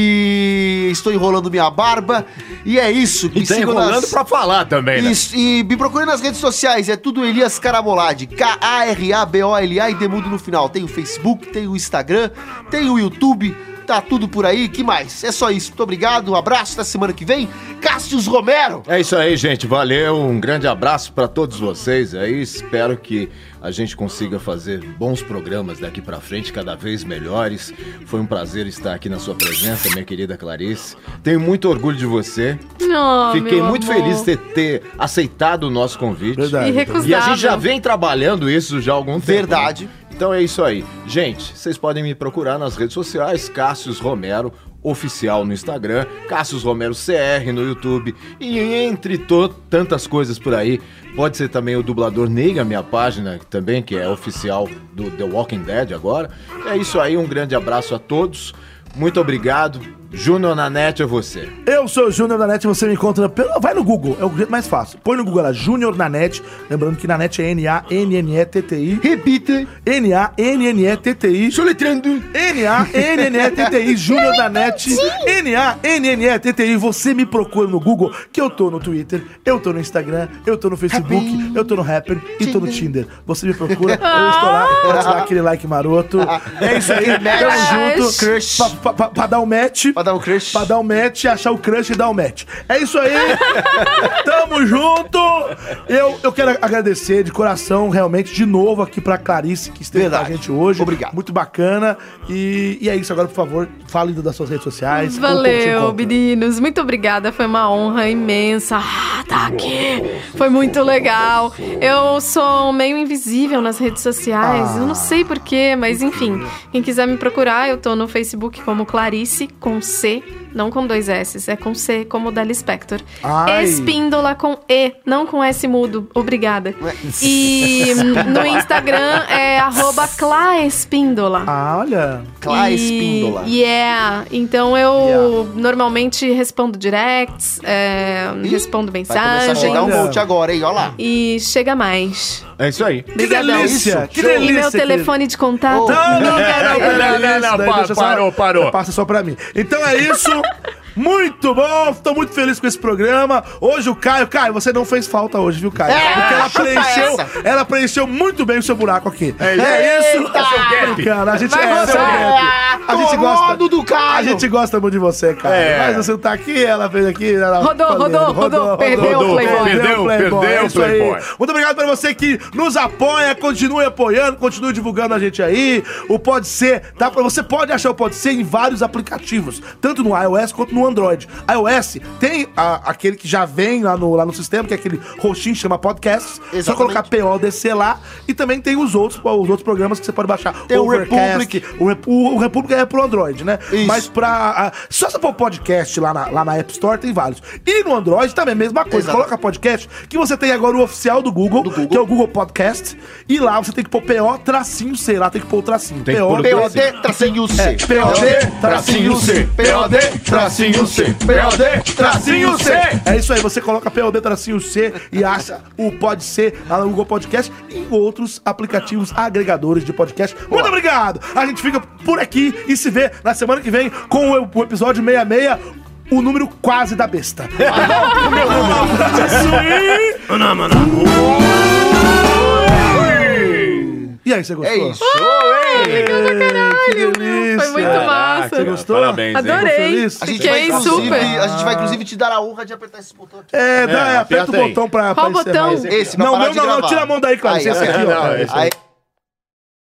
D: e estou enrolando minha barba e é isso.
C: E tá enrolando pra falar também, né?
D: Isso, e me procure nas redes sociais, é tudo Elias Carabolade, K-A-R-A-B-O-L-A e Demudo no final. Tem o Facebook, tem o Instagram, tem o YouTube, tá tudo por aí, que mais? É só isso, muito obrigado, um abraço, até semana que vem, Cássius Romero!
C: É isso aí, gente. Valeu. Um grande abraço pra todos vocês aí. Espero que a gente consiga fazer bons programas daqui pra frente, cada vez melhores. Foi um prazer estar aqui na sua presença, minha querida Clarice. Tenho muito orgulho de você.
B: assim.
F: Não,
C: Fiquei
F: Ah, meu
C: muito
F: amor.
C: feliz de ter aceitado o nosso convite.
F: Verdade. Irrecusável.
C: E a gente já vem trabalhando isso já há algum tempo.
D: Verdade.
C: né? Então é isso aí. Gente, vocês podem me procurar nas redes sociais, Cássius Romero oficial no Instagram, Cássius Romero CR no YouTube e entre to- tantas coisas por aí. Pode ser também o dublador Neiga, minha página também, que é oficial do The Walking Dead agora. É isso aí, um grande abraço a todos. Muito obrigado. Júnior Nanete é você.
B: Eu sou o Júnior da NET, você me encontra pelo... Vai no Google, é o jeito mais fácil. Põe no Google lá, Júnior na NET. Lembrando que na NET é N-A-N-N-E-T-T-I.
D: Repita.
B: N-A-N-N-E-T-T-I.
C: Soletrando.
B: N-A-N-N-E-T-T-I, Júnior da NET. N-A-N-N-E-T-T-I. Você me procura no Google, que eu tô no Twitter, eu tô no Instagram, eu tô no Facebook, eu tô no Rapper e tô no Tinder. Você me procura, eu estou lá, pode
D: Ah.
B: dar aquele like maroto. É isso aí,
D: Match.
B: tamo junto.
D: Crush.
B: Pa- pra, pra- pra dar o match. Pra
D: dar o crush.
B: Pra dar o match, achar o crush e dar o match. É isso aí. Tamo junto. Eu, eu quero agradecer de coração, realmente, de novo aqui pra Clarice, que esteve com a gente hoje. Obrigado. Muito bacana. E, e é isso. Agora, por favor, fale das suas redes sociais. como que te
F: Valeu,
B: encontra.
F: meninos. Muito obrigada. Foi uma honra imensa. Ah, tá aqui. Foi muito legal. Eu sou um meio invisível nas redes sociais.
C: Ah.
F: Eu não sei porquê, mas enfim. Quem quiser me procurar, eu tô no Facebook como Clarice com C. não com dois S, é com C, como o da Lispector.
M: Ai.
F: Espíndola com E, não com S mudo. Obrigada. E hum, no Instagram é arroba Claespíndola.
B: Ah, olha.
D: Clá Espíndola.
F: E- Yeah. Então eu normalmente respondo directs, é, respondo
D: Vai começar a
F: mensagens.
D: chegar um monte agora, hein? Olha lá.
F: E chega mais.
C: É isso aí. Que
F: Obrigadão. E meu telefone de contato.
D: Oh.
B: Não, não, não, não,
F: Obrigada.
B: não,
C: não, não, pa- parou, parou.
B: É, Passa só pra mim. Então é isso. Muito bom, tô muito feliz com esse programa. Hoje o Caio, Caio, você não fez falta hoje, viu, Caio?
M: É,
B: Porque ela
M: chupa
B: preencheu,
M: essa.
B: ela preencheu muito bem o seu buraco aqui. É,
M: isso.
B: isso.
M: Eita.
B: Cara, a gente
M: Vai
B: é,
M: você.
B: seu gap. a gente
M: Tomou
B: gosta
M: do Caio.
B: A gente gosta muito de você, Caio.
M: É.
B: Mas você tá aqui, ela fez aqui, ela tá
M: Rodou, rodou, rodou. Perdeu o Playboy.
B: Perdeu, o Playboy.
M: Perdeu,
B: é isso aí.
M: Playboy.
B: Muito obrigado pra você que nos apoia, continue apoiando, continue divulgando a gente aí. O Pode Ser, tá? Pra- Você pode achar o Pode Ser em vários aplicativos, tanto no iOS quanto no Android. iOS tem a- aquele que já vem lá no, lá no sistema, que é aquele roxinho que chama Podcasts. Só colocar PODC lá. E também tem os outros, os outros programas que você pode baixar.
D: Tem o
B: Overcast, O, Rep- o, o Republic é pro Android, né? Mas pra. ah, só se for podcast lá na, lá na App Store, tem vários. E no Android também, é mesma coisa.
D: Exato.
B: Coloca podcast, que você tem agora o oficial do Google, que é o Google Podcast. E lá você tem que pôr PO tracinho C. Lá tem que pôr o tracinho.
D: Tem que pôr o tracinho. POD, tracinho C.
B: É, POD tracinho C.
D: POD, tracinho C. POD, tracinho C.
B: É isso aí, você coloca POD tracinho C e acha o Pode Ser lá no Google Podcast e em outros aplicativos agregadores de podcast. Muito obrigado! A gente fica por aqui e se vê na semana que vem com o o episódio 66, o número quase da besta. O meu número. E aí, você gostou?
M: É isso. Ai, legal pra caralho. Foi muito
B: Caraca,
M: massa.
F: É,
B: cara, parabéns, hein? Adorei.
M: Adorei.
B: Feliz?
D: A gente,
B: Fiquei
D: vai, inclusive,
B: super.
D: a gente vai, inclusive, te dar a honra de apertar esse botão aqui.
B: É, dá, É, aperta o botão pra. pra encerrar.
D: Esse, pra
B: não,
D: parar
B: não,
D: de
B: não, não,
D: gravar.
B: tira a mão daí, Cláudio.
D: Aí,
B: Esse aqui,
D: aí,
B: ó.
D: aí.